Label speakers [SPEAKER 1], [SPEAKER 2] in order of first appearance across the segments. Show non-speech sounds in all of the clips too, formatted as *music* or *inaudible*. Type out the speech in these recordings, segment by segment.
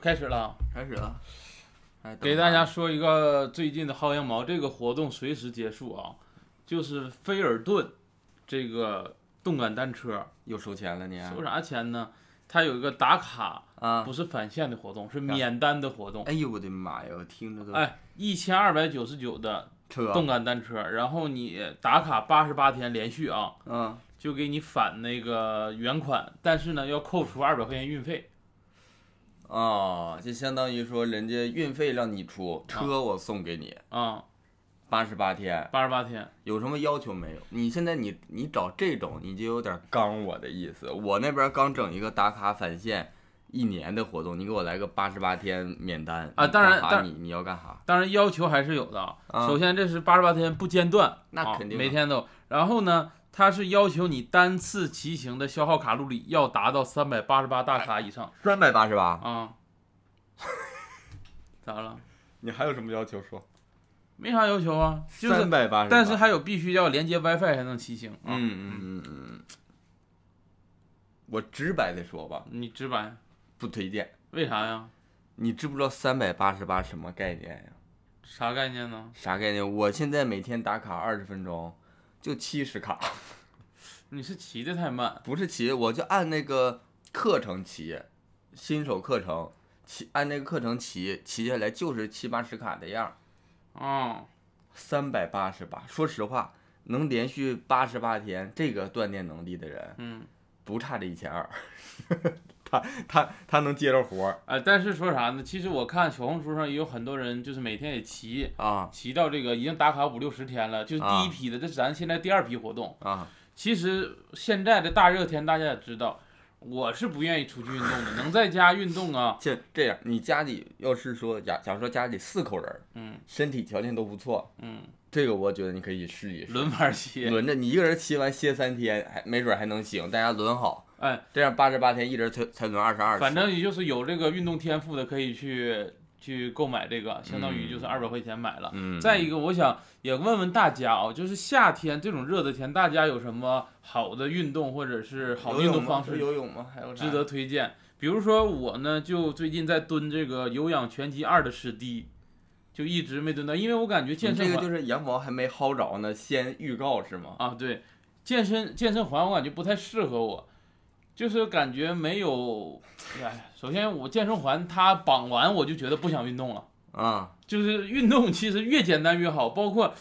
[SPEAKER 1] 开始了，啊
[SPEAKER 2] 开始了。哎，
[SPEAKER 1] 给大家说一个最近的薅羊毛这个活动随时结束啊，就是菲尔顿这个动感单车
[SPEAKER 2] 啊又收钱了你，
[SPEAKER 1] 收啥钱呢？它有一个打卡，
[SPEAKER 2] 啊！
[SPEAKER 1] 不是返现的活动，是免单的活动。
[SPEAKER 2] 哎呦我的妈呀，我听着都
[SPEAKER 1] 哎，一千二百九十九的
[SPEAKER 2] 车，啊
[SPEAKER 1] 动感单车，然后你打卡八十八天连续啊，
[SPEAKER 2] 嗯，
[SPEAKER 1] 就给你返那个原款，但是呢要扣除二百块钱运费。
[SPEAKER 2] 哦，就相当于说人家运费让你出，车我送给你，
[SPEAKER 1] 啊，
[SPEAKER 2] 八十八天，
[SPEAKER 1] 八十八天，
[SPEAKER 2] 有什么要求没有？你现在你你找这种，你就有点刚我的意思。我那边刚整一个打卡返现一年的活动，你给我来个八十八天免单
[SPEAKER 1] 啊当然
[SPEAKER 2] 你干啥
[SPEAKER 1] 当
[SPEAKER 2] 你你要干啥？
[SPEAKER 1] 当然要求还是有的啊。
[SPEAKER 2] 啊
[SPEAKER 1] 首先这是八十八天不间断，
[SPEAKER 2] 那
[SPEAKER 1] 啊
[SPEAKER 2] 肯定的
[SPEAKER 1] 每天都。然后呢，它是要求你单次骑行的消耗卡路里要达到三百八十八大卡以上
[SPEAKER 2] 三百八十八，
[SPEAKER 1] 啊。 *laughs* 咋了？
[SPEAKER 2] 你还有什么要求说？
[SPEAKER 1] 没啥要求啊，就是
[SPEAKER 2] 三百八十，
[SPEAKER 1] 但是还有必须要连接 WiFi 才能骑行。啊
[SPEAKER 2] 嗯嗯嗯嗯，嗯，我直白的说吧，
[SPEAKER 1] 你直白，
[SPEAKER 2] 不推荐。
[SPEAKER 1] 为啥呀？
[SPEAKER 2] 你知不知道三百八十八什么概念呀？
[SPEAKER 1] 啥概念呢？
[SPEAKER 2] 啥概念？我现在每天打卡二十分钟，就七十卡，
[SPEAKER 1] 你是骑的太慢，
[SPEAKER 2] 不是骑，我就按那个课程骑，新手课程骑，按那个课程骑，骑下来就是七八十卡的样儿，
[SPEAKER 1] 啊、
[SPEAKER 2] 三百八十八。说实话，能连续八十八天这个锻炼能力的人，
[SPEAKER 1] 嗯，
[SPEAKER 2] 不差这一千二， *laughs* 他他他能接着活儿
[SPEAKER 1] 哎、但是说啥呢？其实我看小红书上也有很多人，就是每天也骑，
[SPEAKER 2] 啊
[SPEAKER 1] 骑到这个已经打卡五六十天了，就是第一批的，这是咱现在第二批活动。
[SPEAKER 2] 啊！
[SPEAKER 1] 其实现在的大热天，大家也知道，我是不愿意出去运动 *laughs* 的，能在家运动啊，
[SPEAKER 2] 这这样，你家里要是说假假如说家里四口人儿，
[SPEAKER 1] 嗯
[SPEAKER 2] 身体条件都不错，
[SPEAKER 1] 嗯，
[SPEAKER 2] 这个我觉得你可以试一试。
[SPEAKER 1] 轮番骑，
[SPEAKER 2] 轮着你一个人骑完歇三天，还没准还能行。大家轮好，
[SPEAKER 1] 哎，
[SPEAKER 2] 这样八十八天一人才才轮二十二次。
[SPEAKER 1] 反正也就是有这个运动天赋的可以去去购买这个，相当于就是
[SPEAKER 2] 嗯
[SPEAKER 1] 二百块钱买了。
[SPEAKER 2] 嗯，
[SPEAKER 1] 再一个，我想也问问大家啊、就是夏天这种热的天，大家有什么好的运动或者是好的
[SPEAKER 2] 游
[SPEAKER 1] 运
[SPEAKER 2] 泳
[SPEAKER 1] 动
[SPEAKER 2] 吗
[SPEAKER 1] 方
[SPEAKER 2] 是
[SPEAKER 1] 式
[SPEAKER 2] 游泳吗？还有啥
[SPEAKER 1] 值得推荐。比如说我呢，就最近在蹲这个有氧拳击二的师弟，就一直没蹲到，因为我感觉健
[SPEAKER 2] 嗯你这
[SPEAKER 1] 身
[SPEAKER 2] 个
[SPEAKER 1] 环、
[SPEAKER 2] 就是羊毛还没薅着呢，先预告是吗？
[SPEAKER 1] 啊，对，健身健身环我感觉不太适合我，就是感觉没有，哎，首先我健身环它绑完我就觉得不想运动了，
[SPEAKER 2] 啊，
[SPEAKER 1] 就是运动其实越简单越好，包括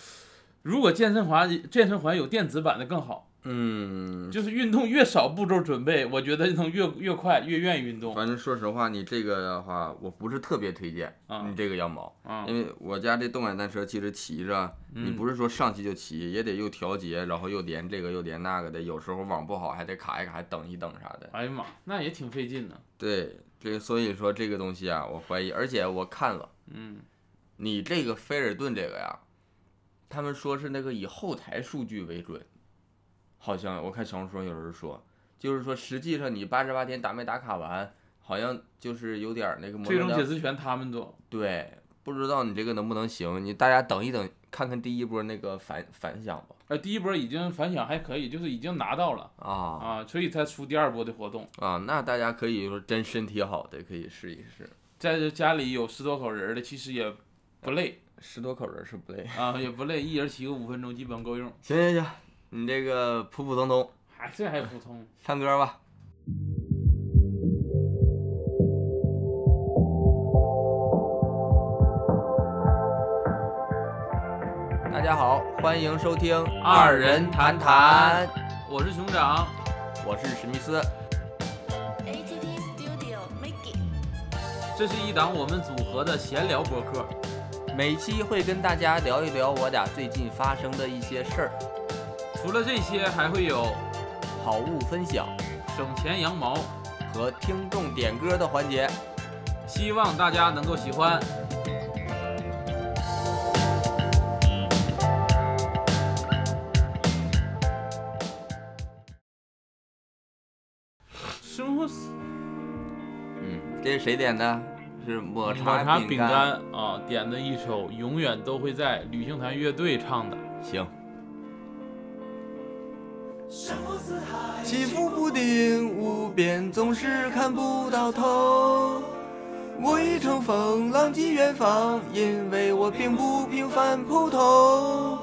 [SPEAKER 1] 如果健身环健身环有电子版的更好，
[SPEAKER 2] 嗯，
[SPEAKER 1] 就是运动越少步骤准备，我觉得能越越快越愿意运动
[SPEAKER 2] 反正说实话，你这个的话，我不是特别推荐
[SPEAKER 1] 啊
[SPEAKER 2] 你这个羊毛。
[SPEAKER 1] 啊，
[SPEAKER 2] 因为我家这动感单车其实骑着，你
[SPEAKER 1] 嗯
[SPEAKER 2] 不是说上骑就骑，也得又调节，然后又连这个又连那个的，有时候网不好还得卡一卡，还等一等啥的。
[SPEAKER 1] 哎呀妈，那也挺费劲的，
[SPEAKER 2] 对，这所以说这个东西啊，我怀疑，而且我看了
[SPEAKER 1] 嗯。
[SPEAKER 2] 你这个菲尔顿这个呀，他们说是那个以后台数据为准，好像我看小红书上有人说，就是说实际上你八十八天打没打卡完，好像就是有点儿那个模
[SPEAKER 1] 最
[SPEAKER 2] 棱
[SPEAKER 1] 终
[SPEAKER 2] 两
[SPEAKER 1] 解释权他们做。
[SPEAKER 2] 对，不知道你这个能不能行，你大家等一等，看看第一波那个反反响吧。
[SPEAKER 1] 呃，第一波已经反响还可以，就是已经拿到了
[SPEAKER 2] 啊
[SPEAKER 1] 啊，所以才出第二波的活动。
[SPEAKER 2] 啊，那大家可以说真身体好的可以试一试，
[SPEAKER 1] 在这家里有十多口人儿的，其实也不累
[SPEAKER 2] 十多口人是不累。
[SPEAKER 1] 啊，也不累，一人骑个五分钟基本够用。
[SPEAKER 2] 行行行，你这个普普通通，
[SPEAKER 1] 还、这还普通。
[SPEAKER 2] 唱歌吧。大家好，欢迎收听《
[SPEAKER 1] 二人谈谈》，我是熊掌，
[SPEAKER 2] 我是史密斯。
[SPEAKER 3] ATT Studio Mickey。
[SPEAKER 1] 这是一档我们组合的闲聊播客，
[SPEAKER 2] 每期会跟大家聊一聊我俩最近发生的一些事儿，
[SPEAKER 1] 除了这些，还会有
[SPEAKER 2] 好物分享
[SPEAKER 1] 省钱羊毛，
[SPEAKER 2] 和听众点歌的环节。
[SPEAKER 1] 希望大家能够喜欢。生活
[SPEAKER 2] 嗯，这是谁点的？是抹
[SPEAKER 1] 抹茶饼
[SPEAKER 2] 干。
[SPEAKER 1] 干啊，点的一首《永远都会在》，旅行团乐队唱的。
[SPEAKER 2] 行。起伏不定，无边，总是看不到头。我乘风，浪迹远方，因为我并不平凡普通。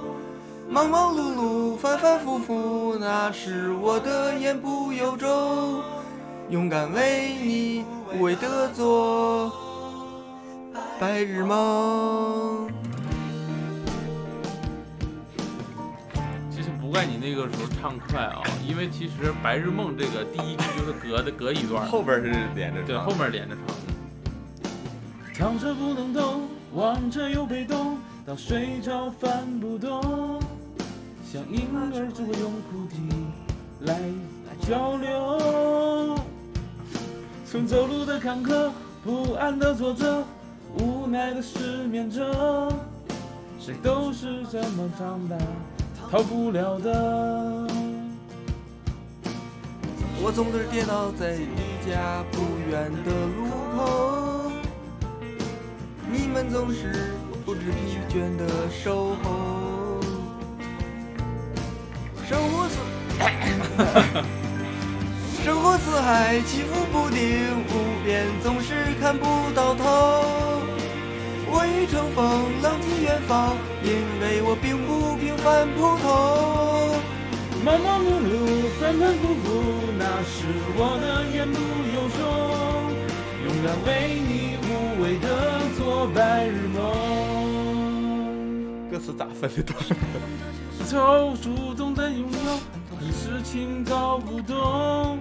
[SPEAKER 2] 忙忙碌碌，反反复复，那是我的言不由衷。勇敢为你无畏的做白日梦。
[SPEAKER 1] 其实不怪你那个时候唱快啊，因为其实《白日梦》这个第一句就是隔的隔一段儿，
[SPEAKER 4] 后边是连着
[SPEAKER 1] 对，
[SPEAKER 4] 唱
[SPEAKER 1] 后面连着唱。躺着不能动，望着又被动，当睡着翻不动，像婴儿坐拥哭啼来交流。从走路的坎坷，不安的坐着，无奈的失眠着，谁都是这么长大，逃不了的。
[SPEAKER 2] 我总是跌倒在离家不远的路口，你们总是不知疲倦的守候。生活似， *coughs* 生活似海，起伏不定，无边总是看不到头。我欲乘风，浪迹远方，因为我并不平凡普通。
[SPEAKER 1] 忙忙碌碌，反反复复，那是我的言不由衷。勇敢为你无畏的做白日梦，
[SPEAKER 4] 歌词咋分的都是
[SPEAKER 1] 走主动的拥有，很事情搞不懂。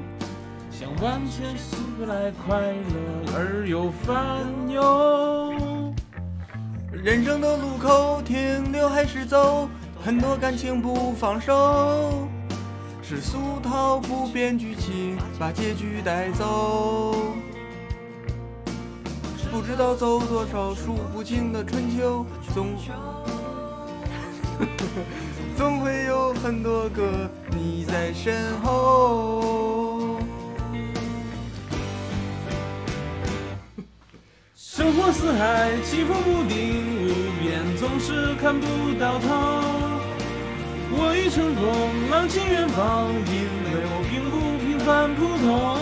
[SPEAKER 1] 想完全醒来快乐而又烦忧。
[SPEAKER 2] 人生的路口，停留还是走，很多感情不放手，是俗套不变剧情把结局带走。不知道走多少数不清的春秋，总 *laughs* 总会有很多个你在身后。
[SPEAKER 1] 生活似海，起伏不定，无边总是看不到头。我欲乘风，浪迹远方，因为我并不平凡普通。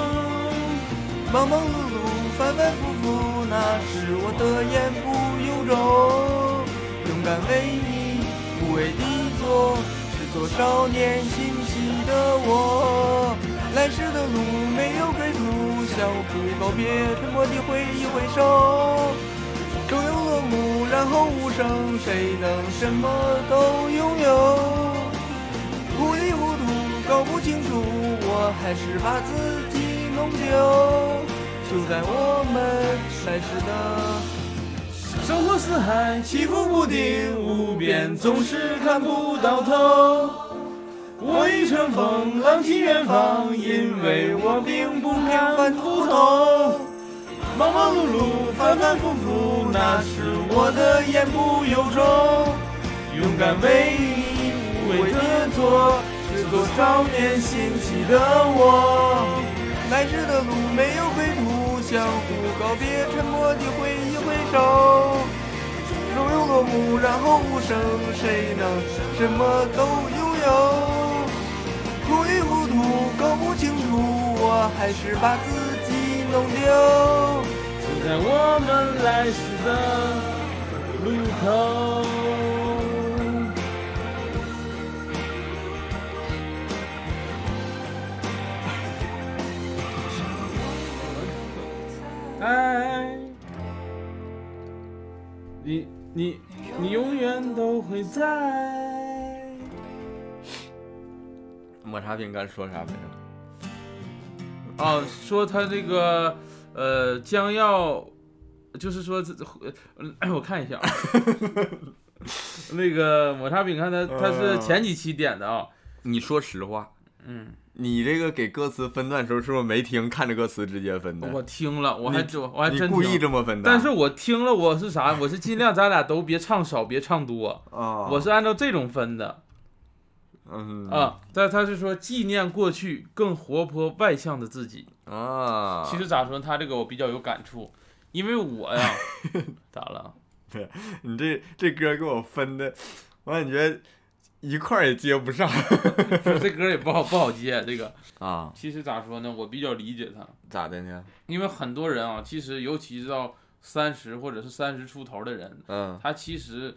[SPEAKER 2] 忙忙碌碌，反反复复，那是我的言不由衷。勇敢为你无畏地做，是做少年欣喜的我。来时的路没有归途，笑不告别，沉默地挥一挥手。终有落幕，然后无声，谁能什么都拥有？糊里糊涂搞不清楚，我还是把自己弄丢。就在我们来时的
[SPEAKER 1] 生活似海，
[SPEAKER 2] 起
[SPEAKER 1] 起
[SPEAKER 2] 伏
[SPEAKER 1] 伏
[SPEAKER 2] 不
[SPEAKER 1] 不
[SPEAKER 2] 定
[SPEAKER 1] 定，，
[SPEAKER 2] 无
[SPEAKER 1] 无
[SPEAKER 2] 边
[SPEAKER 1] 边
[SPEAKER 2] 总
[SPEAKER 1] 总
[SPEAKER 2] 是
[SPEAKER 1] 是
[SPEAKER 2] 看
[SPEAKER 1] 看
[SPEAKER 2] 不
[SPEAKER 1] 不
[SPEAKER 2] 到
[SPEAKER 1] 到
[SPEAKER 2] 头
[SPEAKER 1] 头。。
[SPEAKER 2] 我
[SPEAKER 1] 我
[SPEAKER 2] 欲
[SPEAKER 1] 欲
[SPEAKER 2] 乘
[SPEAKER 1] 乘
[SPEAKER 2] 风，
[SPEAKER 1] 风，
[SPEAKER 2] 浪
[SPEAKER 1] 浪
[SPEAKER 2] 迹
[SPEAKER 1] 迹
[SPEAKER 2] 远
[SPEAKER 1] 远
[SPEAKER 2] 方
[SPEAKER 1] 方，，
[SPEAKER 2] 因
[SPEAKER 1] 因
[SPEAKER 2] 为
[SPEAKER 1] 为
[SPEAKER 2] 我
[SPEAKER 1] 我
[SPEAKER 2] 并
[SPEAKER 1] 并
[SPEAKER 2] 不
[SPEAKER 1] 不
[SPEAKER 2] 平
[SPEAKER 1] 平
[SPEAKER 2] 凡
[SPEAKER 1] 凡普
[SPEAKER 2] 普通
[SPEAKER 1] 通。。
[SPEAKER 2] 忙忙碌碌，反反复复，那是我的言不由衷。勇敢为你无畏的做，是做少年欣喜的我。来时的路没有归途，相互告别，沉默地挥一挥手。荣有落幕，然后无声，谁能什么都拥有？糊里糊涂搞不清楚，我还是把自己弄丢。
[SPEAKER 1] 就在我们来时的路口。爱，哎你你你永远都会在。
[SPEAKER 4] 抹茶饼干说啥来着？
[SPEAKER 1] 哦，说他这个呃将要，就是说这，呃，我看
[SPEAKER 4] *laughs*
[SPEAKER 1] 一下啊，那个抹茶饼干他他
[SPEAKER 4] 嗯
[SPEAKER 1] 是前几期点的啊，
[SPEAKER 4] 你说实话，
[SPEAKER 1] 嗯，
[SPEAKER 4] 你这个给歌词分段的时候是不是没听，看着歌词直接分的？
[SPEAKER 1] 我听了，我还
[SPEAKER 4] 你
[SPEAKER 1] 真我还
[SPEAKER 4] 你
[SPEAKER 1] 真
[SPEAKER 4] 故意
[SPEAKER 1] 听了，
[SPEAKER 4] 这么分的？
[SPEAKER 1] 但是我听了我是啥？我是尽量咱俩都别唱少，别唱多，
[SPEAKER 4] 啊，
[SPEAKER 1] 我是按照这种分的
[SPEAKER 4] 嗯
[SPEAKER 1] 啊。但他是说纪念过去更活泼外向的自己，
[SPEAKER 4] 啊，
[SPEAKER 1] 其实咋说，他这个我比较有感触，因为
[SPEAKER 4] *laughs*
[SPEAKER 1] 我呀，咋了？
[SPEAKER 4] 你这这歌给我分的，我感觉一块儿也接不上 *laughs*
[SPEAKER 1] 不是这歌也不好不好接。这个
[SPEAKER 4] 啊，
[SPEAKER 1] 其实咋说呢，我比较理解他，
[SPEAKER 4] 咋的呢？
[SPEAKER 1] 因为很多人啊，其实尤其是到三十或者是三十出头的人，
[SPEAKER 2] 嗯
[SPEAKER 1] 他其实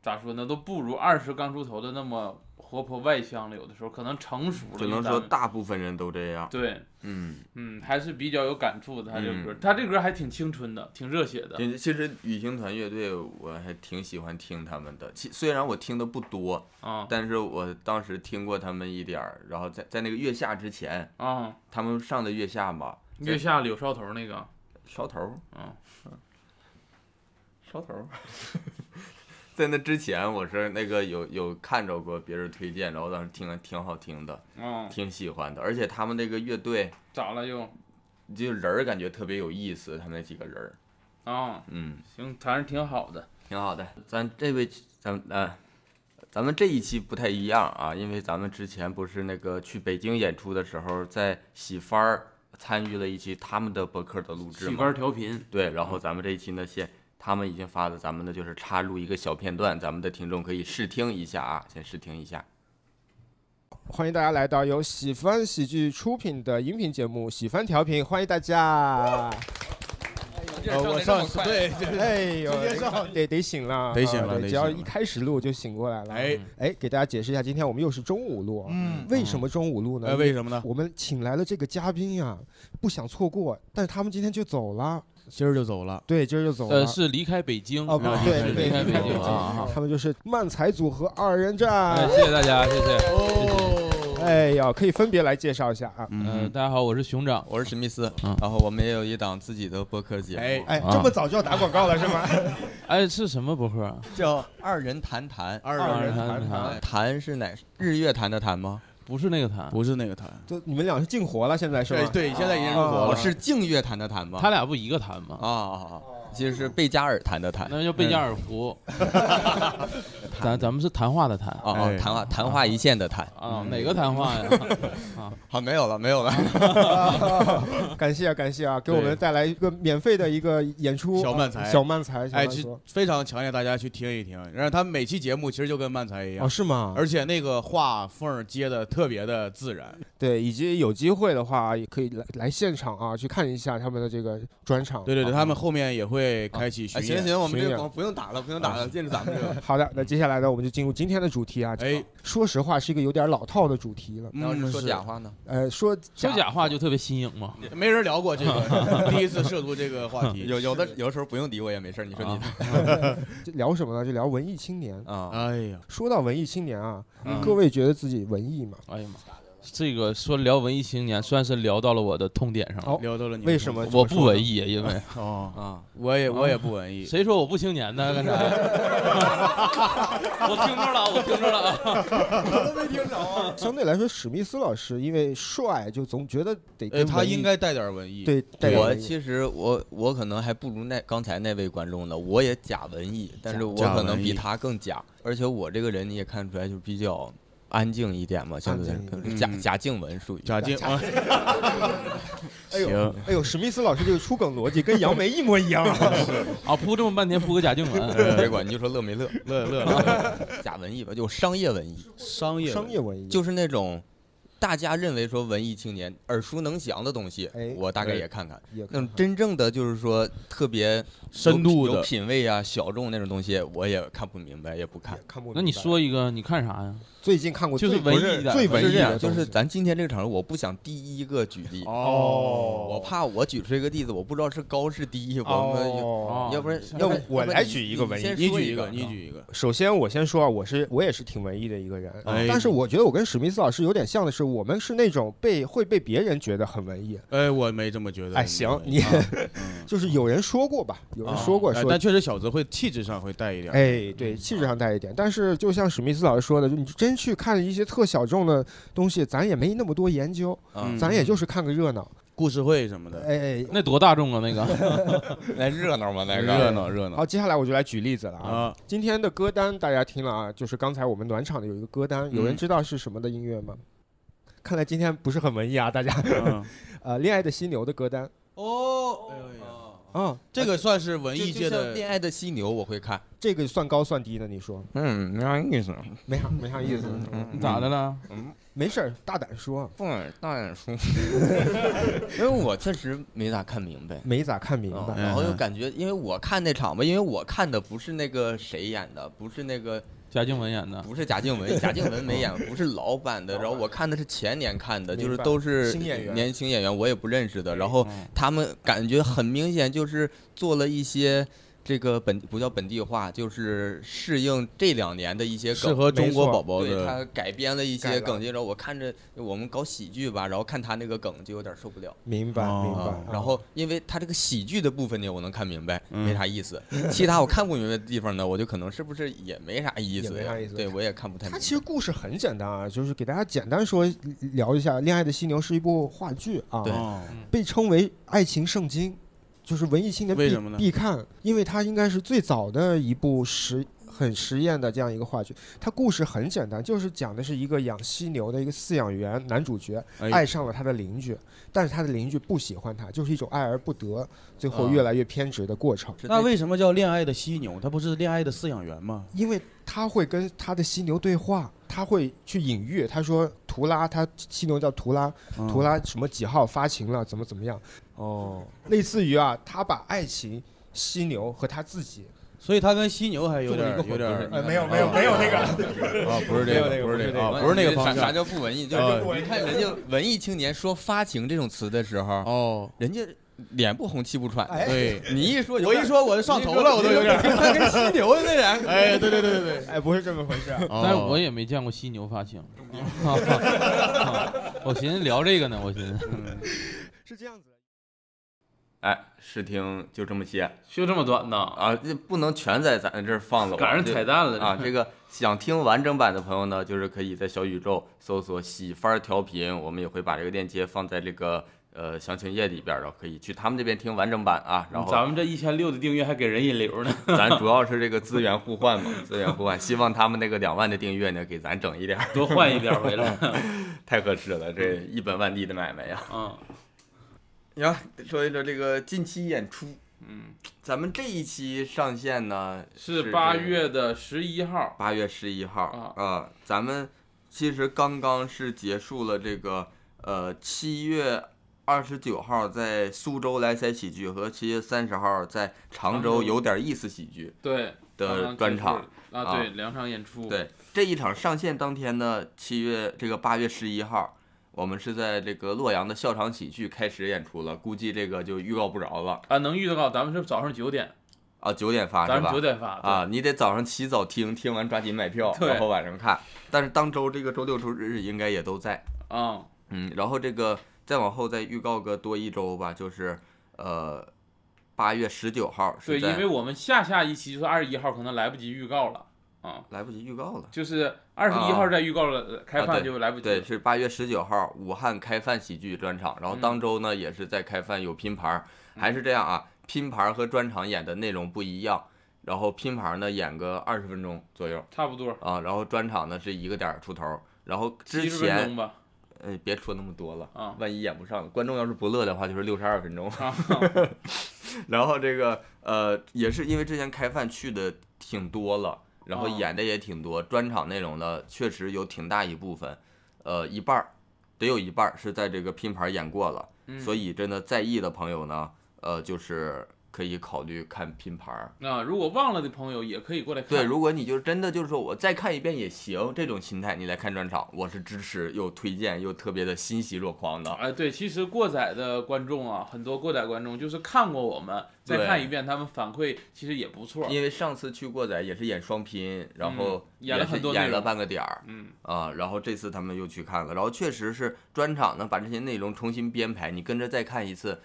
[SPEAKER 1] 咋说呢，都不如二十刚出头的那么活泼外向了。有的时候可能成熟了，
[SPEAKER 2] 只能
[SPEAKER 1] 咱
[SPEAKER 2] 说
[SPEAKER 1] 们
[SPEAKER 2] 大部分人都这样。
[SPEAKER 1] 对，
[SPEAKER 2] 嗯，
[SPEAKER 1] 嗯，还是比较有感触的。他这个歌，
[SPEAKER 2] 嗯
[SPEAKER 1] 他这歌还挺青春的，挺热血的。
[SPEAKER 2] 其其实雨行团乐队我还挺喜欢听他们的，其虽然我听的不多，
[SPEAKER 1] 啊
[SPEAKER 2] 但是我当时听过他们一点儿，然后在在那个月下之前，
[SPEAKER 1] 啊，
[SPEAKER 2] 他们上的月下嘛，
[SPEAKER 1] 月下柳梢头那个，
[SPEAKER 2] 烧头儿，
[SPEAKER 1] 嗯
[SPEAKER 2] 烧头儿。 *laughs* 在那之前，我是那个有有看着过别人推荐，然后当时听了挺好听的，
[SPEAKER 1] 嗯，
[SPEAKER 2] 挺喜欢的，而且他们那个乐队
[SPEAKER 1] 咋了又？
[SPEAKER 2] 就人儿感觉特别有意思，他们那几个人儿，
[SPEAKER 1] 啊，
[SPEAKER 2] 嗯，
[SPEAKER 1] 行，还是挺好的。
[SPEAKER 2] 挺好的。咱这位，咱们呃，咱们这一期不太一样啊，因为咱们之前不是那个去北京演出的时候，在喜番儿参与了一期他们的博客的录制
[SPEAKER 1] 戏
[SPEAKER 2] 嘛，
[SPEAKER 1] 班调频，
[SPEAKER 2] 对，然后咱们这一期呢，先他们已经发的，咱们呢就是插入一个小片段，咱们的听众可以试听一下啊，先试听一下。
[SPEAKER 5] 欢迎大家来到由喜翻喜剧出品的音频节目《喜翻调频》，欢迎大家。
[SPEAKER 1] 呃
[SPEAKER 5] 我上次对，哎呦，得得醒了，
[SPEAKER 6] 得醒
[SPEAKER 5] 啊
[SPEAKER 6] 了
[SPEAKER 5] 对
[SPEAKER 6] 得
[SPEAKER 5] 只要
[SPEAKER 6] 醒了
[SPEAKER 5] 一开始录就醒过来了。
[SPEAKER 6] 哎，
[SPEAKER 5] 哎，给大家解释一下，今天我们又是中午录，啊
[SPEAKER 6] 嗯，
[SPEAKER 5] 为什么中午录呢？
[SPEAKER 6] 呃，为什么呢？
[SPEAKER 5] 我们请来了这个嘉宾呀、不想错过，但是他们今天就走了，
[SPEAKER 6] 今儿就走了，
[SPEAKER 5] 对，今儿就走了。
[SPEAKER 7] 呃，是离开北京。
[SPEAKER 5] 哦，不
[SPEAKER 6] 啊
[SPEAKER 5] 对
[SPEAKER 6] 是
[SPEAKER 5] 对
[SPEAKER 7] 离开
[SPEAKER 5] 对
[SPEAKER 7] 北
[SPEAKER 5] 对
[SPEAKER 7] 京
[SPEAKER 5] 对
[SPEAKER 6] 啊
[SPEAKER 5] 他们就是漫才组合二人
[SPEAKER 7] 哎，
[SPEAKER 5] 转。
[SPEAKER 7] 谢谢大家，谢谢。
[SPEAKER 6] 哦，
[SPEAKER 5] 哎呦，可以分别来介绍一下啊。
[SPEAKER 7] 嗯，，大家好，我是熊掌。
[SPEAKER 2] 呃我是史密斯，
[SPEAKER 7] 嗯
[SPEAKER 2] 然后我们也有一档自己的播客节
[SPEAKER 6] 哎，
[SPEAKER 5] 哎，
[SPEAKER 7] 啊
[SPEAKER 5] 这么早就要打广告了是吗？
[SPEAKER 7] 哎，是什么博客啊？
[SPEAKER 2] 叫二人谈谈。
[SPEAKER 6] 二
[SPEAKER 7] 二人
[SPEAKER 6] 人谈
[SPEAKER 7] 谈
[SPEAKER 6] 谈，
[SPEAKER 7] 谈
[SPEAKER 2] 谈是哪日月潭的谈吗？
[SPEAKER 7] 不是那个谈，
[SPEAKER 6] 不是那个谈，
[SPEAKER 5] 就你们俩是进活了，现在是
[SPEAKER 6] 对
[SPEAKER 5] 吗？
[SPEAKER 6] 对，现在已经是
[SPEAKER 5] 啊
[SPEAKER 6] 我
[SPEAKER 2] 哦我
[SPEAKER 6] 了，
[SPEAKER 2] 是净月潭的谈吗？
[SPEAKER 7] 啊他俩不一个谈吗？
[SPEAKER 2] 啊啊，啊其实是贝加尔谈的谈。
[SPEAKER 7] 那叫贝加尔湖。 *laughs* 咱咱们是谈话的谈
[SPEAKER 2] 哦哦，
[SPEAKER 6] 哎
[SPEAKER 2] 昙花昙花一现的
[SPEAKER 6] *laughs*
[SPEAKER 2] 谈。
[SPEAKER 7] 啊，哪个谈话呀？
[SPEAKER 2] 好，没有了，没有 *laughs*
[SPEAKER 6] *laughs*
[SPEAKER 2] 了。
[SPEAKER 5] *laughs* 感谢啊，感谢啊，给我们带来一个免费的一个演出，
[SPEAKER 6] 小漫才
[SPEAKER 5] 小漫才，小
[SPEAKER 6] 哎，
[SPEAKER 5] 漫
[SPEAKER 6] 其实
[SPEAKER 5] 说哦
[SPEAKER 6] 非常强烈，大家去听一听。然后他每期节目其实就跟漫才一样
[SPEAKER 5] 哦，，是吗？
[SPEAKER 6] 哎而且那个话缝儿接的特别的自然。
[SPEAKER 2] 哦
[SPEAKER 5] 对，以及有机会的话，也可以来来现场啊，去看一下他们的这个专场。
[SPEAKER 6] 对对
[SPEAKER 2] 哦
[SPEAKER 6] 对，他们后面也会开启巡演。
[SPEAKER 2] 哎
[SPEAKER 6] 啊
[SPEAKER 2] 行，我
[SPEAKER 5] 巡演
[SPEAKER 2] 不用打了，不用打了，接着咱们这个。
[SPEAKER 5] 好的，那接下来呢，我们就进入今天的主题啊。
[SPEAKER 6] 哎，
[SPEAKER 5] 说实话，是一个有点老套的主题了。
[SPEAKER 6] 嗯
[SPEAKER 2] 然后是说
[SPEAKER 6] 是
[SPEAKER 2] 假话呢？
[SPEAKER 5] 呃，说
[SPEAKER 7] 说
[SPEAKER 5] 假
[SPEAKER 7] 假话就特别新颖嘛。
[SPEAKER 6] 没人聊过这个，第一次涉足这个话
[SPEAKER 2] *laughs*
[SPEAKER 6] 题。啊
[SPEAKER 2] 有有的有的时候不用理我也没事儿，你说你的
[SPEAKER 5] 就聊什么呢？就聊文艺青年。
[SPEAKER 2] 啊，
[SPEAKER 6] 哎呀，
[SPEAKER 5] 说到文艺青年啊，
[SPEAKER 7] 嗯
[SPEAKER 5] 各位觉得自己文艺吗？
[SPEAKER 7] 哎呀妈，这个说聊文艺青年，算是聊到了我的痛点上了。
[SPEAKER 5] 哦
[SPEAKER 6] 聊到了你的
[SPEAKER 5] 为什么？
[SPEAKER 7] 我不文艺，因为
[SPEAKER 6] 哦，
[SPEAKER 2] 啊，
[SPEAKER 6] 我也我也不文艺，
[SPEAKER 7] 谁说我不青年呢？刚才我听着了，我听着了 *laughs* 啊。
[SPEAKER 5] 相对来说，史密斯老师因为帅，就总觉得得
[SPEAKER 6] 呃，
[SPEAKER 5] 跟
[SPEAKER 6] 他
[SPEAKER 5] 文艺
[SPEAKER 6] 应该带点文艺。
[SPEAKER 5] 对带点
[SPEAKER 2] 我
[SPEAKER 5] 文艺
[SPEAKER 2] 其实我我可能还不如那刚才那位观众呢，我也假文艺，但是我
[SPEAKER 6] 假
[SPEAKER 2] 可能
[SPEAKER 6] 文艺
[SPEAKER 2] 比他更假，而且我这个人你也看出来就比较安静一点嘛，相对来
[SPEAKER 5] 安
[SPEAKER 6] 静一
[SPEAKER 2] 假
[SPEAKER 6] 点
[SPEAKER 2] 假静文属于
[SPEAKER 6] 贾
[SPEAKER 2] *laughs*
[SPEAKER 6] 静啊，
[SPEAKER 5] 哎呦
[SPEAKER 6] 行，
[SPEAKER 5] 哎呦，史密斯老师这个出梗逻辑跟杨梅一模一
[SPEAKER 2] *laughs*
[SPEAKER 5] 样。
[SPEAKER 7] 啊，铺这么半天铺个贾静雯，
[SPEAKER 6] 嗯
[SPEAKER 2] 别管你就说乐没乐， *laughs*
[SPEAKER 6] 乐乐乐，
[SPEAKER 2] 假文艺吧，就商业文艺，
[SPEAKER 5] *laughs*
[SPEAKER 6] 商业
[SPEAKER 5] 商业文艺
[SPEAKER 2] 就是那种大家认为说文艺青年耳熟能详的东西
[SPEAKER 5] 哎，
[SPEAKER 2] 我大概
[SPEAKER 6] 哎
[SPEAKER 2] 也看看。
[SPEAKER 5] 也可
[SPEAKER 2] 那
[SPEAKER 5] 以
[SPEAKER 2] 种嗯真正的就是说特别
[SPEAKER 6] 深度
[SPEAKER 2] 有
[SPEAKER 6] 的
[SPEAKER 2] 品味啊、小众那种东西，我也看不明白，也不看。
[SPEAKER 5] 看不明白
[SPEAKER 7] 那你说一个，你看啥呀？
[SPEAKER 5] 最近看过
[SPEAKER 7] 就是
[SPEAKER 5] 最
[SPEAKER 7] 文
[SPEAKER 5] 不
[SPEAKER 7] 艺的
[SPEAKER 5] 最
[SPEAKER 7] 不
[SPEAKER 5] 文
[SPEAKER 2] 是
[SPEAKER 5] 艺
[SPEAKER 2] 这
[SPEAKER 5] 的
[SPEAKER 2] 样，就
[SPEAKER 5] 东西
[SPEAKER 2] 是咱今天这个场合，我不想第一个举例，
[SPEAKER 6] 哦
[SPEAKER 2] 我怕我举出一个例子，我不知道是高是低，我们有
[SPEAKER 5] 哦
[SPEAKER 7] 哦
[SPEAKER 2] 要不然
[SPEAKER 7] 是
[SPEAKER 2] 要不
[SPEAKER 5] 那
[SPEAKER 2] 然
[SPEAKER 5] 我
[SPEAKER 2] 要不
[SPEAKER 5] 来
[SPEAKER 2] 你
[SPEAKER 5] 举一个文艺
[SPEAKER 2] 先
[SPEAKER 6] 你
[SPEAKER 2] 说
[SPEAKER 6] 举一
[SPEAKER 2] 个啊
[SPEAKER 6] 个，，你举一个。
[SPEAKER 5] 首先，我先说啊，我是我也是挺文艺的一个人，
[SPEAKER 6] 哎
[SPEAKER 5] 但是我觉得我跟史密斯老师有点像的是，我们是那种被会被别人觉得很文艺，
[SPEAKER 6] 哎，我没这么觉得。
[SPEAKER 5] 哎行
[SPEAKER 6] 我没
[SPEAKER 5] 你 *laughs*
[SPEAKER 6] 啊嗯
[SPEAKER 2] 哦
[SPEAKER 5] 就是有人说过吧，有人说过
[SPEAKER 6] 哎
[SPEAKER 5] 说
[SPEAKER 6] 但确实小泽会气质上会带一点。嗯
[SPEAKER 5] 哎，对，气质上带一点，但是就像史密斯老师说的，就你真去看一些特小众的东西，咱也没那么多研究，
[SPEAKER 2] 嗯，
[SPEAKER 5] 咱也就是看个热闹。
[SPEAKER 6] 啊故事会什么的，
[SPEAKER 5] 哎
[SPEAKER 7] 那多大众啊，那个
[SPEAKER 2] 来热闹嘛，那
[SPEAKER 6] 热
[SPEAKER 2] 个
[SPEAKER 6] 闹嗯热
[SPEAKER 5] 哎，
[SPEAKER 6] 闹
[SPEAKER 5] 好，接下来我就来举例子了啊。
[SPEAKER 6] 啊！
[SPEAKER 5] 今天的歌单大家听了啊，就是刚才我们暖场的有一个歌单，有人
[SPEAKER 6] 嗯
[SPEAKER 5] 知道是什么的音乐吗？看来今天不是很文艺啊，大家。
[SPEAKER 6] 嗯
[SPEAKER 5] 呃，《恋爱的犀牛》的歌单
[SPEAKER 6] 哦，哎呦哎呦，
[SPEAKER 5] 啊、啊，
[SPEAKER 6] 这个算是文艺界
[SPEAKER 8] 就像
[SPEAKER 6] 的
[SPEAKER 8] 恋爱的犀牛，我会看。
[SPEAKER 5] 这个算高算低呢？你说
[SPEAKER 2] 嗯，没啥意思。
[SPEAKER 5] 没啥没啥意
[SPEAKER 6] 嗯
[SPEAKER 5] 思，
[SPEAKER 7] 你咋的了？
[SPEAKER 2] 嗯
[SPEAKER 5] 没事儿，大胆说，
[SPEAKER 2] 不敢大胆 *laughs* 说，
[SPEAKER 8] 因为我确实没咋看明白。
[SPEAKER 5] 没咋看明
[SPEAKER 8] 嗯
[SPEAKER 5] 白。
[SPEAKER 8] 然后又
[SPEAKER 6] 嗯
[SPEAKER 8] 感觉，因为我看那场吧，因为我看的不是那个谁演的，不是那个，
[SPEAKER 7] 贾静雯
[SPEAKER 1] 啊
[SPEAKER 7] 演的，
[SPEAKER 8] 不是贾静雯，贾静雯没演，不是老版的。然后我看的是前年看的，就是
[SPEAKER 5] 明白
[SPEAKER 8] 都是
[SPEAKER 5] 新演员
[SPEAKER 8] 年轻演员，我也不认识的。然后
[SPEAKER 7] 嗯
[SPEAKER 8] 他们感觉很明显就是做了一些这个本不叫本地化，就是适应这两年的一些
[SPEAKER 5] 适
[SPEAKER 8] 梗。
[SPEAKER 5] 合中国宝
[SPEAKER 8] 对
[SPEAKER 6] 哦
[SPEAKER 8] 他改编了一
[SPEAKER 5] 改
[SPEAKER 8] 些
[SPEAKER 5] 了
[SPEAKER 8] 梗，接着我看着我们搞喜剧吧，然后看他那个梗就有点受不了。
[SPEAKER 5] 明白
[SPEAKER 6] 哦
[SPEAKER 5] 明
[SPEAKER 8] 啊，
[SPEAKER 5] 白。
[SPEAKER 8] 然后因为他这个喜剧的部分呢，我能看明白，
[SPEAKER 6] 嗯
[SPEAKER 8] 没啥意思。其他我看不明白的地方呢，我就可能是不是也没啥意
[SPEAKER 5] 也
[SPEAKER 8] 思
[SPEAKER 5] 没
[SPEAKER 8] 呀
[SPEAKER 5] 啥意思
[SPEAKER 8] 对我也看不太明白。
[SPEAKER 5] 它其实故事很简单啊，就是给大家简单说聊一下，《恋爱的犀牛》是一部话剧啊，
[SPEAKER 8] 对
[SPEAKER 6] 哦
[SPEAKER 5] 被称为爱情圣经，就是文艺青年
[SPEAKER 6] 为
[SPEAKER 5] 必
[SPEAKER 6] 什么呢
[SPEAKER 5] 必看，因为它应该是最早的一部实很实验的这样一个话剧。它故事很简单，就是讲的是一个养犀牛的一个饲养员，男主角
[SPEAKER 6] 哎
[SPEAKER 5] 爱上了他的邻居，但是他的邻居不喜欢他，就是一种爱而不得，最后
[SPEAKER 8] 啊
[SPEAKER 5] 越来越偏执的过程。
[SPEAKER 8] 是
[SPEAKER 6] 那
[SPEAKER 8] 对
[SPEAKER 6] 为什么叫恋爱的犀牛？它不是恋爱的饲养员吗？
[SPEAKER 5] 因为他会跟他的犀牛对话，他会去隐喻，他说图拉，他犀牛叫图拉，
[SPEAKER 6] 嗯
[SPEAKER 5] 图拉什么几号发情了，怎么怎么样，
[SPEAKER 6] 哦，
[SPEAKER 5] 类似于啊，他把爱情、犀牛和他自己，
[SPEAKER 6] 所以它跟犀牛还有点
[SPEAKER 5] 做了一个
[SPEAKER 6] 有
[SPEAKER 8] 混
[SPEAKER 6] 点
[SPEAKER 5] 呃，没有没有没有那个，
[SPEAKER 6] 啊，不是这
[SPEAKER 5] 没
[SPEAKER 6] 个，
[SPEAKER 5] 有
[SPEAKER 6] 不是这
[SPEAKER 5] 这
[SPEAKER 6] 个，
[SPEAKER 5] 个
[SPEAKER 6] 啊，不是那个方
[SPEAKER 8] 啥啥
[SPEAKER 6] 向。
[SPEAKER 8] 叫不文艺？就
[SPEAKER 5] 啊
[SPEAKER 6] 呃
[SPEAKER 8] 是你看人家文艺青年说“发情”这种词的时候，
[SPEAKER 6] 哦，
[SPEAKER 8] 人家脸不红气不喘
[SPEAKER 7] 哎
[SPEAKER 2] 哎
[SPEAKER 8] 的。
[SPEAKER 7] *laughs*
[SPEAKER 6] 对，
[SPEAKER 8] 你一说，
[SPEAKER 6] 我一，说我就上头了，我都有点。
[SPEAKER 8] 他跟犀牛那人。
[SPEAKER 6] 哎，对对对对对。
[SPEAKER 5] 哎，不是这么回事啊，
[SPEAKER 2] 哦
[SPEAKER 7] 但是我也没见过犀牛发情。 *laughs* 我寻思聊这个呢，我寻思
[SPEAKER 5] 是这样子的。
[SPEAKER 2] 哎，试听就这么些
[SPEAKER 1] *laughs* 就这么短呢，
[SPEAKER 2] 啊，这不能全在咱这儿放了吧，
[SPEAKER 1] 赶上
[SPEAKER 2] 这
[SPEAKER 1] 彩蛋了
[SPEAKER 2] 啊！这个想听完整版的朋友呢，就是可以在小宇宙搜索“喜番儿调频”，我们也会把这个链接放在这个呃详情页里边儿的，可以去他们这边听完整版啊。然后
[SPEAKER 1] 咱们这一千六的订阅还给人引流呢，
[SPEAKER 2] 咱主要是这个资源互换嘛，资源互换，希望他们那个两万的订阅呢，给咱整一点儿，
[SPEAKER 1] 多换一点回来。
[SPEAKER 2] *laughs* 太合适了，这一本万利的买卖呀。
[SPEAKER 1] 嗯，
[SPEAKER 2] *laughs* 行，说一说这个近期演出，
[SPEAKER 1] 嗯，
[SPEAKER 2] 咱们这一期上线呢
[SPEAKER 1] 是八月的十一号，
[SPEAKER 2] 八月十一号
[SPEAKER 1] 啊
[SPEAKER 2] 呃咱们其实刚刚是结束了这个呃七月二十九号在苏州来塞喜剧和七月三十号在常
[SPEAKER 1] 常州
[SPEAKER 2] 州有点意思喜剧
[SPEAKER 1] 对刚
[SPEAKER 2] 的
[SPEAKER 1] 刚
[SPEAKER 2] 专
[SPEAKER 1] 结束
[SPEAKER 2] 场。
[SPEAKER 1] 了啊，
[SPEAKER 2] 啊
[SPEAKER 1] 对，两场演出，，
[SPEAKER 2] 对，这一场上线当天呢，七月这个八月十一号，我们是在这个洛阳的笑场喜剧开始演出了，估计这个就预告不着了
[SPEAKER 1] 啊，能预告咱们是早上九点，
[SPEAKER 2] 啊，九点发
[SPEAKER 1] 咱
[SPEAKER 2] 是
[SPEAKER 1] 们
[SPEAKER 2] 吧
[SPEAKER 1] 九？点发，
[SPEAKER 2] 啊，你得早上起早听，听完抓紧买票，
[SPEAKER 1] 对
[SPEAKER 2] 然后晚上看。但是当周这个周六周日应该也都在，
[SPEAKER 1] 对啊，
[SPEAKER 2] 嗯，然后这个再往后再预告个多一周吧，就是呃八月十九号
[SPEAKER 1] 对，
[SPEAKER 2] 是在
[SPEAKER 1] 因为我们下下一期就是二十一号，可能来不及预告了啊，
[SPEAKER 2] 来不及预告了。
[SPEAKER 1] 就是二十一
[SPEAKER 2] 啊
[SPEAKER 1] 号再预告了，呃开
[SPEAKER 2] 啊
[SPEAKER 1] 饭
[SPEAKER 2] 对
[SPEAKER 1] 就来不及
[SPEAKER 2] 对，
[SPEAKER 1] 了。
[SPEAKER 2] 是八月十九号武汉开饭喜剧专场，然后
[SPEAKER 1] 嗯
[SPEAKER 2] 当周呢、也是在开饭有拼盘儿，还是这样啊，拼盘儿和专场演的内容不一样，然后拼盘儿呢演个二十分钟左右
[SPEAKER 1] 差不多
[SPEAKER 2] 啊，然后专场呢是一个点儿出头，然后之
[SPEAKER 1] 七十分
[SPEAKER 2] 前
[SPEAKER 1] 钟吧，
[SPEAKER 2] 呃别说那么多了。
[SPEAKER 1] 啊 *laughs*
[SPEAKER 2] 万一演不上，观众要是不乐的话，就是六十二分钟。 *laughs*
[SPEAKER 1] 啊，
[SPEAKER 2] 然后这个呃，也是因为之前开饭去的挺多了，然后
[SPEAKER 1] 哦
[SPEAKER 2] 演的也挺多，专场内容呢确实有挺大一部分，呃，一半儿得有一半儿是在这个拼盘演过了，
[SPEAKER 1] 嗯
[SPEAKER 2] 所以真的在意的朋友呢，呃，就是可以考虑看拼盘儿。
[SPEAKER 1] 那如果忘了的朋友也可以过来看。 *laughs*
[SPEAKER 2] 对，如果你就真的就是说我再看一遍也行，这种心态你来看专场，我是支持又推荐又特别的欣喜若狂的。
[SPEAKER 1] 哎，对，其实过载的观众啊，很多过载观众就是看过我们，再
[SPEAKER 2] 对
[SPEAKER 1] 看一遍，他们反馈其实也不错。
[SPEAKER 2] 因为上次去过载也是演双拼，然
[SPEAKER 1] 嗯
[SPEAKER 2] 后
[SPEAKER 1] 演了
[SPEAKER 2] 也是
[SPEAKER 1] 很多内
[SPEAKER 2] 演了
[SPEAKER 1] 容
[SPEAKER 2] 半个点儿，
[SPEAKER 1] 嗯，
[SPEAKER 2] 啊，然后这次他们又去看了，然后确实是专场呢，把这些内容重新编排，你跟着再看一次，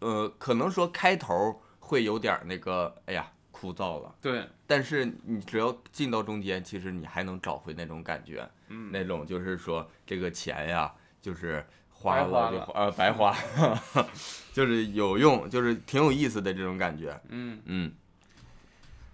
[SPEAKER 2] 呃，可能说开头会有点儿那个，哎呀，枯燥了，
[SPEAKER 1] 对，
[SPEAKER 2] 但是你只要进到中间，其实你还能找回那种感觉，
[SPEAKER 1] 嗯，
[SPEAKER 2] 那种就是说这个钱呀，就是花
[SPEAKER 1] 白花
[SPEAKER 2] 了就
[SPEAKER 1] 了
[SPEAKER 2] 花呃白花， *laughs* 就是有用，就是挺有意思的这种感觉，
[SPEAKER 1] 嗯，
[SPEAKER 2] 嗯，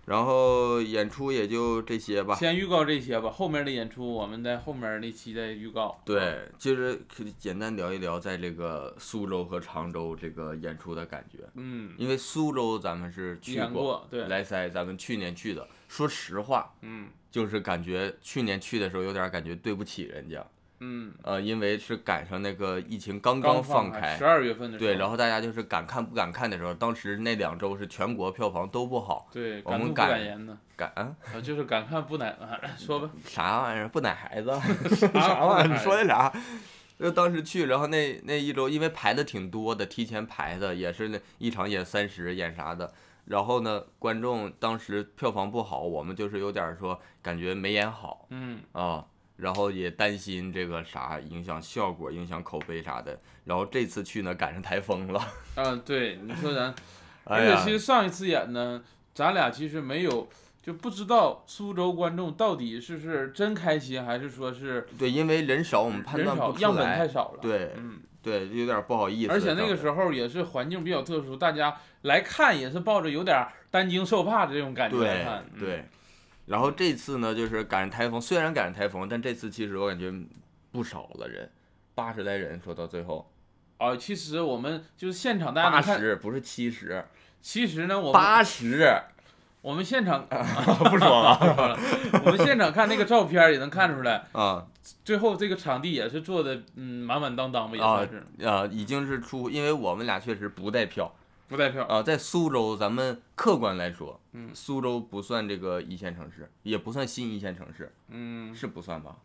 [SPEAKER 2] 然后演出也就这些吧。
[SPEAKER 1] 先预告这些吧，后面的演出我们在后面那期再预告。
[SPEAKER 2] 对，就是可以简单聊一聊在这个苏州和常州这个演出的感觉，
[SPEAKER 1] 嗯，
[SPEAKER 2] 因为苏州咱们是去
[SPEAKER 1] 演过，对，
[SPEAKER 2] 莱塞咱们去年去的，说实话，
[SPEAKER 1] 嗯
[SPEAKER 2] 就是感觉去年去的时候有点感觉对不起人家，
[SPEAKER 1] 嗯，
[SPEAKER 2] 呃，因为是赶上那个疫情刚
[SPEAKER 1] 刚
[SPEAKER 2] 放
[SPEAKER 1] 开，
[SPEAKER 2] 开
[SPEAKER 1] 十，二月份的时候，
[SPEAKER 2] 对，然后大家就是敢看不敢看的时候，当时那两周是全国票房都不好，
[SPEAKER 1] 对，
[SPEAKER 2] 我
[SPEAKER 1] 敢
[SPEAKER 2] 们
[SPEAKER 1] 怒不
[SPEAKER 2] 赶
[SPEAKER 1] 敢言呢，
[SPEAKER 2] 敢啊
[SPEAKER 1] 啊，就是敢看不敢啊，说吧，
[SPEAKER 2] 啥玩意儿不奶孩子，
[SPEAKER 1] 啥
[SPEAKER 2] *laughs*
[SPEAKER 1] *laughs*
[SPEAKER 2] 啥玩意儿你说的啥？就当时去，然后那那一周因为排的挺多的，提前排的也是那一场演三十演啥的，然后呢观众当时票房不好，我们就是有点儿说感觉没演好，
[SPEAKER 1] 嗯，
[SPEAKER 2] 啊，然后也担心这个啥影响效果、影响口碑啥的。然后这次去呢，赶上台风了，
[SPEAKER 1] 啊，对，你说咱，而
[SPEAKER 2] 哎
[SPEAKER 1] 且
[SPEAKER 2] 呀
[SPEAKER 1] 其，实上一次演呢，咱俩其实没有。就不知道苏州观众到底是不是真开心，还是说是
[SPEAKER 2] 对，因为人少，我们判
[SPEAKER 1] 人
[SPEAKER 2] 断不
[SPEAKER 1] 少
[SPEAKER 2] 出
[SPEAKER 1] 样本太
[SPEAKER 2] 来。
[SPEAKER 1] 少了。，
[SPEAKER 2] 对
[SPEAKER 1] 嗯，
[SPEAKER 2] 对，有点不好意思。
[SPEAKER 1] 而且那个
[SPEAKER 2] 候，
[SPEAKER 1] 时候也是环境比较特殊，大家来看也是抱着有点担惊受怕的这种感觉来
[SPEAKER 2] 对
[SPEAKER 1] 看。嗯，
[SPEAKER 2] 对。然后这次呢，就是赶上台风，虽然赶上台风，但这次其实我感觉不少了人，八十来人，说到最后，
[SPEAKER 1] 啊，其实我们就是现场大家
[SPEAKER 2] 八
[SPEAKER 1] 能看，
[SPEAKER 2] 十不是七十，
[SPEAKER 1] 其实呢，我们
[SPEAKER 2] 八啊十，啊
[SPEAKER 1] 我们现场
[SPEAKER 2] 不说了
[SPEAKER 1] *laughs* 我们现场看那个照片也能看出来，
[SPEAKER 2] 啊
[SPEAKER 1] 最后这个场地也是做的嗯满满当当吧，也
[SPEAKER 2] 啊
[SPEAKER 1] 算是
[SPEAKER 2] 啊，已经是出，因为我们俩确实不带票。
[SPEAKER 1] 不带票。
[SPEAKER 2] 啊、在苏州，咱们客观来说，
[SPEAKER 1] 嗯
[SPEAKER 2] 苏州不算这个一线城市，也不算新一线城市，
[SPEAKER 1] 嗯，
[SPEAKER 2] 是不算吧？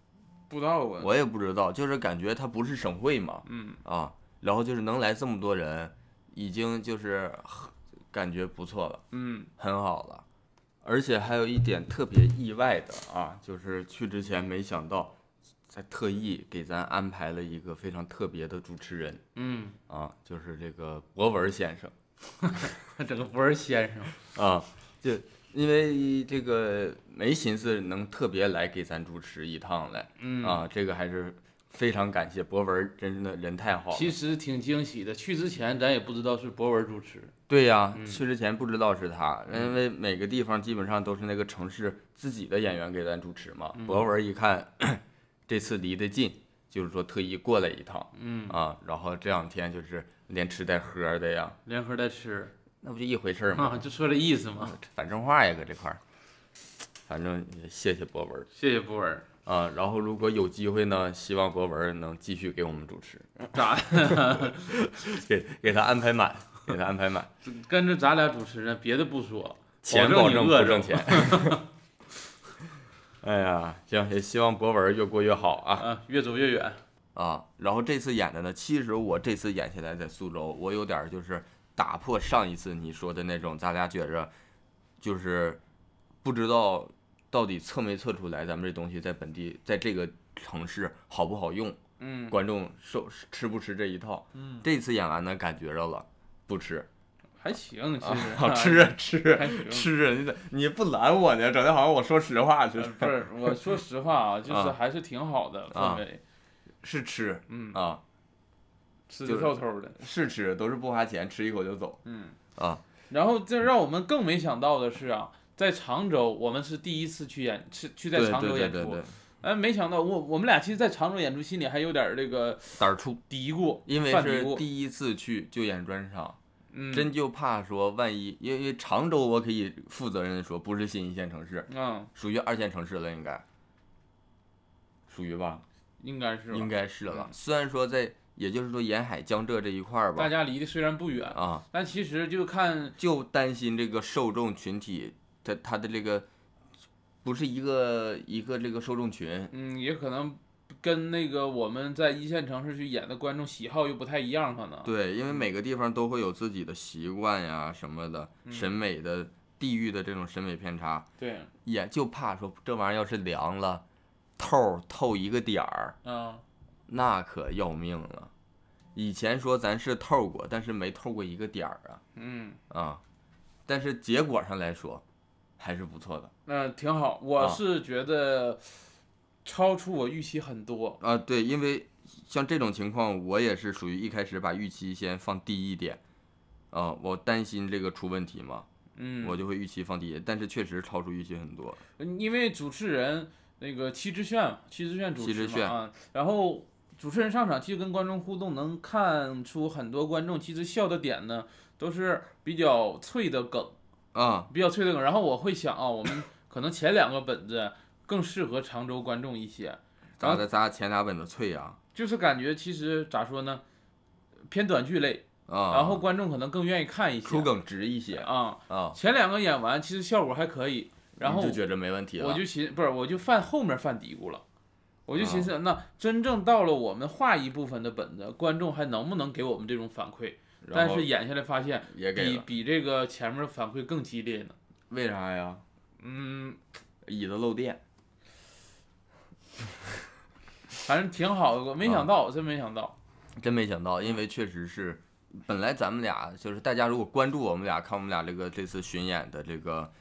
[SPEAKER 1] 不知道啊，
[SPEAKER 2] 我也不知道，就是感觉它不是省会嘛，
[SPEAKER 1] 嗯
[SPEAKER 2] 啊，然后就是能来这么多人，已经就是很感觉不错了，
[SPEAKER 1] 嗯
[SPEAKER 2] 很好了。而且还有一点特别意外的啊，就是去之前没想到，在特意给咱安排了一个非常特别的主持人
[SPEAKER 1] 嗯，
[SPEAKER 2] 啊，就是这个博文先生。
[SPEAKER 1] 整个博尔先生，
[SPEAKER 2] 啊，就因为这个没寻思能特别来给咱主持一趟来、
[SPEAKER 1] 嗯，
[SPEAKER 2] 啊，这个还是非常感谢博文儿，真的人太好了。
[SPEAKER 1] 其实挺惊喜的。去之前咱也不知道是博文主持，
[SPEAKER 2] 对呀、
[SPEAKER 1] 嗯
[SPEAKER 2] 去之前不知道是他，因为每个地方基本上都是那个城市自己的演员给咱主持嘛。
[SPEAKER 1] 嗯
[SPEAKER 2] 博文儿一看这次离得近，就是说特意过来一趟
[SPEAKER 1] 嗯，
[SPEAKER 2] 啊，然后这两天就是连吃带喝的呀，
[SPEAKER 1] 联合在吃，
[SPEAKER 2] 那不就一回事儿吗？
[SPEAKER 1] 啊，就说这意思嘛。
[SPEAKER 2] *laughs* 反正话呀，搁这块儿，反正也谢谢博文儿。
[SPEAKER 1] 谢谢波儿，
[SPEAKER 2] 啊，然后如果有机会呢，希望博文儿能继续给我们主持，
[SPEAKER 1] 咋
[SPEAKER 2] 给给他安排满，给他安排满，
[SPEAKER 1] 跟着咱俩主持人，别的不说，
[SPEAKER 2] 钱
[SPEAKER 1] 保
[SPEAKER 2] 保
[SPEAKER 1] 证
[SPEAKER 2] 证
[SPEAKER 1] 你
[SPEAKER 2] 不
[SPEAKER 1] 饿着
[SPEAKER 2] 挣钱。 *laughs* 哎呀，行，也希望博文儿越过越好啊
[SPEAKER 1] 啊，越走越远。
[SPEAKER 2] 啊！然后这次演的呢，其实我这次演下来在苏州，我有点儿就是打破上一次你说的那种，咱俩觉着就是不知道到底测没测出来咱们这东西在本地在这个城市好不好用。
[SPEAKER 1] 嗯，
[SPEAKER 2] 观众受吃不吃这一套。
[SPEAKER 1] 嗯，
[SPEAKER 2] 这次演完呢，感觉着了，
[SPEAKER 1] *laughs*
[SPEAKER 2] 不吃
[SPEAKER 1] 还行，其
[SPEAKER 2] 啊
[SPEAKER 1] 实、，
[SPEAKER 2] 好吃啊吃
[SPEAKER 1] 还行。
[SPEAKER 2] 吃啊，你咋你不拦我呢？整的好像我说实话似
[SPEAKER 1] 呃
[SPEAKER 2] 的。
[SPEAKER 1] 不是，我说实话啊，就是
[SPEAKER 2] 啊
[SPEAKER 1] 还是挺好的氛
[SPEAKER 2] 啊
[SPEAKER 1] 围，
[SPEAKER 2] *laughs* 是吃
[SPEAKER 1] 嗯，
[SPEAKER 2] 啊，
[SPEAKER 1] 吃
[SPEAKER 2] 就
[SPEAKER 1] 的
[SPEAKER 2] 是
[SPEAKER 1] 透透的，
[SPEAKER 2] 是吃，都是不花钱，吃一口就走
[SPEAKER 1] 嗯。
[SPEAKER 2] 啊。
[SPEAKER 1] 然后这让我们更没想到的是啊，在常州，我们是第一次去演，去去在
[SPEAKER 2] 对
[SPEAKER 1] 常
[SPEAKER 2] 对
[SPEAKER 1] 州
[SPEAKER 2] 对
[SPEAKER 1] 演
[SPEAKER 2] 对
[SPEAKER 1] 出
[SPEAKER 2] 对，，
[SPEAKER 1] 哎，没想到我我们俩其实，在常州演出心里还有点儿这个
[SPEAKER 2] 胆儿粗，
[SPEAKER 1] 嘀咕，
[SPEAKER 2] 因为
[SPEAKER 1] 犯嘀
[SPEAKER 2] 是
[SPEAKER 1] 咕，
[SPEAKER 2] 第一次去就演专场，
[SPEAKER 1] 嗯，
[SPEAKER 2] 真就怕说万一，因为因为常州我可以负责任的说，不是新一线城市，
[SPEAKER 1] 嗯，
[SPEAKER 2] 属于二线城市了，应该属于吧。
[SPEAKER 1] 应该是吧
[SPEAKER 2] 应该是了
[SPEAKER 1] 嗯。
[SPEAKER 2] 虽然说在，也就是说沿海、江浙这一块儿
[SPEAKER 1] 大
[SPEAKER 2] 吧，
[SPEAKER 1] 家离得虽然不远，
[SPEAKER 2] 啊，
[SPEAKER 1] 但其实就看
[SPEAKER 2] 就担心这个受众群体它它的这个不是一个一个这个受众群，
[SPEAKER 1] 嗯，也可能跟那个我们在一线城市去演的观众喜好又不太一样，可能。
[SPEAKER 2] 对，因为每个地方都会有自己的习惯呀什么的，审美的地域的这种审美偏差，
[SPEAKER 1] 对，
[SPEAKER 2] 也就怕说这玩意儿要是凉了，透儿透一个点儿，
[SPEAKER 1] 嗯，
[SPEAKER 2] 那可要命了。以前说咱是透过，但是没透过一个点儿啊。
[SPEAKER 1] 嗯，
[SPEAKER 2] 啊，但是结果上来说还是不错的
[SPEAKER 1] 那挺好。我
[SPEAKER 2] 啊
[SPEAKER 1] 是觉得超出我预期很多。
[SPEAKER 2] 啊。对，因为像这种情况，我也是属于一开始把预期先放低一点，啊，我担心这个出问题嘛，
[SPEAKER 1] 嗯，
[SPEAKER 2] 我就会预期放低，但是确实超出预期很多。
[SPEAKER 1] 因为主持人那个戚志炫，戚志炫主
[SPEAKER 2] 戚
[SPEAKER 1] 持
[SPEAKER 2] 志
[SPEAKER 1] 嘛
[SPEAKER 2] 炫
[SPEAKER 1] 啊，然后主持人上场，其实跟观众互动，能看出很多观众其实笑的点呢，都是比较脆的梗，
[SPEAKER 2] 啊、
[SPEAKER 1] 比较脆的梗。然后我会想啊，我
[SPEAKER 2] *laughs*
[SPEAKER 1] 们可能前两个本子更适合常州观众一些，
[SPEAKER 2] 咋的？咱俩前俩本子脆啊呀、
[SPEAKER 1] 就是感觉其实咋说呢，偏短剧类，
[SPEAKER 2] 啊？
[SPEAKER 1] 然后观众可能更愿意看一些
[SPEAKER 2] 出梗直一些啊
[SPEAKER 1] 啊、
[SPEAKER 2] 啊，
[SPEAKER 1] 前两个演完，其实效果还可以，然后
[SPEAKER 2] 你就觉着没问题了。
[SPEAKER 1] 我就寻不是，我就犯后面犯嘀咕了，我就
[SPEAKER 2] 啊
[SPEAKER 1] 寻思，那真正到了我们画一部分的本子，观众还能不能给我们这种反馈？
[SPEAKER 2] 然
[SPEAKER 1] 但
[SPEAKER 2] 后
[SPEAKER 1] 是演下来发现，
[SPEAKER 2] 也给
[SPEAKER 1] 比
[SPEAKER 2] 了，
[SPEAKER 1] 比这个前面反馈更激烈呢。
[SPEAKER 2] 为啥呀？
[SPEAKER 1] 嗯，
[SPEAKER 2] 椅子漏电。
[SPEAKER 1] *laughs* 反正挺好的，我
[SPEAKER 2] 啊
[SPEAKER 1] 没想到，真没想到。
[SPEAKER 2] 真没想到，因为确实是，本来咱们俩就是大家如果关注我们俩，看我们俩这个这次巡演的这个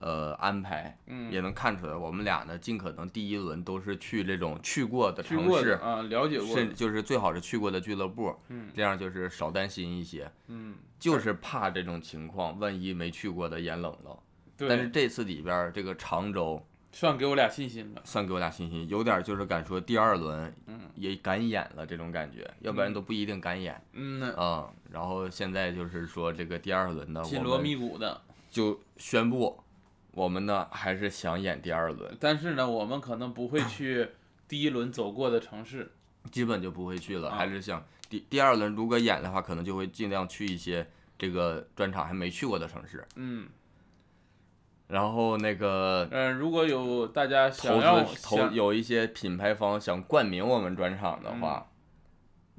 [SPEAKER 2] 呃安排，
[SPEAKER 1] 嗯，
[SPEAKER 2] 也能看出来，我们俩呢尽可能第一轮都是去这种去过的
[SPEAKER 1] 去
[SPEAKER 2] 城
[SPEAKER 1] 过的
[SPEAKER 2] 市，
[SPEAKER 1] 啊，了解过的，
[SPEAKER 2] 甚就是最好是去过的俱乐部，
[SPEAKER 1] 嗯
[SPEAKER 2] 这样就是少担心一些。
[SPEAKER 1] 嗯，
[SPEAKER 2] 就是怕这种情况，万一没去过的演冷了。但是
[SPEAKER 1] 对，
[SPEAKER 2] 这次里边儿这个常州
[SPEAKER 1] 算给我俩信心了。
[SPEAKER 2] 算给我俩信心，有点儿就是敢说第二轮
[SPEAKER 1] 嗯
[SPEAKER 2] 也敢演了这种感觉，要不然都不一定敢演。
[SPEAKER 1] 嗯，
[SPEAKER 2] 嗯，然后现在就是说这个第二轮呢，
[SPEAKER 1] 紧
[SPEAKER 2] 我
[SPEAKER 1] 锣
[SPEAKER 2] 们
[SPEAKER 1] 密鼓的，
[SPEAKER 2] 就宣布，我们呢还是想演第二轮，
[SPEAKER 1] 但是呢，我们可能不
[SPEAKER 2] 啊
[SPEAKER 1] 会去第一轮走过的城市。
[SPEAKER 2] 基本就不会去了，
[SPEAKER 1] 啊
[SPEAKER 2] 还是想第第二轮如果演的话，可能就会尽量去一些这个专场还没去过的城市。
[SPEAKER 1] 嗯。
[SPEAKER 2] 然后那个
[SPEAKER 1] 嗯，如果有大家想
[SPEAKER 2] 投
[SPEAKER 1] 要
[SPEAKER 2] 资投
[SPEAKER 1] 想嗯
[SPEAKER 2] 有一些品牌方想冠名我们专场的话，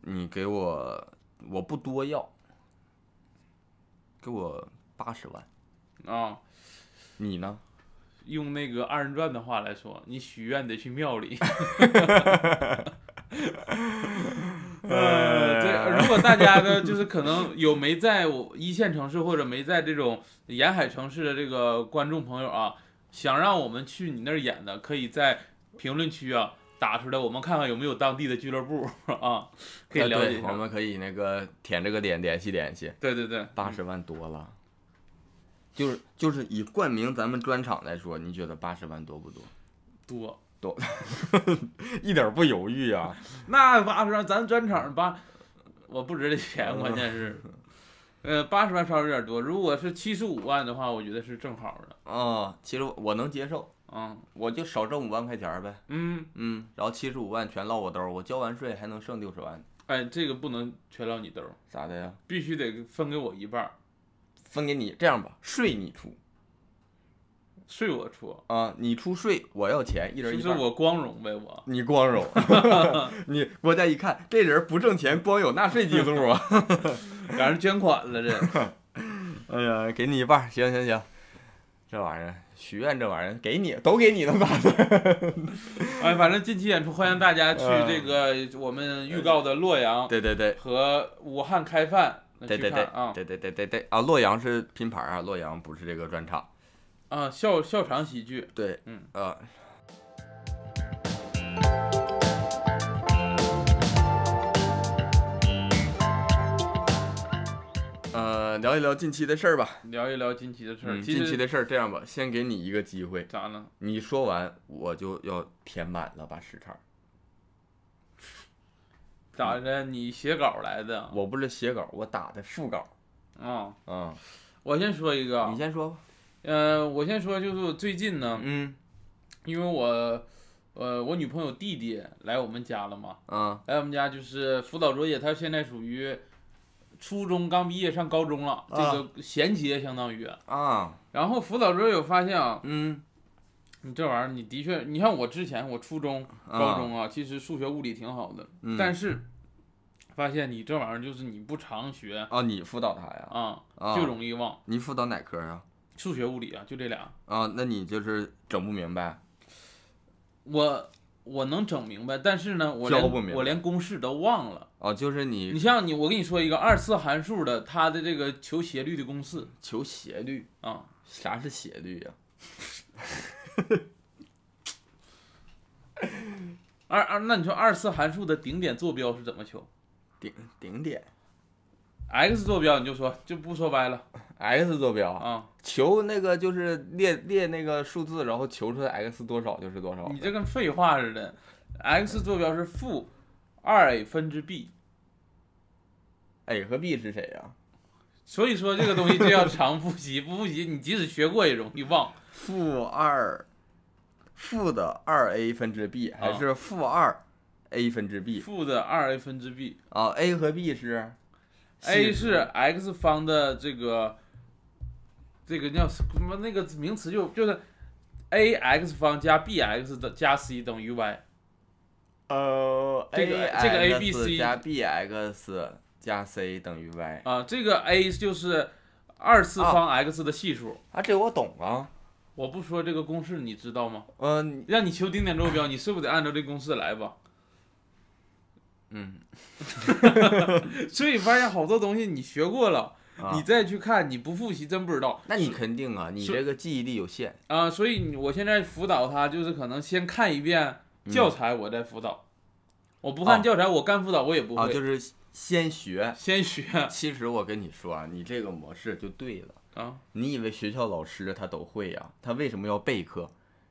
[SPEAKER 2] 你给我我不多要，给我八十万，
[SPEAKER 1] 啊、
[SPEAKER 2] 你呢？
[SPEAKER 1] 用那个二人转的话来说，你许愿得去庙里。 *laughs* 呃，
[SPEAKER 2] 哎
[SPEAKER 1] 对，如果大家呢，就是可能有没在我一线城市或者没在这种沿海城市的这个观众朋友啊，想让我们去你那儿演的，可以在评论区啊打出来，我们看看有没有当地的俱乐部 *laughs* 啊，可以
[SPEAKER 2] 哎
[SPEAKER 1] 了
[SPEAKER 2] 对
[SPEAKER 1] 解一
[SPEAKER 2] 我
[SPEAKER 1] 下。
[SPEAKER 2] 们可以那个填这个点联系联系。
[SPEAKER 1] 对对对，
[SPEAKER 2] 八十万多了，就是就是以冠名咱们专场来说，你觉得八十万多不多？
[SPEAKER 1] 多。
[SPEAKER 2] *laughs* 一点不犹豫啊！
[SPEAKER 1] *laughs* 那八十万，咱专场八，我不值这钱，关键是，呃，八十万稍微有点多。如果是七十五万的话，我觉得是正好的。
[SPEAKER 2] 啊，其实我能接受，
[SPEAKER 1] 嗯
[SPEAKER 2] 我就少挣五万块钱儿呗。
[SPEAKER 1] 嗯，
[SPEAKER 2] 嗯，然后七十五万全落我兜儿，我交完税还能剩六十万，
[SPEAKER 1] 哎，这个不能全落你兜儿，
[SPEAKER 2] 咋的呀？
[SPEAKER 1] 必须得分给我一半儿，
[SPEAKER 2] 分给你，这样吧，税你出
[SPEAKER 1] 税我出，
[SPEAKER 2] 啊，你出税，我要钱，一人
[SPEAKER 1] 是
[SPEAKER 2] 一
[SPEAKER 1] 不是
[SPEAKER 2] 半儿。
[SPEAKER 1] 我光荣呗？我
[SPEAKER 2] 你光荣， *laughs* 你国家一看这人不挣钱，光有纳税记录啊。 *laughs*
[SPEAKER 1] 赶上捐款了这。
[SPEAKER 2] 哎呀，给你一半儿，行行行，这玩意儿许愿这玩意儿给你，都给你的吧。 *laughs*
[SPEAKER 1] 哎，反正近期演出，欢迎大家去这个我们预告的洛阳
[SPEAKER 2] 嗯对对对
[SPEAKER 1] 和武汉开饭去
[SPEAKER 2] 对对
[SPEAKER 1] 看
[SPEAKER 2] 对
[SPEAKER 1] 啊
[SPEAKER 2] 对对对对对啊！洛阳是拼盘啊，洛阳不是这个专场。
[SPEAKER 1] 啊，笑笑场喜剧。
[SPEAKER 2] 对，
[SPEAKER 1] 嗯
[SPEAKER 2] 啊。呃，聊一聊近期的事儿吧。
[SPEAKER 1] 聊一聊近期的事儿，
[SPEAKER 2] 嗯，
[SPEAKER 1] 其
[SPEAKER 2] 近期
[SPEAKER 1] 实
[SPEAKER 2] 的事儿这样吧，先给你一个机会，
[SPEAKER 1] 咋了？
[SPEAKER 2] 你说完我就要填满了把时差。
[SPEAKER 1] 啊咋的？你写稿来的？
[SPEAKER 2] 嗯我不是写稿，我打的副稿。
[SPEAKER 1] 啊、
[SPEAKER 2] 嗯，
[SPEAKER 1] 我先说一个啊，
[SPEAKER 2] 你先说吧。
[SPEAKER 1] 呃，我先说就是最近呢，
[SPEAKER 2] 嗯
[SPEAKER 1] 因为我，呃，我女朋友弟弟来我们家了嘛，
[SPEAKER 2] 嗯
[SPEAKER 1] 来我们家就是辅导作业，他现在属于初中刚毕业上高中了，这个衔接相当于。
[SPEAKER 2] 啊
[SPEAKER 1] 然后辅导作业我发现啊，
[SPEAKER 2] 嗯，
[SPEAKER 1] 你这玩意儿你的确，你看我之前我初中、高中啊，其实数学、物理挺好的，
[SPEAKER 2] 嗯
[SPEAKER 1] 但是发现你这玩意儿就是你不常学
[SPEAKER 2] 啊，你辅导他呀？
[SPEAKER 1] 啊，
[SPEAKER 2] 啊，
[SPEAKER 1] 就容易忘。
[SPEAKER 2] 你辅导哪科啊？
[SPEAKER 1] 数学、物理啊，就这俩。
[SPEAKER 2] 啊，那你就是整不明白。
[SPEAKER 1] 我我能整明白，但是呢，我
[SPEAKER 2] 教不明
[SPEAKER 1] 连
[SPEAKER 2] 白
[SPEAKER 1] 我连公式都忘了。
[SPEAKER 2] 哦，就是
[SPEAKER 1] 你
[SPEAKER 2] 你
[SPEAKER 1] 像你，我跟你说一个二次函数的它的这个求斜率的公式
[SPEAKER 2] 求斜率，
[SPEAKER 1] 啊，
[SPEAKER 2] 啥是啊斜率呀、
[SPEAKER 1] 二二那你说二次函数的顶点坐标是怎么求？
[SPEAKER 2] 顶顶点
[SPEAKER 1] x 坐标你就说就不说歪了
[SPEAKER 2] x 坐标，
[SPEAKER 1] 啊，
[SPEAKER 2] 求那个就是列列那个数字，然后求出来 x 多少就是多少。
[SPEAKER 1] 你这跟废话似的。x 坐标是负二 a 分之 b，
[SPEAKER 2] a 和 b 是谁啊呀、
[SPEAKER 1] 所以说这个东西就要 *laughs* 常复习，不复习你即使学过也容易忘。
[SPEAKER 2] 负二，负的二 a 分之
[SPEAKER 1] 啊
[SPEAKER 2] b 还是负二 a 分之 b
[SPEAKER 1] 负的二 a 分之 b。
[SPEAKER 2] 啊？a 和 b 是
[SPEAKER 1] a 是 x 方的这个这个叫什么那个名词就就是 a x 方加 b x 的加 c 等于 y，
[SPEAKER 2] 呃
[SPEAKER 1] 这个这个 A B C
[SPEAKER 2] 加 b x 加 c 等于 y
[SPEAKER 1] 啊，这个 a 就是二次方 x 的系数。
[SPEAKER 2] 啊，这我懂啊。
[SPEAKER 1] 我不说这个公式，你知道吗？
[SPEAKER 2] 嗯
[SPEAKER 1] 让你求顶点坐标，你是不是得按照这公式来吧？
[SPEAKER 2] 嗯，
[SPEAKER 1] 所以发现好多东西你学过了，
[SPEAKER 2] 啊
[SPEAKER 1] 你再去看，你不复习真不知道。
[SPEAKER 2] 那你肯定啊，你
[SPEAKER 1] 是
[SPEAKER 2] 这个记忆力有限。
[SPEAKER 1] 啊、所以你我现在辅导他，就是可能先看一遍教材，我再辅导。我不看
[SPEAKER 2] 嗯哦
[SPEAKER 1] 教材，我干辅导我也不会。
[SPEAKER 2] 啊，就是先学。
[SPEAKER 1] 先学
[SPEAKER 2] 其实我跟你说啊，你这个模式就对了。
[SPEAKER 1] 啊，
[SPEAKER 2] 你以为学校老师他都会呀、他为什么要备课？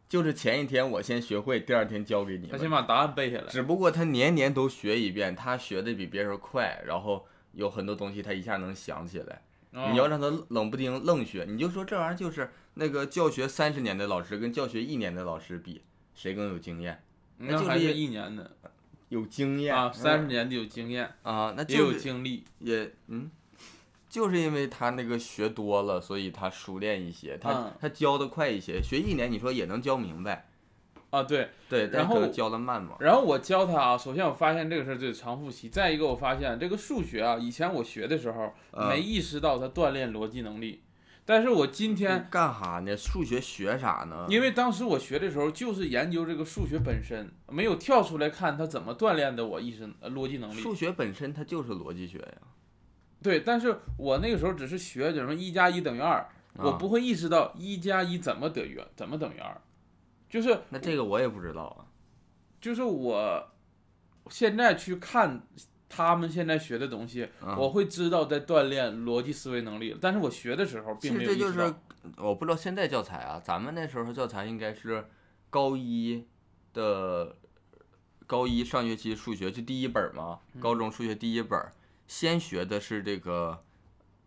[SPEAKER 2] 就是前一天我先学会，第二天教给你
[SPEAKER 1] 他先
[SPEAKER 2] 们。
[SPEAKER 1] 把答案背下来。
[SPEAKER 2] 只不过他年年都学一遍，他学的比别人快，然后有很多东西他一下能想起来。
[SPEAKER 1] 啊
[SPEAKER 2] 你要让他冷不丁愣学，你就说这玩意儿就是那个教学三十年的老师跟教学一年的老师比，谁更有经验？
[SPEAKER 1] 那
[SPEAKER 2] 就是
[SPEAKER 1] 还是
[SPEAKER 2] 一
[SPEAKER 1] 一年的
[SPEAKER 2] 有经验
[SPEAKER 1] 啊，三十
[SPEAKER 2] 嗯
[SPEAKER 1] 年的有经验，
[SPEAKER 2] 啊，那
[SPEAKER 1] 也
[SPEAKER 2] 就
[SPEAKER 1] 有
[SPEAKER 2] 是
[SPEAKER 1] 经历。
[SPEAKER 2] 也嗯，就是因为他那个学多了，所以他熟练一些，他、
[SPEAKER 1] 嗯
[SPEAKER 2] 他教的快一些，学一年你说也能教明白，
[SPEAKER 1] 啊，对，
[SPEAKER 2] 对，但
[SPEAKER 1] 然
[SPEAKER 2] 可
[SPEAKER 1] 后
[SPEAKER 2] 能教的慢嘛，
[SPEAKER 1] 然后我教他啊，首先我发现这个事儿就是常复习，再一个我发现这个数学啊，以前我学的时候
[SPEAKER 2] 嗯
[SPEAKER 1] 没意识到它锻炼逻辑能力，但是我今天
[SPEAKER 2] 你干哈呢？数学学啥呢？
[SPEAKER 1] 因为当时我学的时候就是研究这个数学本身，没有跳出来看它怎么锻炼的我意识呃逻辑能力。
[SPEAKER 2] 数学本身它就是逻辑学呀，
[SPEAKER 1] 对，但是我那个时候只是学什么一加一等于二，我
[SPEAKER 2] 啊
[SPEAKER 1] 不会意识到一加一怎么等于怎么等于二，就是
[SPEAKER 2] 那这个我也不知道啊。
[SPEAKER 1] 就是我现在去看他们现在学的东西，
[SPEAKER 2] 啊
[SPEAKER 1] 我会知道在锻炼逻辑思维能力了，但是我学的时候
[SPEAKER 2] 其
[SPEAKER 1] 并
[SPEAKER 2] 实
[SPEAKER 1] 没有
[SPEAKER 2] 这
[SPEAKER 1] 意
[SPEAKER 2] 就
[SPEAKER 1] 识到。
[SPEAKER 2] 是我不知道现在教材啊，咱们那时候教材应该是高一的高一上学期数学就第一本嘛，
[SPEAKER 1] 嗯
[SPEAKER 2] 高中数学第一本，先学的是这个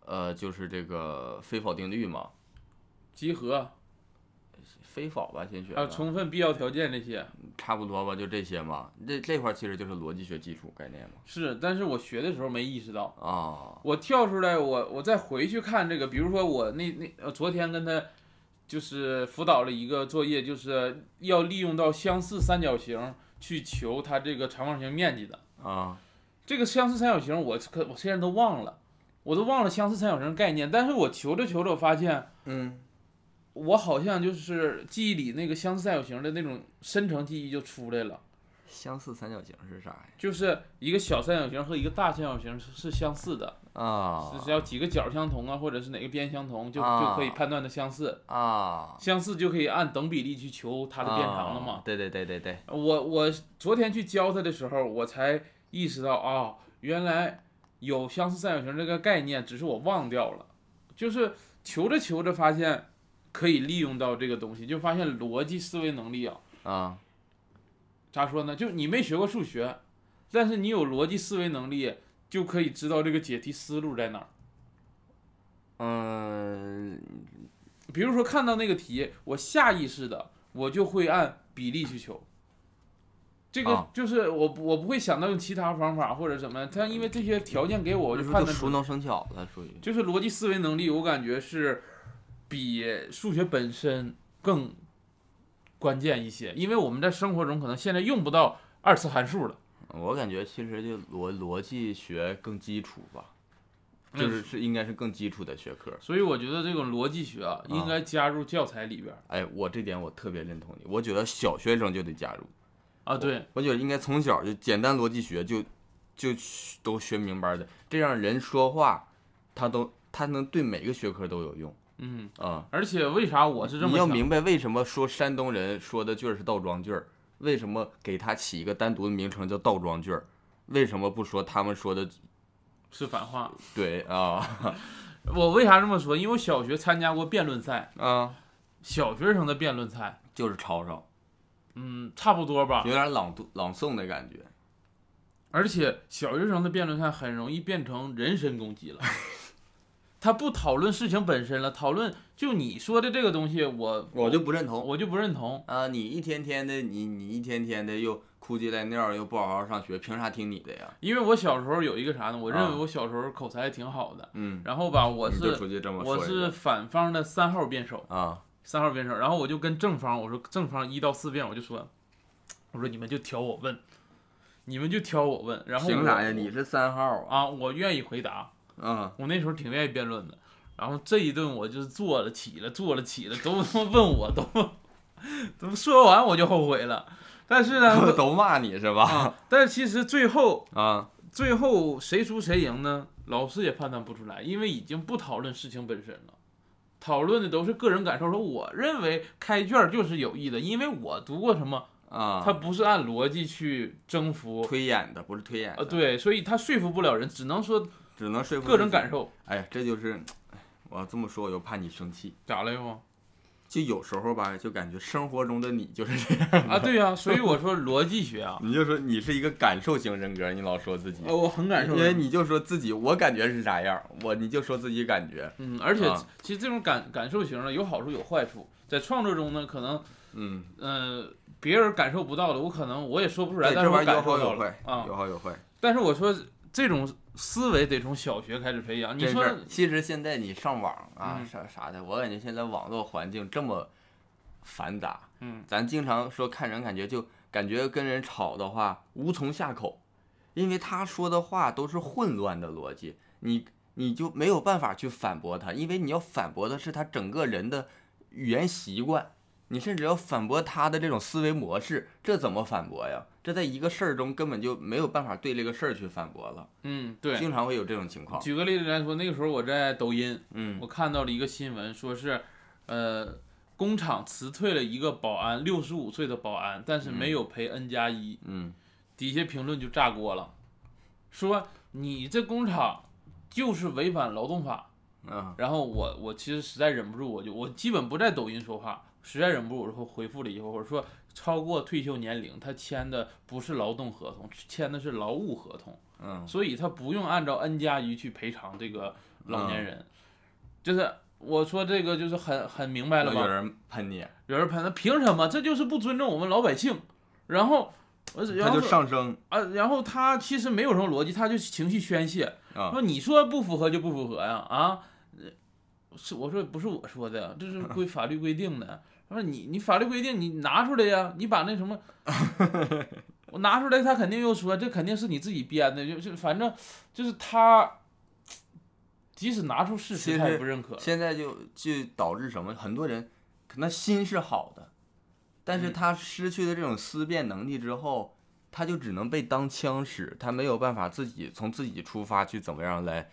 [SPEAKER 2] 呃，就是这个非否定律嘛，
[SPEAKER 1] 集合
[SPEAKER 2] 非否吧，先学
[SPEAKER 1] 还有
[SPEAKER 2] 的
[SPEAKER 1] 充分必要条件这些
[SPEAKER 2] 差不多吧，就这些嘛。这这块儿其实就是逻辑学基础概念嘛。
[SPEAKER 1] 是，但是我学的时候没意识到。
[SPEAKER 2] 啊，
[SPEAKER 1] 我跳出来，我我再回去看这个，比如说我那那呃，昨天跟他就是辅导了一个作业，就是要利用到相似三角形去求它这个长方形面积的。
[SPEAKER 2] 啊，
[SPEAKER 1] 这个相似三角形我可我现在都忘了，我都忘了相似三角形概念，但是我求着求着我发现，
[SPEAKER 2] 嗯，
[SPEAKER 1] 我好像就是记忆里那个相似三角形的那种深层记忆就出来了。
[SPEAKER 2] 相似三角形是啥呀？
[SPEAKER 1] 就是一个小三角形和一个大三角形是是相似的，
[SPEAKER 2] 啊
[SPEAKER 1] 只要几个角相同啊，或者是哪个边相同，就
[SPEAKER 2] 啊
[SPEAKER 1] 就可以判断的相似。
[SPEAKER 2] 啊，
[SPEAKER 1] 相似就可以按等比例去求它的变长了
[SPEAKER 2] 啊
[SPEAKER 1] 嘛。
[SPEAKER 2] 对对对对对，
[SPEAKER 1] 我我昨天去教他的时候，我才意识到啊、原来有相似三角形这个概念，只是我忘掉了。就是求着求着发现可以利用到这个东西，就发现逻辑思维能力啊，
[SPEAKER 2] 啊，
[SPEAKER 1] 咋说呢？就你没学过数学，但是你有逻辑思维能力，就可以知道这个解题思路在哪儿。
[SPEAKER 2] 嗯，
[SPEAKER 1] 比如说看到那个题，我下意识的我就会按比例去求。这个
[SPEAKER 2] 啊
[SPEAKER 1] 就是我不我不会想到用其他方法或者什么，但因为这些条件给我，我
[SPEAKER 2] 嗯那
[SPEAKER 1] 就
[SPEAKER 2] 时
[SPEAKER 1] 判
[SPEAKER 2] 候就
[SPEAKER 1] 断
[SPEAKER 2] 熟
[SPEAKER 1] 出，
[SPEAKER 2] 能生巧了，属于
[SPEAKER 1] 就是逻辑思维能力，我感觉是比数学本身更关键一些，因为我们在生活中可能现在用不到二次函数了，
[SPEAKER 2] 嗯我感觉其实就逻逻辑学更基础吧，就是是应该是更基础的学科。
[SPEAKER 1] 所以我觉得这种逻辑学啊，应该加入教材里边儿
[SPEAKER 2] 哎，我这点我特别认同你，我觉得小学生就得加入，
[SPEAKER 1] 啊，对，
[SPEAKER 2] 我觉得应该从小就简单逻辑学就就学都学明白的，这样人说话他都他能对每个学科都有用
[SPEAKER 1] 嗯，
[SPEAKER 2] 啊。
[SPEAKER 1] 而且为啥我是这
[SPEAKER 2] 你
[SPEAKER 1] 么
[SPEAKER 2] 要
[SPEAKER 1] 想的？
[SPEAKER 2] 明白为什么说山东人说的句儿是倒装句儿，为什么给他起一个单独的名称叫倒装句儿，为什么不说他们说的
[SPEAKER 1] 是反话。
[SPEAKER 2] 对啊
[SPEAKER 1] *laughs* 我为啥这么说？因为我小学参加过辩论赛，
[SPEAKER 2] 啊，
[SPEAKER 1] 小学生的辩论赛，
[SPEAKER 2] 就是吵吵，
[SPEAKER 1] 嗯，差不多吧
[SPEAKER 2] 有。点朗读朗诵的感觉。
[SPEAKER 1] 而且小学生的辩论赛很容易变成人身攻击了，他不讨论事情本身了，讨论就你说的这个东西，我
[SPEAKER 2] 我就不认同
[SPEAKER 1] 我就不认同。
[SPEAKER 2] 啊！你一天天的，你你一天天的又哭鸡赖尿，又不好好上学，凭啥听你的呀？
[SPEAKER 1] 因为我小时候有一个啥呢？我认为
[SPEAKER 2] 啊
[SPEAKER 1] 我小时候口才还挺好的，
[SPEAKER 2] 嗯，
[SPEAKER 1] 然后吧，我
[SPEAKER 2] 你就是出去这么说
[SPEAKER 1] 我
[SPEAKER 2] 人
[SPEAKER 1] 是
[SPEAKER 2] 家
[SPEAKER 1] 反方的三号辩手，
[SPEAKER 2] 啊，
[SPEAKER 1] 三号辩手，然后我就跟正方我说正方一到四辩，我就说，我说你们就挑我问，你们就挑我问，然后
[SPEAKER 2] 凭
[SPEAKER 1] 我
[SPEAKER 2] 啥呀？你是三号啊？
[SPEAKER 1] 啊，我愿意回答，
[SPEAKER 2] 嗯，
[SPEAKER 1] 我那时候挺愿意辩论的。然后这一顿我就是坐了起了坐了起了，都他妈问我都， *laughs* 都说完我就后悔了。但是
[SPEAKER 2] *laughs*
[SPEAKER 1] 呢，
[SPEAKER 2] 都骂你是吧？
[SPEAKER 1] 啊，但是其实最后
[SPEAKER 2] 啊，
[SPEAKER 1] 最后谁输谁赢呢？老师也判断不出来，因为已经不讨论事情本身了，讨论的都是个人感受。说我认为开卷就是有益的，因为我读过什么，
[SPEAKER 2] 啊，
[SPEAKER 1] 它不是按逻辑去征服，
[SPEAKER 2] 推演的，不是推演
[SPEAKER 1] 呃，
[SPEAKER 2] 的，，
[SPEAKER 1] 对，所以它说服不了人，只能说
[SPEAKER 2] 只能说服
[SPEAKER 1] 个人
[SPEAKER 2] 自己
[SPEAKER 1] 感。受。
[SPEAKER 2] 哎呀，这就是，哎我这么说我又怕你生气。
[SPEAKER 1] 咋了又？
[SPEAKER 2] 就有时候吧，就感觉生活中的你就是这样，
[SPEAKER 1] 啊，对呀、所以我说逻辑学啊
[SPEAKER 2] *laughs* ，你就说你是一个感受型人格，你老说自己，
[SPEAKER 1] 呃，我很感受，
[SPEAKER 2] 因为，你就说自己，我感觉是啥样，我你就说自己感觉，
[SPEAKER 1] 嗯，而且
[SPEAKER 2] 啊
[SPEAKER 1] 其实这种感感受型呢，有好处有坏处，在创作中呢，可能，
[SPEAKER 2] 嗯，
[SPEAKER 1] 呃，别人感受不到的，我可能我也说不出来，
[SPEAKER 2] 对
[SPEAKER 1] 但是
[SPEAKER 2] 这
[SPEAKER 1] 我
[SPEAKER 2] 玩意儿有
[SPEAKER 1] 感受
[SPEAKER 2] 好
[SPEAKER 1] 到
[SPEAKER 2] 有
[SPEAKER 1] 了
[SPEAKER 2] 坏，
[SPEAKER 1] 啊。
[SPEAKER 2] 有好有坏。
[SPEAKER 1] 但是我说这种思维得从小学开始培啊养，你
[SPEAKER 2] 真
[SPEAKER 1] 说
[SPEAKER 2] 是，其实现在你上网啊
[SPEAKER 1] 嗯
[SPEAKER 2] 啥啥的，我感觉现在网络环境这么繁杂，
[SPEAKER 1] 嗯，
[SPEAKER 2] 咱经常说看人感觉就感觉跟人吵的话无从下口，因为他说的话都是混乱的逻辑，你你就没有办法去反驳他，因为你要反驳的是他整个人的语言习惯，你甚至要反驳他的这种思维模式，这怎么反驳呀？这在一个事儿中根本就没有办法对这个事儿去反驳了，
[SPEAKER 1] 嗯，对。
[SPEAKER 2] 经常会有这种情况。
[SPEAKER 1] 举个例子来说，那个时候我在抖音，
[SPEAKER 2] 嗯
[SPEAKER 1] 我看到了一个新闻，说是，呃，工厂辞退了一个保安，六十五岁的保安，但是没有赔 N 加一。
[SPEAKER 2] 嗯
[SPEAKER 1] 底下评论就炸锅了，说你这工厂就是违反劳动法。
[SPEAKER 2] 啊
[SPEAKER 1] 然后我我其实实在忍不住，我就我基本不在抖音说话，实在忍不住我就回复了一会儿，我说超过退休年龄，他签的不是劳动合同，签的是劳务合同，
[SPEAKER 2] 嗯
[SPEAKER 1] 所以他不用按照 N 加一去赔偿这个老年
[SPEAKER 2] 嗯
[SPEAKER 1] 人。就是我说这个就是很很明白了吧？
[SPEAKER 2] 有人喷你，
[SPEAKER 1] 有人喷他凭什么？这就是不尊重我们老百姓。然后，我然后
[SPEAKER 2] 他就
[SPEAKER 1] 说
[SPEAKER 2] 上升
[SPEAKER 1] 啊，然后他其实没有什么逻辑，他就情绪宣泄，
[SPEAKER 2] 啊
[SPEAKER 1] 说你说不符合就不符合呀啊，呃是我说不是我说的呀，这是规法律规定的。他说你你法律规定你拿出来呀，你把那什么， *laughs* 我拿出来，他肯定又说这肯定是你自己编的，就是反正就是他，即使拿出事
[SPEAKER 2] 其
[SPEAKER 1] 实
[SPEAKER 2] 实
[SPEAKER 1] 他也不认可。
[SPEAKER 2] 现在就就导致什么？很多人可能心是好的，但是
[SPEAKER 1] 嗯
[SPEAKER 2] 他失去了这种思辨能力之后，他就只能被当枪使，他没有办法自己从自己出发去怎么样来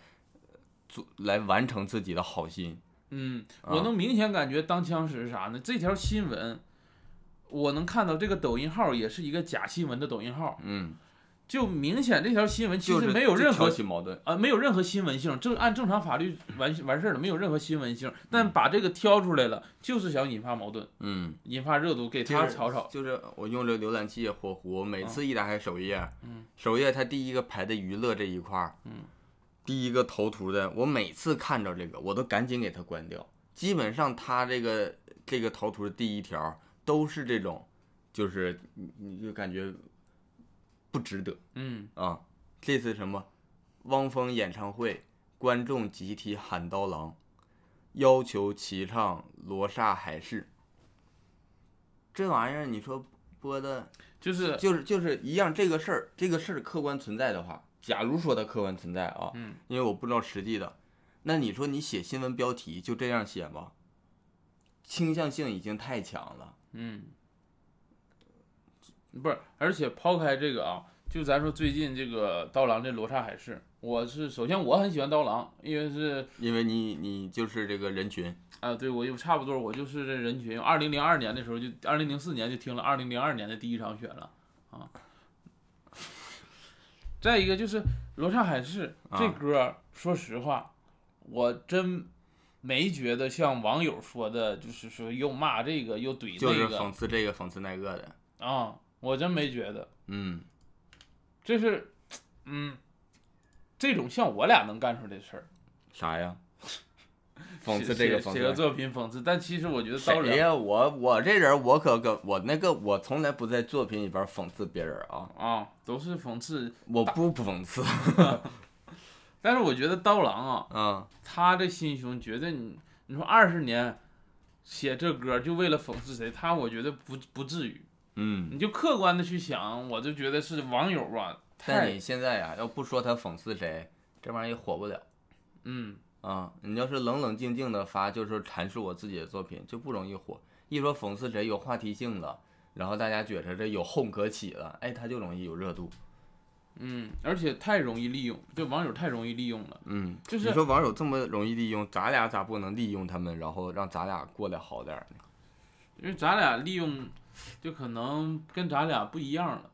[SPEAKER 2] 呃做来完成自己的好心。
[SPEAKER 1] 嗯，
[SPEAKER 2] 啊
[SPEAKER 1] 我能明显感觉当枪使是啥呢？这条新闻，我能看到这个抖音号也是一个假新闻的抖音号。
[SPEAKER 2] 嗯，
[SPEAKER 1] 就明显这条新闻其
[SPEAKER 2] 就
[SPEAKER 1] 实
[SPEAKER 2] 是
[SPEAKER 1] 没有
[SPEAKER 2] 就
[SPEAKER 1] 任何
[SPEAKER 2] 挑起矛盾。
[SPEAKER 1] 啊、没有任何新闻性，正按正常法律完完事儿了，没有任何新闻性，但把这个挑出来了，就是想引发矛盾，
[SPEAKER 2] 嗯，
[SPEAKER 1] 引发热度，给他
[SPEAKER 2] 就是
[SPEAKER 1] 吵吵。
[SPEAKER 2] 就是我用这浏览器火狐，每次一打开首页，
[SPEAKER 1] 嗯
[SPEAKER 2] 首页它第一个排的娱乐这一块儿，
[SPEAKER 1] 嗯，
[SPEAKER 2] 第一个头图的，我每次看着这个，我都赶紧给它关掉。基本上它这个这个头图的第一条都是这种，就是你你就感觉不值得
[SPEAKER 1] 嗯，
[SPEAKER 2] 啊。这次什么汪峰演唱会，观众集体喊刀郎，要求齐唱《罗刹海市》。这玩意儿，你说播的
[SPEAKER 1] 就是
[SPEAKER 2] 就是就是一样，这个事儿，这个事儿客观存在的话，假如说它客观存在啊，
[SPEAKER 1] 嗯，
[SPEAKER 2] 因为我不知道实际的，那你说你写新闻标题就这样写吗？倾向性已经太强了，
[SPEAKER 1] 嗯，不是，而且抛开这个啊，就咱说最近这个刀郎这《罗刹海市》，我是首先我很喜欢刀郎，因为是
[SPEAKER 2] 因为你你就是这个人群，
[SPEAKER 1] 啊，对我又差不多，我就是这人群。二零零二年的时候就，二零零四年就听了二零零二年的第一场雪了啊。再一个就是《罗刹海市》这
[SPEAKER 2] 啊
[SPEAKER 1] 歌儿，说实话，我真没觉得像网友说的，就是说又骂这个又怼
[SPEAKER 2] 就是
[SPEAKER 1] 那
[SPEAKER 2] 讽
[SPEAKER 1] 个
[SPEAKER 2] 刺这个讽刺那个的，
[SPEAKER 1] 啊，我真没觉得。
[SPEAKER 2] 嗯，
[SPEAKER 1] 这是，嗯，这种像我俩能干出来的事儿，*laughs*
[SPEAKER 2] 啥呀？讽
[SPEAKER 1] 写
[SPEAKER 2] 刺这个
[SPEAKER 1] 写
[SPEAKER 2] 讽
[SPEAKER 1] 写个
[SPEAKER 2] 刺
[SPEAKER 1] 作品讽刺，但其实我觉得到
[SPEAKER 2] 谁
[SPEAKER 1] 了
[SPEAKER 2] 呀？我我这人我可可我那个我从来不在作品里边讽刺别人啊，
[SPEAKER 1] 啊，都是讽刺。
[SPEAKER 2] 我不讽刺， *laughs*
[SPEAKER 1] 但是我觉得刀郎啊，
[SPEAKER 2] 嗯，
[SPEAKER 1] 他这心胸绝对你，你说二十年写这歌就为了讽刺谁？他我觉得不不至于，
[SPEAKER 2] 嗯，
[SPEAKER 1] 你就客观的去想，我就觉得是网友啊，
[SPEAKER 2] 但
[SPEAKER 1] 太
[SPEAKER 2] 你现在呀、要不说他讽刺谁，这玩意儿也火不了
[SPEAKER 1] 嗯
[SPEAKER 2] 啊、你要是冷冷静静的发，就是阐述我自己的作品，就不容易火。一说讽刺谁有话题性了，然后大家觉着这有哄可起了，哎，他就容易有热度。
[SPEAKER 1] 嗯，而且太容易利用，对网友太容易利用了。
[SPEAKER 2] 嗯，
[SPEAKER 1] 就是
[SPEAKER 2] 你说网友这么容易利用，咱俩咋不能利用他们，然后让咱俩过得好点儿呢？
[SPEAKER 1] 因为咱俩利用，就可能跟咱俩不一样了。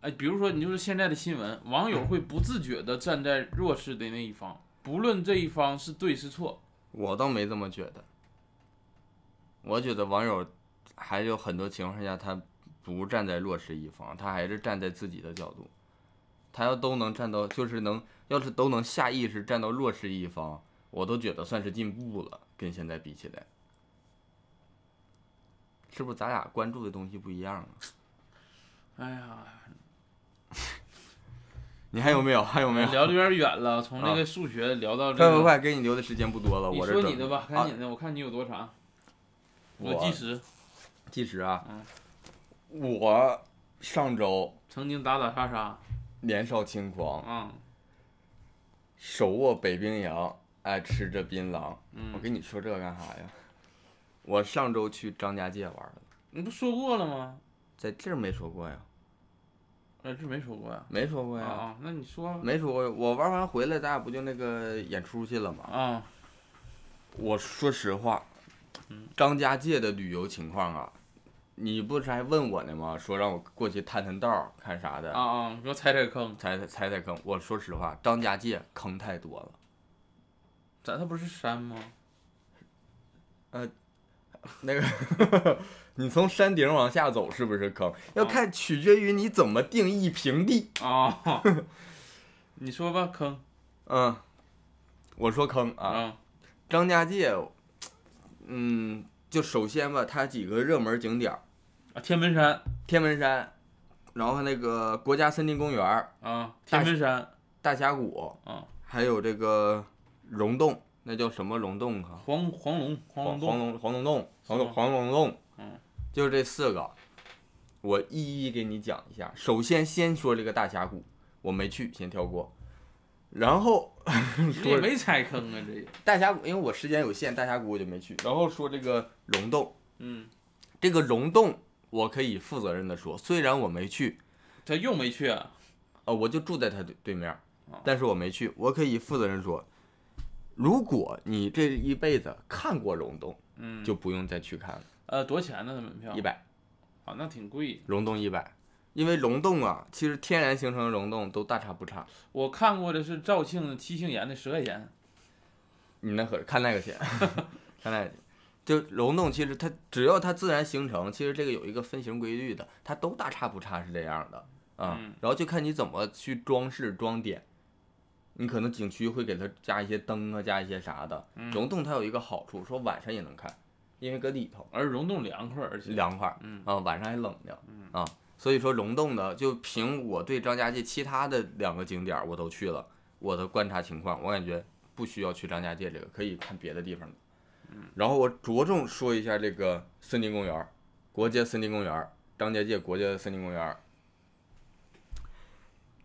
[SPEAKER 1] 哎，比如说，你就是现在的新闻，网友会不自觉的站在弱势的那一方，不论这一方是对是错。
[SPEAKER 2] 我倒没这么觉得，我觉得网友还有很多情况下他不站在弱势一方，他还是站在自己的角度。他要都能站到，就是能，要是都能下意识站到弱势一方，我都觉得算是进步了，跟现在比起来，是不是咱俩关注的东西不一样啊？
[SPEAKER 1] 哎呀，
[SPEAKER 2] 你还有没有？还有没有？
[SPEAKER 1] 聊的有点远了，从那
[SPEAKER 2] 嗯啊
[SPEAKER 1] 个数学聊到这
[SPEAKER 2] 快
[SPEAKER 1] 个。
[SPEAKER 2] 快快，给你留的时间不多了，
[SPEAKER 1] 你
[SPEAKER 2] 我这
[SPEAKER 1] 说
[SPEAKER 2] 准
[SPEAKER 1] 你的
[SPEAKER 2] 备
[SPEAKER 1] 吧，
[SPEAKER 2] 啊
[SPEAKER 1] 赶紧的，我看你有多长。我
[SPEAKER 2] 我
[SPEAKER 1] 计时，
[SPEAKER 2] 计时啊
[SPEAKER 1] 嗯，
[SPEAKER 2] 我上周
[SPEAKER 1] 曾经打打杀杀，
[SPEAKER 2] 年少轻狂，
[SPEAKER 1] 嗯
[SPEAKER 2] 手握北冰洋，哎，吃着槟榔。我
[SPEAKER 1] 嗯，
[SPEAKER 2] 跟你说这干啥呀？我上周去张家界玩了，
[SPEAKER 1] 你不说过了吗？
[SPEAKER 2] 在这儿没说过呀，
[SPEAKER 1] 哎，这没说过呀。
[SPEAKER 2] 没说过
[SPEAKER 1] 啊
[SPEAKER 2] 呀，
[SPEAKER 1] 啊，那你说吧
[SPEAKER 2] 没说过。我玩完回来，咱俩不就那个演出去了吗？
[SPEAKER 1] 啊，
[SPEAKER 2] 我说实话，张家界的旅游情况啊，你不是还问我呢吗？说让我过去探探道儿看啥的
[SPEAKER 1] 啊啊，你给我踩踩坑，
[SPEAKER 2] 踩踩踩踩坑。我说实话，张家界坑太多了。
[SPEAKER 1] 咱它不是山吗？
[SPEAKER 2] 那个，你从山顶往下走是不是坑？要看取决于你怎么定义平地。 *laughs*
[SPEAKER 1] 啊，你说吧，坑
[SPEAKER 2] 嗯，我说坑啊，
[SPEAKER 1] 啊，
[SPEAKER 2] 张家界，嗯，就首先吧，它几个热门景点儿，
[SPEAKER 1] 啊天门山
[SPEAKER 2] 天门山，然后那个国家森林公园儿、
[SPEAKER 1] 啊，
[SPEAKER 2] 大
[SPEAKER 1] 天门山
[SPEAKER 2] 大峡谷，
[SPEAKER 1] 啊，
[SPEAKER 2] 还有这个溶洞，那叫什么溶洞啊？
[SPEAKER 1] 黄黄龙黄龙
[SPEAKER 2] 黄黄
[SPEAKER 1] 洞
[SPEAKER 2] 龙黄龙洞，黄
[SPEAKER 1] 是
[SPEAKER 2] 龙
[SPEAKER 1] 吗
[SPEAKER 2] 黄龙洞，
[SPEAKER 1] 嗯，
[SPEAKER 2] 就是这四个，我一一给你讲一下。首先先说这个大峡谷，我没去，先跳过。然后
[SPEAKER 1] 你也
[SPEAKER 2] 说
[SPEAKER 1] 没踩坑啊，这也
[SPEAKER 2] 大峡谷，因为我时间有限，大峡谷我就没去。然后说这个溶洞，
[SPEAKER 1] 嗯，
[SPEAKER 2] 这个溶洞我可以负责任的说，虽然我没去，
[SPEAKER 1] 他又没去啊，
[SPEAKER 2] 呃，我就住在他对对面儿，但是我没去，我可以负责任说，如果你这一辈子看过溶洞，
[SPEAKER 1] 嗯，
[SPEAKER 2] 就不用再去看了，
[SPEAKER 1] 呃多少钱呢？他门票
[SPEAKER 2] 一百。
[SPEAKER 1] 啊，那挺贵。
[SPEAKER 2] 溶洞一百，因为溶洞啊，其实天然形成的溶洞都大差不差。
[SPEAKER 1] 我看过的是肇庆的七星岩的十块钱，
[SPEAKER 2] 你那可看那个去， *laughs* 看那个去。就溶洞其实它只要它自然形成，其实这个有一个分形规律的，它都大差不差是这样的啊。
[SPEAKER 1] 嗯
[SPEAKER 2] 然后就看你怎么去装饰装点，你可能景区会给它加一些灯啊，加一些啥的。溶洞它有一个好处，说晚上也能看，因为搁里头
[SPEAKER 1] 而溶洞凉快，而且
[SPEAKER 2] 凉快。
[SPEAKER 1] 嗯
[SPEAKER 2] 啊，晚上还冷着啊，所以说溶洞的就凭我对张家界其他的两个景点儿我都去了，我的观察情况，我感觉不需要去张家界这个，可以看别的地方的。然后我着重说一下这个森林公园儿，国家森林公园儿，张家界国家森林公园儿。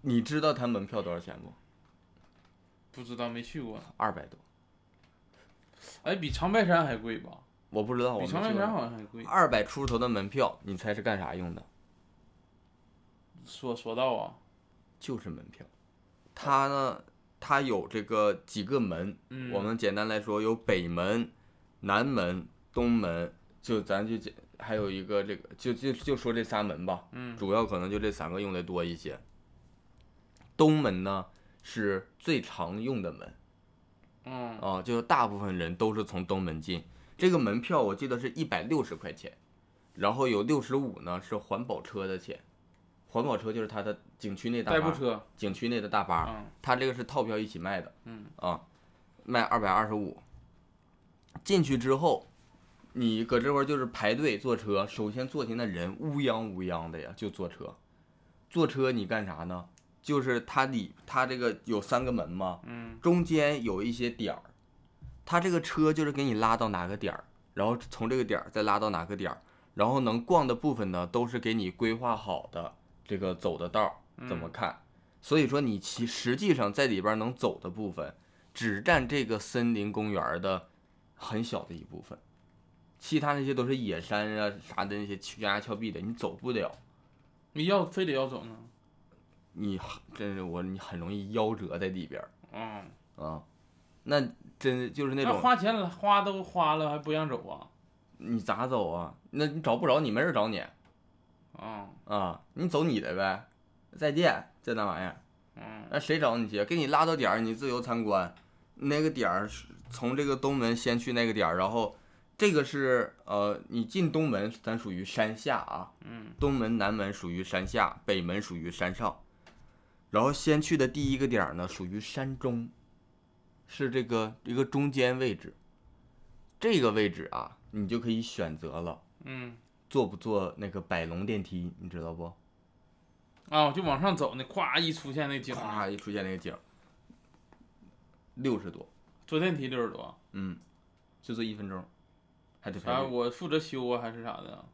[SPEAKER 2] 你知道它门票多少钱不？
[SPEAKER 1] 不知道没去过，
[SPEAKER 2] 二百多，
[SPEAKER 1] 哎，比长白山还贵吧？
[SPEAKER 2] 我不知哦道，我
[SPEAKER 1] 比
[SPEAKER 2] 没
[SPEAKER 1] 长白
[SPEAKER 2] 去
[SPEAKER 1] 山
[SPEAKER 2] 过。
[SPEAKER 1] 好像还贵。
[SPEAKER 2] 二百出头的门票，你猜是干啥用的？
[SPEAKER 1] 说说到啊，
[SPEAKER 2] 就是门票。它呢，它有这个几个门，
[SPEAKER 1] 嗯，
[SPEAKER 2] 我们简单来说有北门、南门、东门，就咱就简还有一个这个，就就就说这仨门吧，
[SPEAKER 1] 嗯
[SPEAKER 2] 主要可能就这三个用的多一些。东门呢是最常用的门
[SPEAKER 1] 嗯，
[SPEAKER 2] 啊、就是大部分人都是从东门进。这个门票我记得是一百六十块钱，然后有六十五呢是环保车的钱，环保车就是它的景区内大
[SPEAKER 1] 代
[SPEAKER 2] 巴，
[SPEAKER 1] 步车，
[SPEAKER 2] 景区内的大巴，
[SPEAKER 1] 嗯
[SPEAKER 2] 它这个是套票一起卖的，
[SPEAKER 1] 嗯
[SPEAKER 2] 啊，卖二百二十五。进去之后，你搁这块儿就是排队坐车，首先坐进的人乌泱乌泱的呀，就坐车。坐车你干啥呢？就是它里它这个有三个门嘛，
[SPEAKER 1] 嗯
[SPEAKER 2] 中间有一些点儿，它这个车就是给你拉到哪个点儿，然后从这个点儿再拉到哪个点儿，然后能逛的部分呢，都是给你规划好的这个走的道
[SPEAKER 1] 嗯
[SPEAKER 2] 儿怎么看。所以说你其实际上在里边儿能走的部分，只占这个森林公园儿的很小的一部分，其他那些都是野山啊啥的那些悬崖峭壁的，你走不了。
[SPEAKER 1] 你要非得要走呢？
[SPEAKER 2] 你很真是我，你很容易夭折在里边儿
[SPEAKER 1] 嗯，
[SPEAKER 2] 啊。那真就是那
[SPEAKER 1] 那
[SPEAKER 2] 种
[SPEAKER 1] 花钱了，花都花了还不让走啊？
[SPEAKER 2] 你咋走啊？那你找不着你，没人找你
[SPEAKER 1] 嗯
[SPEAKER 2] 啊，你走你的呗。再见，这那玩意儿，
[SPEAKER 1] 嗯
[SPEAKER 2] 那谁找你去？给你拉到点儿，你自由参观。那个点儿是从这个东门先去那个点儿，然后这个是呃，你进东门，咱属于山下啊，
[SPEAKER 1] 嗯
[SPEAKER 2] 东门、南门属于山下，北门属于山上。然后先去的第一个点儿呢，属于山中，是这个一个中间位置。这个位置啊，你就可以选择了。
[SPEAKER 1] 嗯，
[SPEAKER 2] 坐不坐那个百龙电梯，你知道不？
[SPEAKER 1] 啊，就往上走那，咵一出现那景儿，
[SPEAKER 2] 咔一出现那个景儿，六十多，
[SPEAKER 1] 坐电梯六十多，
[SPEAKER 2] 嗯，就坐一分钟，还得排
[SPEAKER 1] 啊，
[SPEAKER 2] 队。
[SPEAKER 1] 我负责修啊还是啥的，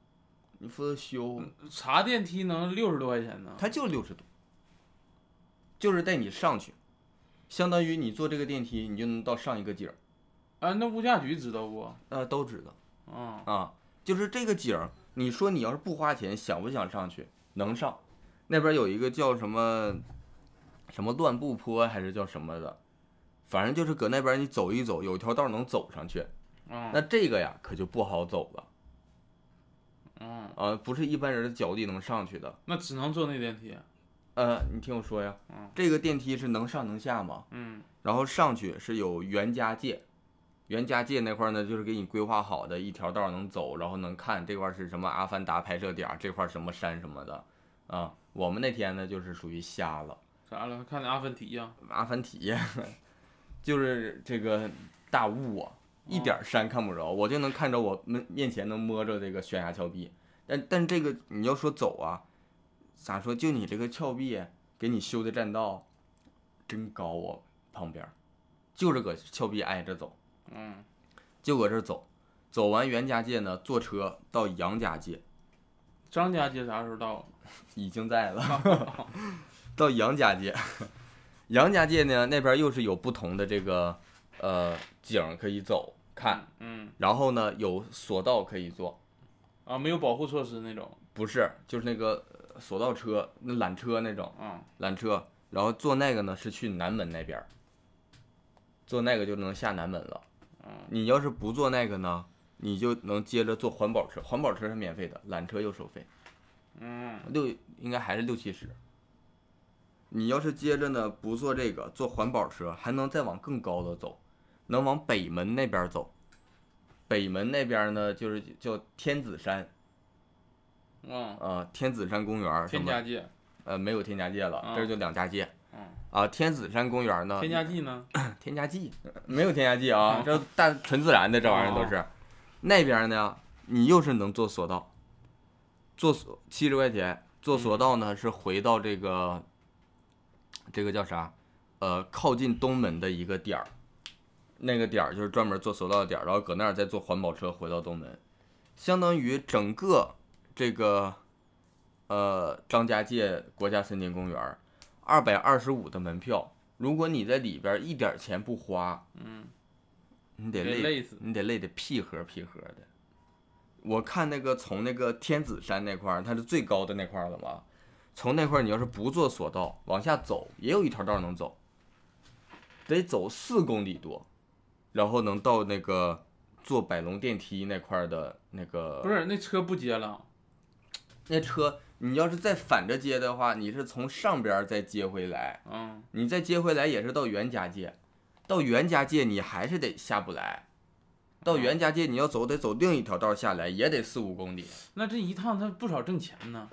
[SPEAKER 2] 你负责修，
[SPEAKER 1] 嗯啥电梯能六十多块钱呢？
[SPEAKER 2] 它就六十多，就是带你上去，相当于你坐这个电梯，你就能到上一个景儿，
[SPEAKER 1] 啊，那物价局知道不？
[SPEAKER 2] 呃，都知道
[SPEAKER 1] 嗯
[SPEAKER 2] 啊。就是这个景儿，你说你要是不花钱，想不想上去？能上。那边有一个叫什么什么乱步坡还是叫什么的，反正就是搁那边你走一走，有一条道能走上去。那
[SPEAKER 1] 嗯
[SPEAKER 2] 这个呀，可就不好走了
[SPEAKER 1] 嗯，
[SPEAKER 2] 啊，不是一般人的脚力能上去的。
[SPEAKER 1] 那只能坐那电梯。
[SPEAKER 2] 呃，你听我说呀
[SPEAKER 1] 嗯，
[SPEAKER 2] 这个电梯是能上能下嘛，
[SPEAKER 1] 嗯
[SPEAKER 2] 然后上去是有袁家界，袁家界那块儿呢，就是给你规划好的一条道儿能走，然后能看这块儿是什么《阿凡达》拍摄点儿，这块儿什么山什么的啊。我们那天呢，就是属于瞎了。
[SPEAKER 1] 咋了？看那阿凡提呀、
[SPEAKER 2] 阿凡提，就是这个大雾啊，一点儿山看不着，我就能看着我们面前能摸着这个悬崖峭壁。但但这个你要说走啊，咋说？就你这个峭壁给你修的栈道，真高啊，旁边儿就是搁峭壁挨着走，
[SPEAKER 1] 嗯
[SPEAKER 2] 就搁这儿走。走完袁家界呢，坐车到杨家界，
[SPEAKER 1] 张家街啥时候到？
[SPEAKER 2] 已经在
[SPEAKER 1] 哦
[SPEAKER 2] 了， *laughs* 到杨家界，杨家界呢那边又是有不同的这个呃景儿可以走看，
[SPEAKER 1] 嗯
[SPEAKER 2] 然后呢有索道可以坐，
[SPEAKER 1] 啊，没有保护措施那种。
[SPEAKER 2] 不是就是那个呃索道车那缆车那种
[SPEAKER 1] 嗯
[SPEAKER 2] 缆车，然后坐那个呢是去南门那边儿，坐那个就能下南门了。
[SPEAKER 1] 嗯
[SPEAKER 2] 你要是不坐那个呢，你就能接着坐环保车，环保车是免费的，缆车又收费。
[SPEAKER 1] 嗯
[SPEAKER 2] 六应该还是六七十。你要是接着呢，不坐这个，坐环保车，还能再往更高的走，能往北门那边走。北门那边呢，就是叫天子山，
[SPEAKER 1] 嗯，
[SPEAKER 2] 呃，天子山公园儿什
[SPEAKER 1] 添加
[SPEAKER 2] 么，
[SPEAKER 1] 剂，
[SPEAKER 2] 呃，没有天家界了，这
[SPEAKER 1] 嗯
[SPEAKER 2] 就两家界。
[SPEAKER 1] 嗯
[SPEAKER 2] 啊，天子山公园呢，
[SPEAKER 1] 添加剂呢？
[SPEAKER 2] 添加剂，没有添加剂啊，这大纯自然的这玩意儿都是。那边呢，你又是能坐索道，坐索七十块钱，坐索道呢是回到这个，这个叫啥？呃，靠近东门的一个点儿，那个点儿就是专门坐索道的点儿，然后搁那儿再坐环保车回到东门，相当于整个这个呃张家界国家森林公园二百二十五的门票，如果你在里边儿一点儿钱不花，
[SPEAKER 1] 嗯，
[SPEAKER 2] 你得
[SPEAKER 1] 得
[SPEAKER 2] 累，
[SPEAKER 1] 累死
[SPEAKER 2] 你得累得屁核屁核的。我看那个从那个天子山那块儿，它是最高的那块儿了嘛，从那块儿你要是不坐索道往下走，也有一条道能走，得走四公里多，然后能到那个坐百龙电梯那块儿的那个
[SPEAKER 1] 不是，那车不接了。
[SPEAKER 2] 那车你要是再反着接的话，你是从上边儿再接回来，
[SPEAKER 1] 嗯，
[SPEAKER 2] 你再接回来也是到袁家界，到袁家界你还是得下不来，到袁家界你要走得走另一条道下来，也得四五公里。
[SPEAKER 1] 那这一趟他不少挣钱呢。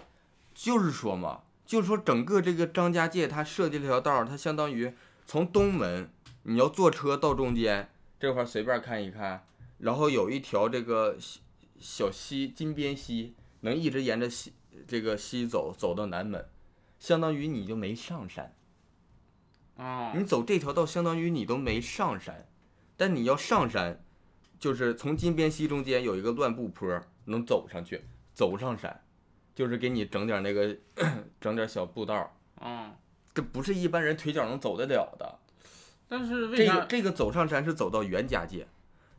[SPEAKER 2] 就是说嘛，就是说整个这个张家界，它设计这条道儿，它相当于从东门你要坐车到中间这块儿随便看一看，然后有一条这个小小溪金边溪，能一直沿着西这个西走走到南门，相当于你就没上山。
[SPEAKER 1] 啊、
[SPEAKER 2] 你走这条道，相当于你都没上山，但你要上山，就是从金边溪中间有一个乱步坡，能走上去，走上山，就是给你整点那个 *clears throat* 整点小步道，
[SPEAKER 1] 嗯，
[SPEAKER 2] 这不是一般人腿脚能走得了的。
[SPEAKER 1] 但是为
[SPEAKER 2] 这
[SPEAKER 1] 啥？
[SPEAKER 2] 个这个走上山是走到袁家界，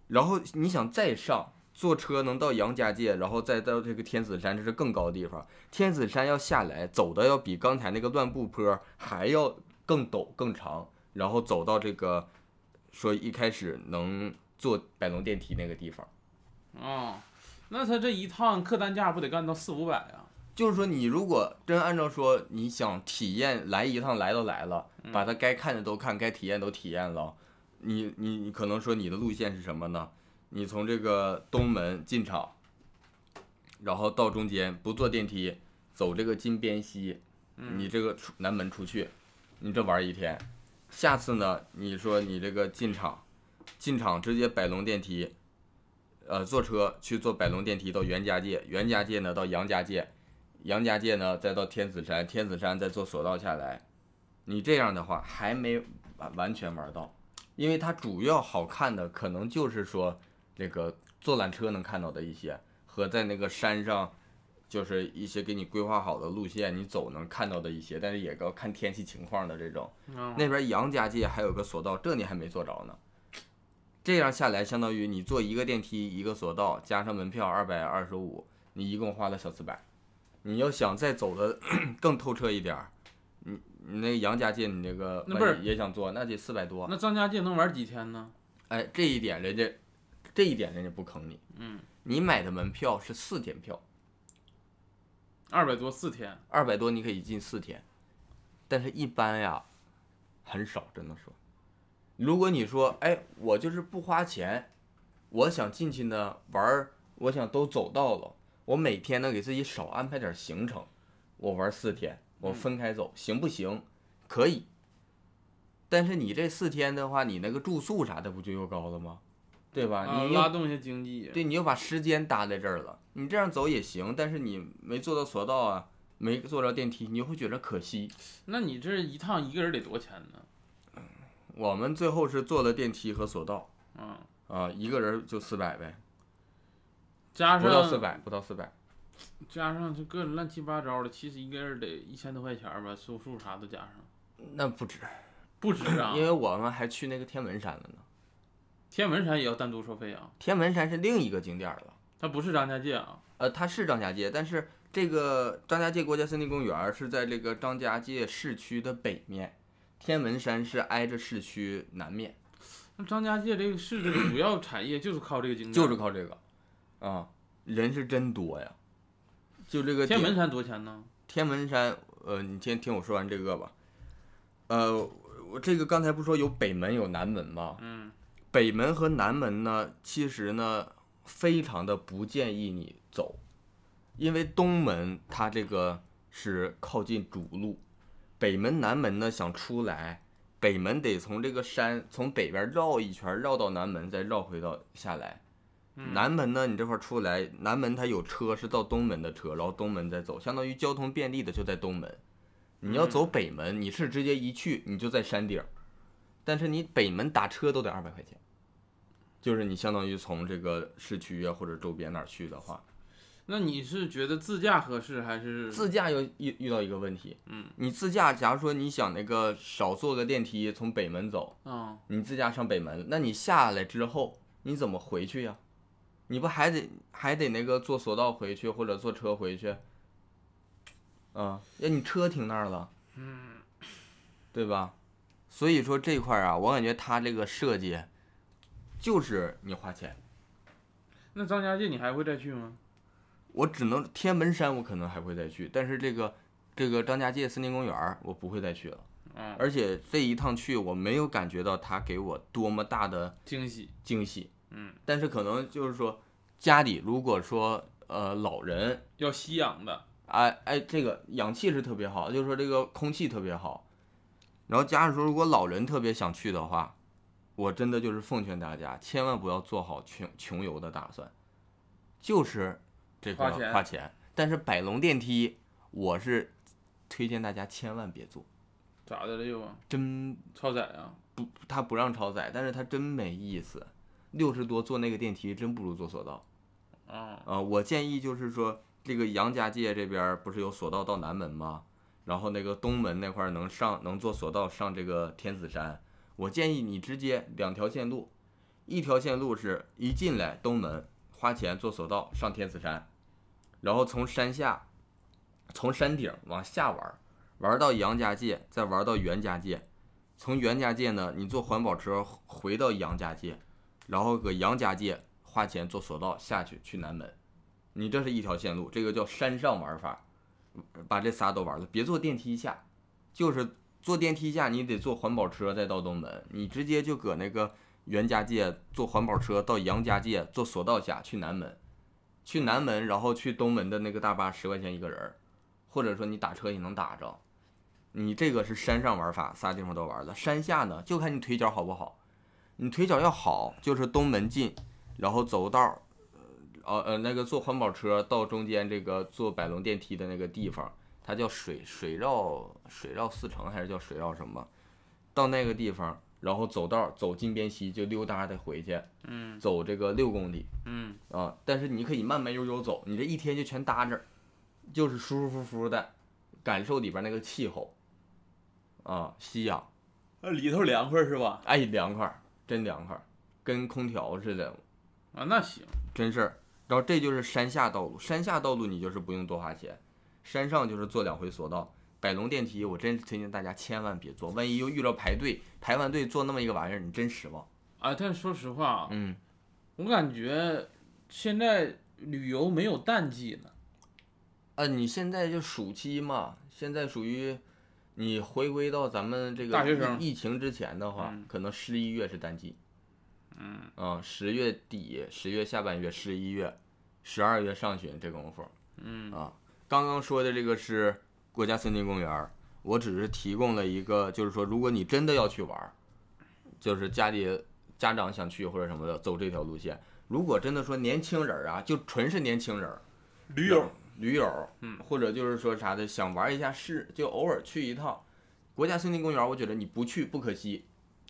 [SPEAKER 2] 然后你想再上。坐车能到杨家界，然后再到这个天子山，这是更高的地方。天子山要下来，走的要比刚才那个乱步坡还要更陡、更长，然后走到这个说一开始能坐百龙电梯那个地方。
[SPEAKER 1] 啊、那他这一趟客单价不得干到四五百啊？
[SPEAKER 2] 就是说，你如果真按照说你想体验来一趟，来都来了，把它该看的都看，该体验都体验了，你你你可能说你的路线是什么呢？你从这个东门进场，然后到中间不坐电梯，走这个金边溪，你这个出南门出去，你这玩一天，下次呢，你说你这个进场，进场直接百龙电梯，呃，坐车去坐百龙电梯到袁家界，袁家界呢到杨家界。杨家界呢，再到天子山，天子山再坐索道下来。你这样的话还没完完全玩到，因为它主要好看的可能就是说那个坐缆车能看到的一些，和在那个山上就是一些给你规划好的路线你走能看到的一些，但是也要看天气情况的这种。
[SPEAKER 1] 嗯
[SPEAKER 2] 那边杨家界还有个索道，这你还没坐着呢。这样下来，相当于你坐一个电梯一个索道，加上门票二百二十五，你一共花了小四百。你要想再走的 *clears throat* 更透彻一点儿，你你那个杨家界，你那个
[SPEAKER 1] 那不是
[SPEAKER 2] 万一也想坐，那得四百多。
[SPEAKER 1] 那张家界能玩几天呢？
[SPEAKER 2] 哎，这一点人家，这一点人家不坑你。
[SPEAKER 1] 嗯，
[SPEAKER 2] 你买的门票是四天票，
[SPEAKER 1] 二百多四天，
[SPEAKER 2] 二百多你可以进四天，但是一般呀，很少，真的说。如果你说，哎，我就是不花钱，我想进去呢玩儿，我想都走到了，我每天呢给自己少安排点行程，我玩四天，我分开走，行不行？可以。但是你这四天的话，你那个住宿啥的不就又高了吗？对吧？
[SPEAKER 1] 啊，
[SPEAKER 2] 你又
[SPEAKER 1] 拉动一下经济。
[SPEAKER 2] 对你又把时间搭在这儿了。你这样走也行，但是你没坐到索道啊，没坐着电梯，你就会觉得可惜。
[SPEAKER 1] 那你这一趟一个人得多钱呢？
[SPEAKER 2] 我们最后是坐了电梯和索道
[SPEAKER 1] 嗯，
[SPEAKER 2] 啊、一个人就四百呗，
[SPEAKER 1] 加
[SPEAKER 2] 不到四
[SPEAKER 1] 上
[SPEAKER 2] 百，不到四百。
[SPEAKER 1] 加上这各种乱七八糟的，其实一个人得一千多块钱吧，住宿啥都加上，
[SPEAKER 2] 那不止，
[SPEAKER 1] 不止啊
[SPEAKER 2] 因。为我们还去那个天门山了呢。
[SPEAKER 1] 天门山也要单独收费啊，
[SPEAKER 2] 天门山是另一个景点儿了，
[SPEAKER 1] 它不是张家界啊。
[SPEAKER 2] 呃，它是张家界，但是这个张家界国家森林公园儿是在这个张家界市区的北面，天门山是挨着市区南面。
[SPEAKER 1] 那张家界这个市这个主要产业就是靠这个景点，
[SPEAKER 2] 就是靠这个，啊，人是真多呀。就这个
[SPEAKER 1] 天
[SPEAKER 2] 点
[SPEAKER 1] 门山多少钱呢？
[SPEAKER 2] 天门山，呃，你先听我说完这个吧。呃，我这个刚才不说有北门有南门吗？
[SPEAKER 1] 嗯，
[SPEAKER 2] 北门和南门呢，其实呢，非常的不建议你走，因为东门它这个是靠近主路，北门、南门呢想出来，北门得从这个山从北边绕一圈，绕到南门，再绕回到下来。南门呢，你这块儿出来，南门它有车是到东门的车，然后东门再走，相当于交通便利的就在东门。你要走北门，你是直接一去你就在山顶儿，但是你北门打车都得二百块钱，就是你相当于从这个市区啊或者周边哪儿去的话，
[SPEAKER 1] 那你是觉得自驾合适还是
[SPEAKER 2] 自驾又遇遇到一个问题，
[SPEAKER 1] 嗯，
[SPEAKER 2] 你自驾假如说你想那个少坐个电梯从北门走，
[SPEAKER 1] 啊？
[SPEAKER 2] 你自驾上北门，那你下来之后你怎么回去呀？你不还得还得那个坐索道回去，或者坐车回去？啊，要你车停那儿了，嗯，对吧？所以说这块儿啊，我感觉它这个设计就是你花钱，
[SPEAKER 1] 那张家界你还会再去吗？
[SPEAKER 2] 我只能天安门山，我可能还会再去，但是这个这个张家界森林公园儿我不会再去了。
[SPEAKER 1] 嗯，
[SPEAKER 2] 而且这一趟去，我没有感觉到它给我多么大的
[SPEAKER 1] 惊喜，
[SPEAKER 2] 惊喜。
[SPEAKER 1] 嗯，
[SPEAKER 2] 但是可能就是说，家里如果说呃老人
[SPEAKER 1] 要吸氧的，
[SPEAKER 2] 哎哎，这个氧气是特别好，就是说这个空气特别好。然后加上说，如果老人特别想去的话，我真的就是奉劝大家，千万不要做好穷穷游的打算，就是这块
[SPEAKER 1] 花钱
[SPEAKER 2] 花钱。但是百龙电梯，我是推荐大家千万别坐，
[SPEAKER 1] 咋的了又啊
[SPEAKER 2] 真
[SPEAKER 1] 超载啊？
[SPEAKER 2] 他不让超载，但是他真没意思。六十多坐那个电梯，真不如坐索道。
[SPEAKER 1] 啊，
[SPEAKER 2] 呃，我建议就是说，这个杨家界这边儿不是有索道到南门吗？然后那个东门那块儿能上能坐索道上这个天子山，我建议你直接两条线路，一条线路是一进来东门花钱坐索道上天子山，然后从山下，从山顶往下玩儿，玩儿到杨家界，再玩儿到袁家界，从袁家界呢，你坐环保车回到杨家界，然后搁杨家界花钱坐索道下去去南门，你这是一条线路，这个叫山上玩法，把这仨都玩了，别坐电梯下，就是坐电梯下你得坐环保车再到东门，你直接就搁那个袁家界坐环保车到杨家界坐索道下去南门，去南门然后去东门的那个大巴十块钱一个人儿，或者说你打车也能打着。你这个是山上玩法，仨地方都玩了。山下呢，就看你腿脚好不好。你腿脚要好，就是东门进，然后走道儿，呃呃那个坐环保车到中间这个坐百龙电梯的那个地方，它叫水水绕水绕四城还是叫水绕什么？到那个地方，然后走道儿走金边溪就溜达的回去，
[SPEAKER 1] 嗯
[SPEAKER 2] 走这个六公里
[SPEAKER 1] 嗯，
[SPEAKER 2] 啊。但是你可以慢慢悠悠走，你这一天就全搭这儿，就是舒舒服服的感受里边那个气候啊，吸氧。
[SPEAKER 1] 那里头凉快是吧？
[SPEAKER 2] 哎，凉快，儿，真凉快，儿，跟空调似的，
[SPEAKER 1] 啊，那行，
[SPEAKER 2] 真事儿。然后这就是山下道路，山下道路你就是不用多花钱，山上就是坐两回索道。百龙电梯，我真推荐大家千万别坐，万一又遇到排队，排完队坐那么一个玩意儿，你真失望。
[SPEAKER 1] 啊，但说实话啊，
[SPEAKER 2] 嗯，
[SPEAKER 1] 我感觉现在旅游没有淡季呢。
[SPEAKER 2] 啊，你现在就暑期嘛，现在属于你回归到咱们这个
[SPEAKER 1] 大学生
[SPEAKER 2] 疫疫情之前的话，
[SPEAKER 1] 嗯
[SPEAKER 2] 可能十一月是淡季，嗯，啊，十月底、十月下半月、十一月、十二月上旬这功夫，
[SPEAKER 1] 嗯
[SPEAKER 2] 啊，刚刚说的这个是国家森林公园儿，我只是提供了一个，就是说，如果你真的要去玩儿，就是家里家长想去或者什么的，走这条路线。如果真的说年轻人儿啊，就纯是年轻人儿，
[SPEAKER 1] 驴友
[SPEAKER 2] 驴友，
[SPEAKER 1] 嗯
[SPEAKER 2] 或者就是说啥的，想玩一下试，就偶尔去一趟。国家森林公园，我觉得你不去不可惜，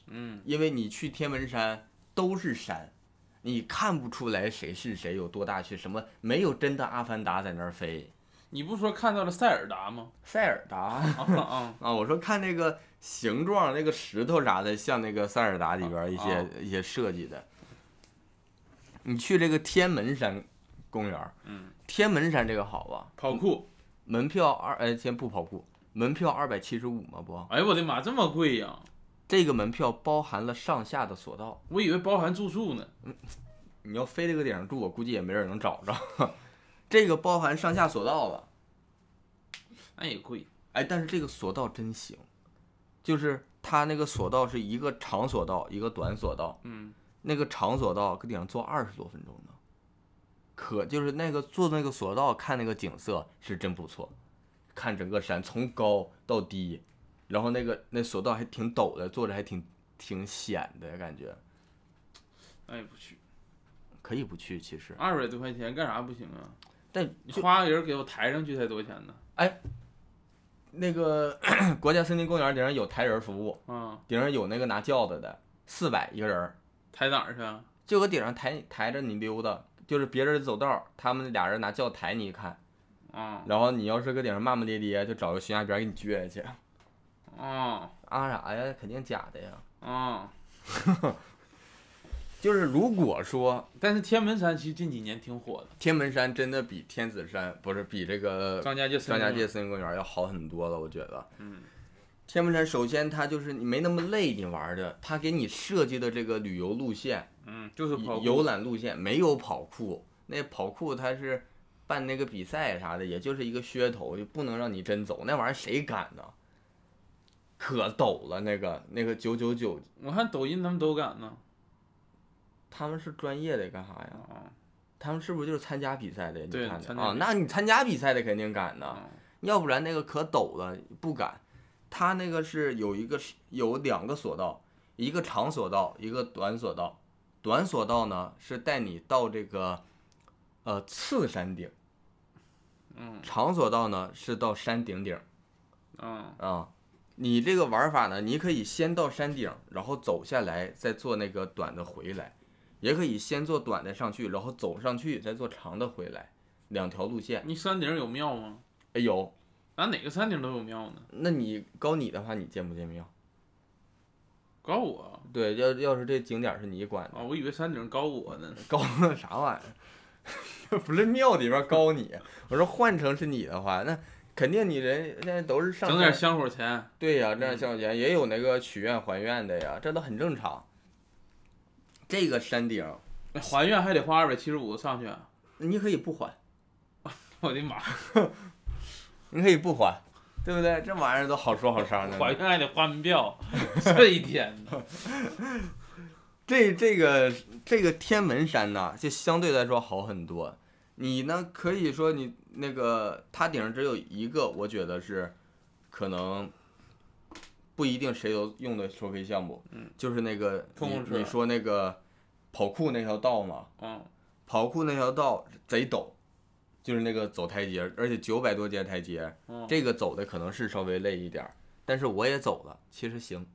[SPEAKER 1] 嗯，
[SPEAKER 2] 因为你去天门山都是山，你看不出来谁是谁，有多大去什么，没有真的阿凡达在那儿飞。
[SPEAKER 1] 你不说看到了塞尔达吗？
[SPEAKER 2] 塞尔达 *laughs*
[SPEAKER 1] 啊啊，
[SPEAKER 2] 啊，我说看那个形状，那个石头啥的，像那个塞尔达里边一些、
[SPEAKER 1] 啊
[SPEAKER 2] 一些设计的。你去这个天门山公园，
[SPEAKER 1] 嗯，
[SPEAKER 2] 天门山这个好啊，
[SPEAKER 1] 跑酷，
[SPEAKER 2] 门票二哎，先不跑酷，门票二百七十五嘛不，
[SPEAKER 1] 哎呦我的妈，这么贵呀、
[SPEAKER 2] 这个门票包含了上下的索道，
[SPEAKER 1] 我以为包含住宿呢。
[SPEAKER 2] 你要非这个顶上住，我估计也没人能找着。 *laughs* 这个包含上下索道了，
[SPEAKER 1] 那也贵，
[SPEAKER 2] 哎，但是这个索道真行，就是它那个索道是一个长索道，一个短索道，
[SPEAKER 1] 嗯，
[SPEAKER 2] 那个长索道搁顶上坐二十多分钟呢，可就是那个坐那个索道看那个景色是真不错，看整个山从高到低，然后那个那索道还挺陡的，坐着还挺挺险的感觉，
[SPEAKER 1] 那也不去，
[SPEAKER 2] 可以不去其实，
[SPEAKER 1] 二百多块钱干啥不行啊？
[SPEAKER 2] 但
[SPEAKER 1] 你
[SPEAKER 2] 就
[SPEAKER 1] 花个人给我抬上去才多少钱呢？
[SPEAKER 2] 那个 *clears throat* 国家森林公园顶上有抬人服务，
[SPEAKER 1] 啊，
[SPEAKER 2] 顶上有那个拿轿子的，四百一个人儿，
[SPEAKER 1] 抬哪儿去啊？
[SPEAKER 2] 就搁顶上抬抬着你溜达，就是别人走道儿，他们俩人拿轿抬你一看，
[SPEAKER 1] 啊
[SPEAKER 2] 然后你要是搁顶上骂骂咧咧，就找个悬崖边儿给你撅下去。
[SPEAKER 1] 啊
[SPEAKER 2] 啊啥呀？肯定假的呀。
[SPEAKER 1] 啊！
[SPEAKER 2] 就是如果说
[SPEAKER 1] 但是天门山其实近几年挺火的，
[SPEAKER 2] 天门山真的比天子山不是比这个
[SPEAKER 1] 张家界森
[SPEAKER 2] 张
[SPEAKER 1] 林
[SPEAKER 2] 家界森林公园要好很多了，我觉得。
[SPEAKER 1] 嗯。
[SPEAKER 2] 天门山首先它就是你没那么累，你玩的，它给你设计的这个旅游路线、
[SPEAKER 1] 嗯，就是跑酷
[SPEAKER 2] 游览路线没有跑酷，那跑酷它是办那个比赛啥的，也就是一个噱头，就不能让你真走，那玩意儿谁敢呢？可抖了，那个那个九九九，
[SPEAKER 1] 我看抖音他们都敢呢。
[SPEAKER 2] 他们是专业的干啥呀？
[SPEAKER 1] 啊，
[SPEAKER 2] 他们是不是就是参加比赛的？你
[SPEAKER 1] 对
[SPEAKER 2] 看
[SPEAKER 1] 参
[SPEAKER 2] 的
[SPEAKER 1] 加
[SPEAKER 2] 啊
[SPEAKER 1] 比？赛
[SPEAKER 2] 那你参加比赛的肯定敢呢。
[SPEAKER 1] 啊
[SPEAKER 2] 要不然那个可陡了，不敢。他那个是有一个是有两个索道，一个长索道，一个短索道。短索道呢是带你到这个呃次山顶，
[SPEAKER 1] 嗯
[SPEAKER 2] 长索道呢是到山顶顶
[SPEAKER 1] 嗯，
[SPEAKER 2] 啊。你这个玩法呢，你可以先到山顶，然后走下来，再做那个短的回来；也可以先做短的上去，然后走上去，再做长的回来，两条路线。
[SPEAKER 1] 你山顶有庙吗？
[SPEAKER 2] 哎有，
[SPEAKER 1] 咱哪个山顶都有庙呢？
[SPEAKER 2] 那你高你的话，你见不见庙？
[SPEAKER 1] 高我
[SPEAKER 2] 对，要要是这景点儿是你管的，
[SPEAKER 1] 啊，我以为山顶高我呢。
[SPEAKER 2] 高啥玩意儿？ *laughs* 不是庙里边儿高你，我说换成是你的话，那肯定你人现在都是上
[SPEAKER 1] 整点
[SPEAKER 2] 山
[SPEAKER 1] 香火钱，
[SPEAKER 2] 对呀、这样向前也有那个许愿还愿的呀，这都很正常。这个山顶儿
[SPEAKER 1] 还愿还得花二百七十五上去啊。
[SPEAKER 2] 你可以不还，
[SPEAKER 1] *laughs* 我的妈，
[SPEAKER 2] 你可以不还，对不对？这玩意儿都好说好商量
[SPEAKER 1] 还
[SPEAKER 2] 的。
[SPEAKER 1] 愿还得花门
[SPEAKER 2] *laughs*
[SPEAKER 1] 票，这一天呐。
[SPEAKER 2] 这这个这个天门山呐，就相对来说好很多。你呢，可以说你那个它顶上只有一个，我觉得是可能不一定谁都用的收费项目，
[SPEAKER 1] 嗯，
[SPEAKER 2] 就是那个
[SPEAKER 1] 碰
[SPEAKER 2] 你
[SPEAKER 1] 碰车
[SPEAKER 2] 你说那个跑酷那条道嘛，
[SPEAKER 1] 嗯，
[SPEAKER 2] 跑酷那条道贼陡，就是那个走台阶，而且九百多阶台阶，
[SPEAKER 1] 嗯
[SPEAKER 2] 这个走的可能是稍微累一点儿，但是我也走了，其实行，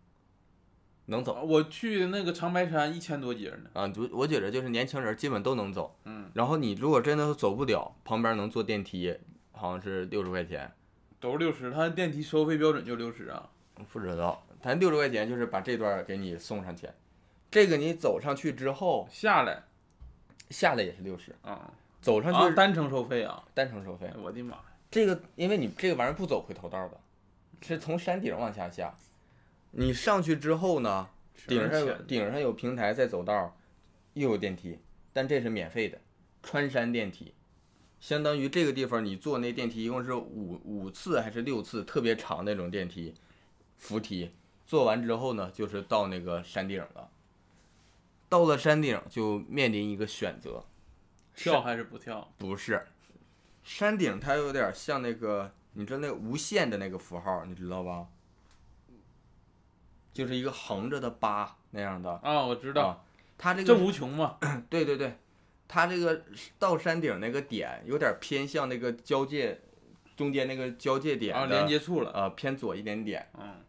[SPEAKER 2] 能走。
[SPEAKER 1] 嗯我去那个长白山一千多节呢。
[SPEAKER 2] 啊，就我觉着就是年轻人基本都能走，
[SPEAKER 1] 嗯，
[SPEAKER 2] 然后你如果真的走不了，旁边能坐电梯，好像是六十块钱，
[SPEAKER 1] 都是六十，他电梯收费标准就六十啊。
[SPEAKER 2] 不知道，咱六十块钱就是把这段给你送上去，这个你走上去之后
[SPEAKER 1] 下来
[SPEAKER 2] 下来也是六十，
[SPEAKER 1] 啊，
[SPEAKER 2] 走上
[SPEAKER 1] 啊
[SPEAKER 2] 去是
[SPEAKER 1] 单程收费啊！
[SPEAKER 2] 单程收费
[SPEAKER 1] 哎，我的妈呀，
[SPEAKER 2] 这个因为你这个玩意儿不走回头道的，是从山顶往下下，你上去之后呢，顶
[SPEAKER 1] 全
[SPEAKER 2] 上
[SPEAKER 1] 是
[SPEAKER 2] 有
[SPEAKER 1] 钱
[SPEAKER 2] 顶上有平台再走道，又有电梯，但这是免费的，穿山电梯，相当于这个地方你坐那电梯一共是五五次还是六次，特别长那种电梯扶梯，坐完之后呢，就是到那个山顶了。到了山顶就面临一个选择，
[SPEAKER 1] 跳还是不跳？
[SPEAKER 2] 不是，山顶它有点像那个，你知道那个无限的那个符号，你知道吧？就是一个横着的八那样的。
[SPEAKER 1] 啊，我知道，
[SPEAKER 2] 啊它这个
[SPEAKER 1] 正无穷嘛。
[SPEAKER 2] 对对对，它这个到山顶那个点有点偏向那个交界中间那个交界点
[SPEAKER 1] 啊，
[SPEAKER 2] 的
[SPEAKER 1] 连接处了。
[SPEAKER 2] 呃偏左一点点。
[SPEAKER 1] 嗯，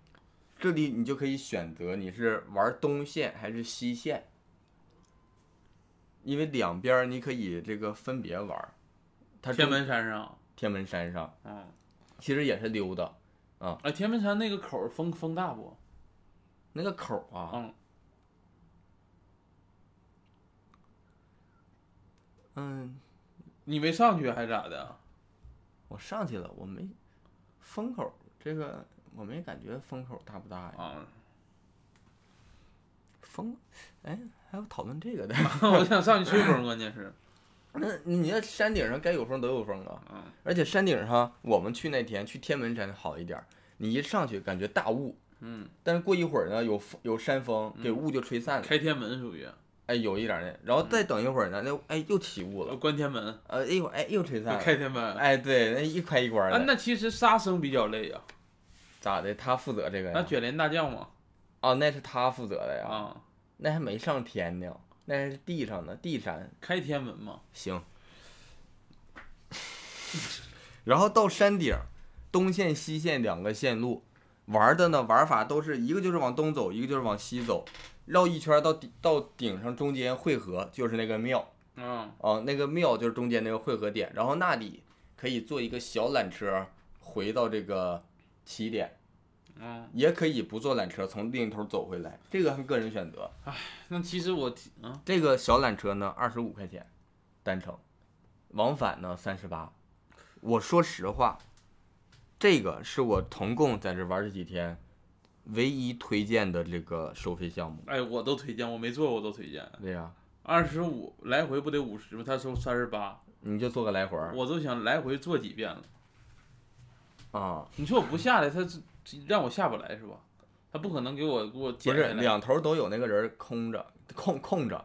[SPEAKER 2] 这里你就可以选择你是玩东线还是西线，因为两边儿你可以这个分别玩儿。它
[SPEAKER 1] 天
[SPEAKER 2] 中
[SPEAKER 1] 门山上，
[SPEAKER 2] 天门山上，
[SPEAKER 1] 嗯，
[SPEAKER 2] 其实也是溜达。
[SPEAKER 1] 啊，天门山那个口儿风风大不？
[SPEAKER 2] 那个口儿啊，
[SPEAKER 1] 嗯
[SPEAKER 2] 嗯，
[SPEAKER 1] 你没上去还是咋的？ *laughs*
[SPEAKER 2] 我上去了，我没风口儿这个我没感觉风口儿大不大呀？
[SPEAKER 1] 啊，
[SPEAKER 2] 风，哎，还有讨论这个的。 *laughs*
[SPEAKER 1] 我想上去吹风，关键是，
[SPEAKER 2] 那你那山顶上该有风都有风啊，
[SPEAKER 1] 嗯，
[SPEAKER 2] 而且山顶上我们去那天去天门山好一点儿，你一上去感觉大雾，
[SPEAKER 1] 嗯，
[SPEAKER 2] 但是过一会儿呢有风有山风，给雾就吹散了，
[SPEAKER 1] 开嗯天门属于
[SPEAKER 2] 哎有一点儿那，然后再等一会儿呢，那哎又起雾
[SPEAKER 1] 呃
[SPEAKER 2] 了，
[SPEAKER 1] 关天门，
[SPEAKER 2] 呃哎呦哎又吹散
[SPEAKER 1] 开
[SPEAKER 2] 了，
[SPEAKER 1] 天门。
[SPEAKER 2] 哎对那一块一块
[SPEAKER 1] 啊，
[SPEAKER 2] 的，
[SPEAKER 1] 那其实杀生比较累啊，
[SPEAKER 2] 咋的他负责这个
[SPEAKER 1] 那
[SPEAKER 2] 呀？
[SPEAKER 1] 卷帘大将嘛，
[SPEAKER 2] 啊那是他负责的呀，
[SPEAKER 1] 啊，
[SPEAKER 2] 那还没上天呢，那还是地上呢，地山
[SPEAKER 1] 开天门嘛，
[SPEAKER 2] 行。 *laughs* 然后到山顶，东线、西线两个线路，玩的呢玩法都是一个就是往东走，一个就是往西走，绕一圈到底到顶上中间汇合，就是那个庙
[SPEAKER 1] 嗯，
[SPEAKER 2] 啊，那个庙就是中间那个汇合点，然后那里可以坐一个小缆车回到这个起点，
[SPEAKER 1] 嗯，
[SPEAKER 2] 也可以不坐缆车从另一头走回来，这个看个人选择。
[SPEAKER 1] 那其实我提啊，
[SPEAKER 2] 这个小缆车呢，二十五块钱单程，往返呢三十八。我说实话，这个是我同共在这玩这几天唯一推荐的这个收费项目。
[SPEAKER 1] 哎，我都推荐，我没做过我都推荐，
[SPEAKER 2] 对呀、
[SPEAKER 1] 二十五来回不得五十吗？他收三十八，
[SPEAKER 2] 你就做个来回儿。
[SPEAKER 1] 我都想来回做几遍了。
[SPEAKER 2] 啊，
[SPEAKER 1] 你说我不下来，他是让我下不来是吧？他不可能给我给我
[SPEAKER 2] 不
[SPEAKER 1] 减
[SPEAKER 2] 是
[SPEAKER 1] 下来。
[SPEAKER 2] 两头都有那个人空着，空空着。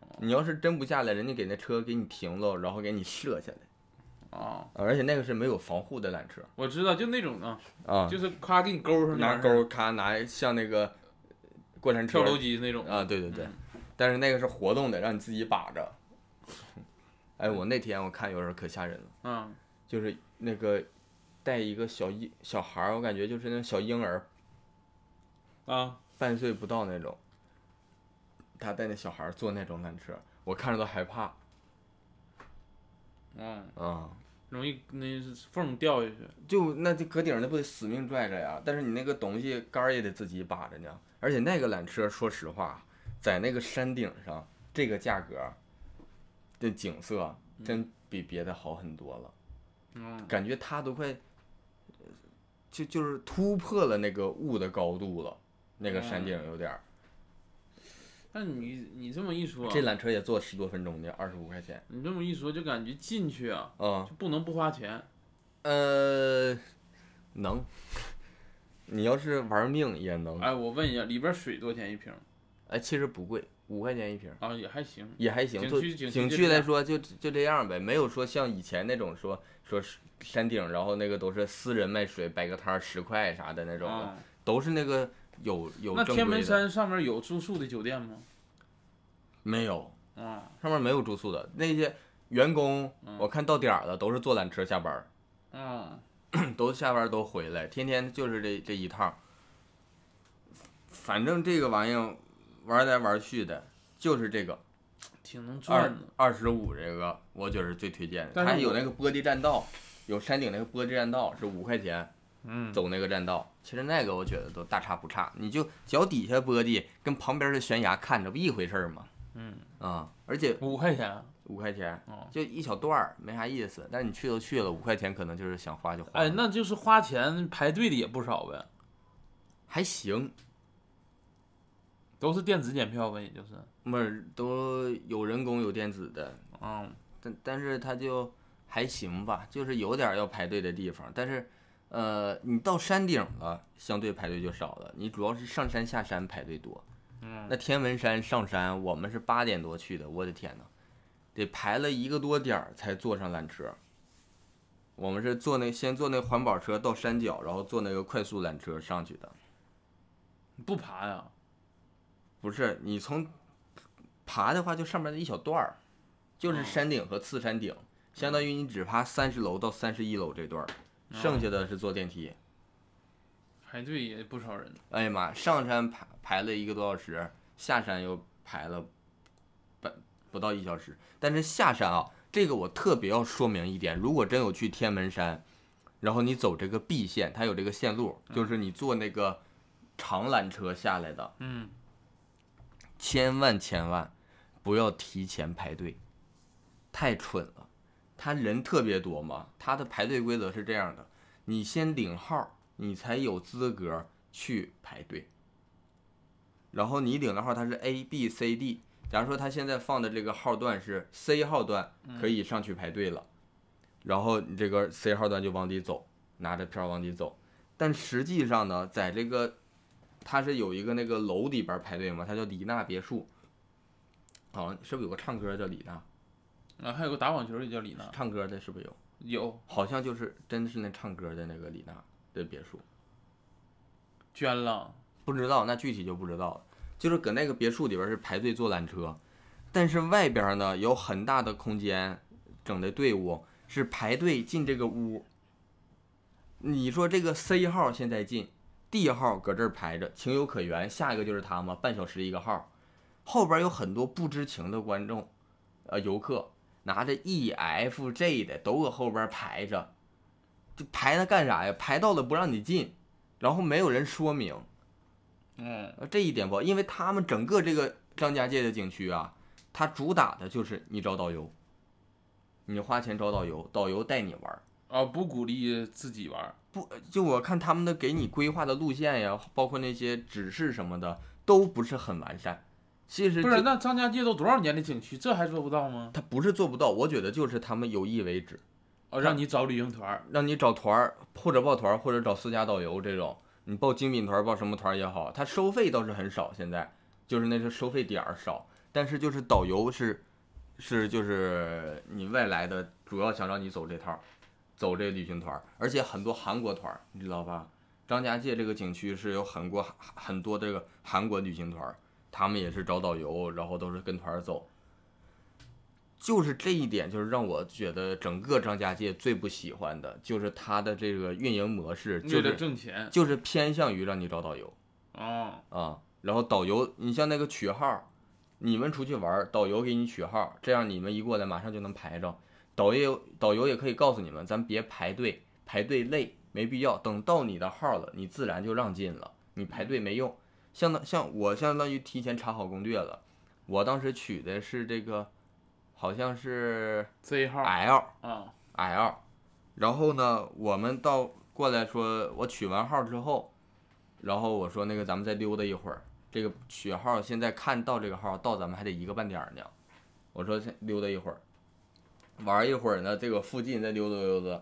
[SPEAKER 1] 哦
[SPEAKER 2] 你要是真不下来，人家给那车给你停了，然后给你射下来，
[SPEAKER 1] 啊，
[SPEAKER 2] 而且那个是没有防护的缆车
[SPEAKER 1] 我知道，就那种啊，
[SPEAKER 2] 啊，
[SPEAKER 1] 就是咔给你勾上，
[SPEAKER 2] 拿钩咔拿像那个过山车
[SPEAKER 1] 跳楼机那种
[SPEAKER 2] 啊，对对对
[SPEAKER 1] 嗯，
[SPEAKER 2] 但是那个是活动的，让你自己把着。哎，我那天我看有人可吓人了，
[SPEAKER 1] 嗯，
[SPEAKER 2] 就是那个带一个小婴小孩儿，我感觉就是那小婴儿，
[SPEAKER 1] 啊，
[SPEAKER 2] 半岁不到那种，他带那小孩儿坐那种缆车，我看着都害怕
[SPEAKER 1] 嗯，
[SPEAKER 2] 啊。
[SPEAKER 1] 容易那缝掉下去，
[SPEAKER 2] 就那就搁顶儿那不得死命拽着呀？但是你那个东西杆儿也得自己把着呢。而且那个缆车，说实话，在那个山顶上，这个价格，这景色真比别的好很多了。
[SPEAKER 1] 嗯，
[SPEAKER 2] 感觉它都快，呃就就是突破了那个雾的高度了。那个山顶有点儿，
[SPEAKER 1] 那你你这么一说，
[SPEAKER 2] 这缆车也坐十多分钟的，二十五块钱。
[SPEAKER 1] 你这么一说，就感觉进去啊
[SPEAKER 2] 啊、
[SPEAKER 1] 就不能不花钱，
[SPEAKER 2] 呃，能， *laughs* 你要是玩命也能。
[SPEAKER 1] 哎，我问一下，里边水多少钱一瓶？
[SPEAKER 2] 哎，其实不贵，五块钱一瓶。
[SPEAKER 1] 啊，也还行。
[SPEAKER 2] 也还行，
[SPEAKER 1] 景
[SPEAKER 2] 就
[SPEAKER 1] 区景区
[SPEAKER 2] 景
[SPEAKER 1] 就
[SPEAKER 2] 区
[SPEAKER 1] 这
[SPEAKER 2] 来
[SPEAKER 1] 样
[SPEAKER 2] 说就就这样呗，没有说像以前那种说说是山顶，然后那个都是私人卖水，摆个摊儿十块啥的那种的，
[SPEAKER 1] 啊，
[SPEAKER 2] 都是那个有有
[SPEAKER 1] 那
[SPEAKER 2] 正
[SPEAKER 1] 天门
[SPEAKER 2] 规的
[SPEAKER 1] 山上面有住宿的酒店吗？
[SPEAKER 2] 没有，
[SPEAKER 1] 啊，
[SPEAKER 2] 上面没有住宿的那些员工，
[SPEAKER 1] 嗯
[SPEAKER 2] 我看到点儿了都是坐缆车下班儿， *clears throat*
[SPEAKER 1] 嗯，
[SPEAKER 2] 都下班儿都回来，天天就是这这一趟儿。反正这个玩意儿玩来玩去的，就是这个
[SPEAKER 1] 挺能赚
[SPEAKER 2] 二
[SPEAKER 1] 的。
[SPEAKER 2] 二十五这个，我觉得是最推荐的。
[SPEAKER 1] 但是
[SPEAKER 2] 它有
[SPEAKER 1] 我
[SPEAKER 2] 那个玻璃栈道，有山顶那个玻璃栈道是五块钱
[SPEAKER 1] 嗯，
[SPEAKER 2] 走那个栈道，其实那个我觉得都大差不差，你就脚底下玻璃跟旁边的悬崖看着不一回事儿吗？
[SPEAKER 1] 嗯
[SPEAKER 2] 啊、而且
[SPEAKER 1] 五块钱。
[SPEAKER 2] 五块钱
[SPEAKER 1] 哦
[SPEAKER 2] 就一小段儿，没啥意思。但是你去都去了，五块钱可能就是想花就花了。
[SPEAKER 1] 哎，那就是花钱排队的也不少呗，
[SPEAKER 2] 还行，
[SPEAKER 1] 都是电子检票呗，也就是，
[SPEAKER 2] 不是都有人工有电子的，
[SPEAKER 1] 嗯，
[SPEAKER 2] 但但是它就还行吧，就是有点儿要排队的地方，但是。呃，你到山顶了，相对排队就少了。你主要是上山下山排队多。嗯，那天门山上山，我们是八点多去的，我的天呐，得排了一个多点儿才坐上缆车。我们是坐那先坐那环保车到山脚，然后坐那个快速缆车上去的。
[SPEAKER 1] 不爬呀，
[SPEAKER 2] 不是，你从爬的话，就上面的一小段儿，就是山顶和次山顶，相当于你只爬三十楼到三十一楼这段儿，剩下的是坐电梯。
[SPEAKER 1] 排队也不少人，
[SPEAKER 2] 哎呀妈，上山排排了一个多小时，下山又排了不不到一小时。但是下山啊，这个我特别要说明一点，如果真有去天门山，然后你走这个 B 线，它有这个线路，就是你坐那个长缆车下来的，
[SPEAKER 1] 嗯，
[SPEAKER 2] 千万千万不要提前排队，太蠢了。他人特别多嘛，他的排队规则是这样的：你先领号，你才有资格去排队。然后你领的号它是 A B C D，假如说他现在放的这个号段是 C 号段，可以上去排队了，然后你这个 C 号段就往里走，拿着票往里走。但实际上呢，在这个它是有一个那个楼里边排队嘛，它叫李娜别墅，好像是不是有个唱歌叫李娜？
[SPEAKER 1] 啊，还有个打网球的叫李娜，
[SPEAKER 2] 唱歌的是不是有？
[SPEAKER 1] 有
[SPEAKER 2] 好像就是真是那唱歌的那个李娜的别墅，
[SPEAKER 1] 捐了，
[SPEAKER 2] 不知道那具体就不知道了。就是搁那个别墅里边是排队坐缆车，但是外边呢有很大的空间，整的队伍是排队进这个屋。你说这个 C 号现在进，D 号搁这儿排着，情有可原，下一个就是他嘛，半小时一个号。后边有很多不知情的观众，呃，游客拿着 E、F、J 的都搁后边排着，就排它干啥呀？排到了不让你进，然后没有人说明，
[SPEAKER 1] 嗯，
[SPEAKER 2] 呃，这一点不好，因为他们整个这个张家界的景区啊，它主打的就是你找导游，你花钱找导游，导游带你玩儿。
[SPEAKER 1] 啊，不鼓励自己玩儿，
[SPEAKER 2] 不，就我看他们的给你规划的路线呀，包括那些指示什么的，都不是很完善。其实
[SPEAKER 1] 不是，
[SPEAKER 2] 这
[SPEAKER 1] 那张家界都多少年的景区，这还做不到吗？
[SPEAKER 2] 他不是做不到，我觉得就是他们有意为之，
[SPEAKER 1] 哦，让你找旅行团儿，
[SPEAKER 2] 让你找团儿或者报团儿或者找私家导游这种，你报精品团儿报什么团儿也好，他收费倒是很少，现在就是那是收费点儿少，但是就是导游是是就是你外来的，主要想让你走这套儿，走这旅行团儿，而且很多韩国团儿，你知道吧？张家界这个景区是有很多很多这个韩国旅行团儿，他们也是找导游，然后都是跟团儿走。就是这一点，就是让我觉得整个张家界最不喜欢的，就是它的这个运营模式，
[SPEAKER 1] 为
[SPEAKER 2] 就
[SPEAKER 1] 了
[SPEAKER 2] 是
[SPEAKER 1] 挣钱。
[SPEAKER 2] 就是偏向于让你找导游
[SPEAKER 1] 哦，
[SPEAKER 2] 啊，然后导游，你像那个取号，你们出去玩儿，导游给你取号，这样你们一过来马上就能排着。导游导游也可以告诉你们，咱别排队，排队累，没必要。等到你的号了，你自然就让进了，你排队没用。相当像我相当于提前查好攻略了，我当时取的是这个，好像是
[SPEAKER 1] 这一号
[SPEAKER 2] L。
[SPEAKER 1] 啊，
[SPEAKER 2] L，然后呢，我们到过来说，我取完号之后，然后我说那个咱们再溜达一会儿，这个取号现在看到这个号到咱们还得一个半点儿呢，我说先溜达一会儿，玩一会儿呢，这个附近再溜达溜达，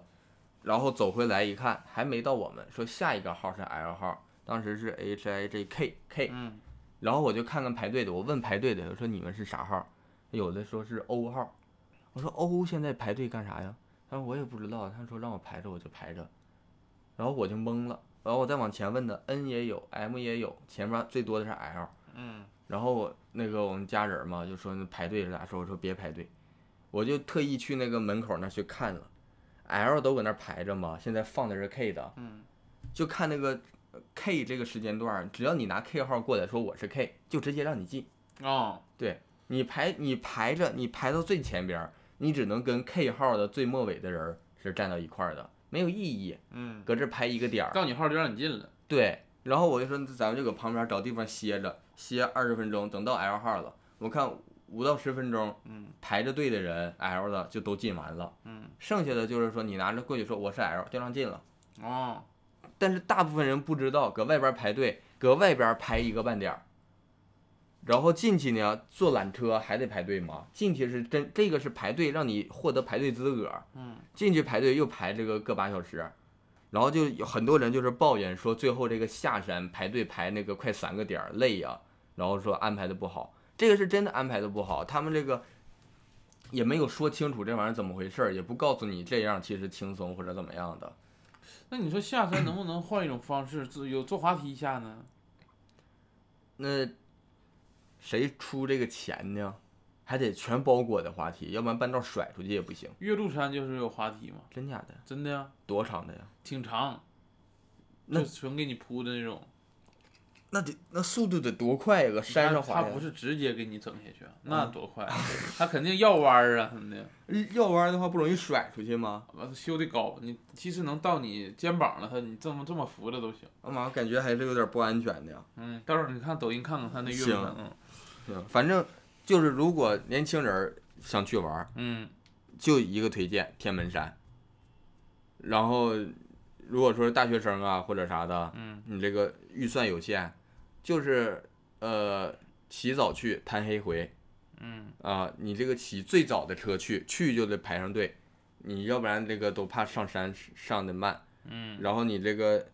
[SPEAKER 2] 然后走回来一看还没到我们，说下一个号是 L 号，当时是 H I J K K，
[SPEAKER 1] 嗯，
[SPEAKER 2] 然后我就看看排队的，我问排队的，我说你们是啥号？有的说是 O 号，我说 O 现在排队干啥呀？他说我也不知道，他说让我排着我就排着，然后我就懵了，然后我再往前问的，N 也有，M 也有，前面最多的是 L，
[SPEAKER 1] 嗯，
[SPEAKER 2] 然后我那个我们家人嘛就说那排队是咋说？我说别排队，我就特意去那个门口那去看了，L 都搁那排着嘛，现在放的是 K 的，
[SPEAKER 1] 嗯，
[SPEAKER 2] 就看那个呃 K 这个时间段儿，只要你拿 K 号过来说我是 K，就直接让你进。
[SPEAKER 1] 哦，
[SPEAKER 2] 你排你排着，你排到最前边儿，你只能跟 K 号的最末尾的人儿是站到一块儿的，没有意义。
[SPEAKER 1] 嗯，
[SPEAKER 2] 搁这排一个点儿，
[SPEAKER 1] 到你号就让你进了，
[SPEAKER 2] 对。然后我就说，咱们就搁旁边找地方歇着，歇二十分钟，等到 L 号了，我看五到十分钟，
[SPEAKER 1] 嗯，
[SPEAKER 2] 排着队的人 L 的就都进完了，
[SPEAKER 1] 嗯，
[SPEAKER 2] 剩下的就是说你拿着过去说我是 L，就让进了。
[SPEAKER 1] 哦，
[SPEAKER 2] 但是大部分人不知道，搁外边排队，搁外边排一个半点儿，然后进去呢坐缆车还得排队吗？进去是真这个是排队，让你获得排队资格。
[SPEAKER 1] 嗯，
[SPEAKER 2] 进去排队又排这个个把小时，然后就有很多人就是抱怨说最后这个下山排队排那个快三个点儿累呀、然后说安排的不好，这个是真的安排的不好，他们这个。也没有说清楚这玩意儿怎么回事儿，也不告诉你这样其实轻松或者怎么样的。
[SPEAKER 1] 那你说下山能不能换一种方式，自有坐滑梯下呢？
[SPEAKER 2] 那谁出这个钱呢？还得全包裹的滑梯，要不然半道甩出去也不行。
[SPEAKER 1] 岳麓山就是有滑梯嘛，
[SPEAKER 2] 真假的？
[SPEAKER 1] 真的呀，
[SPEAKER 2] 多长的呀？
[SPEAKER 1] 挺长，
[SPEAKER 2] 那
[SPEAKER 1] 就纯给你铺的那种，
[SPEAKER 2] 那得那速度得多快呀！搁山
[SPEAKER 1] 它
[SPEAKER 2] 上滑啊嗯
[SPEAKER 1] 它
[SPEAKER 2] 呀
[SPEAKER 1] 不，是直接给你整下去啊，那多快，它肯定绕弯儿啊什么的。
[SPEAKER 2] 要嗯弯的话不容易甩出去吗？
[SPEAKER 1] 完了修的高，啊你其实能到你肩膀了，它你这么这么扶着都行。
[SPEAKER 2] 我妈感觉还是有点不安全的呀。
[SPEAKER 1] 嗯，到时候你看抖音看看它那岳
[SPEAKER 2] 行
[SPEAKER 1] 麓山，
[SPEAKER 2] 行，啊反正就是如果年轻人儿想去玩儿，
[SPEAKER 1] 嗯
[SPEAKER 2] 就一个推荐天门山。然后，如果说是大学生啊或者啥的，
[SPEAKER 1] 嗯
[SPEAKER 2] 你这个预算有限，就是呃起早去贪黑回
[SPEAKER 1] 嗯
[SPEAKER 2] 啊、你这个起最早的车去，去就得排上队，你要不然这个都怕上山上的慢，
[SPEAKER 1] 嗯嗯，
[SPEAKER 2] 然后你这个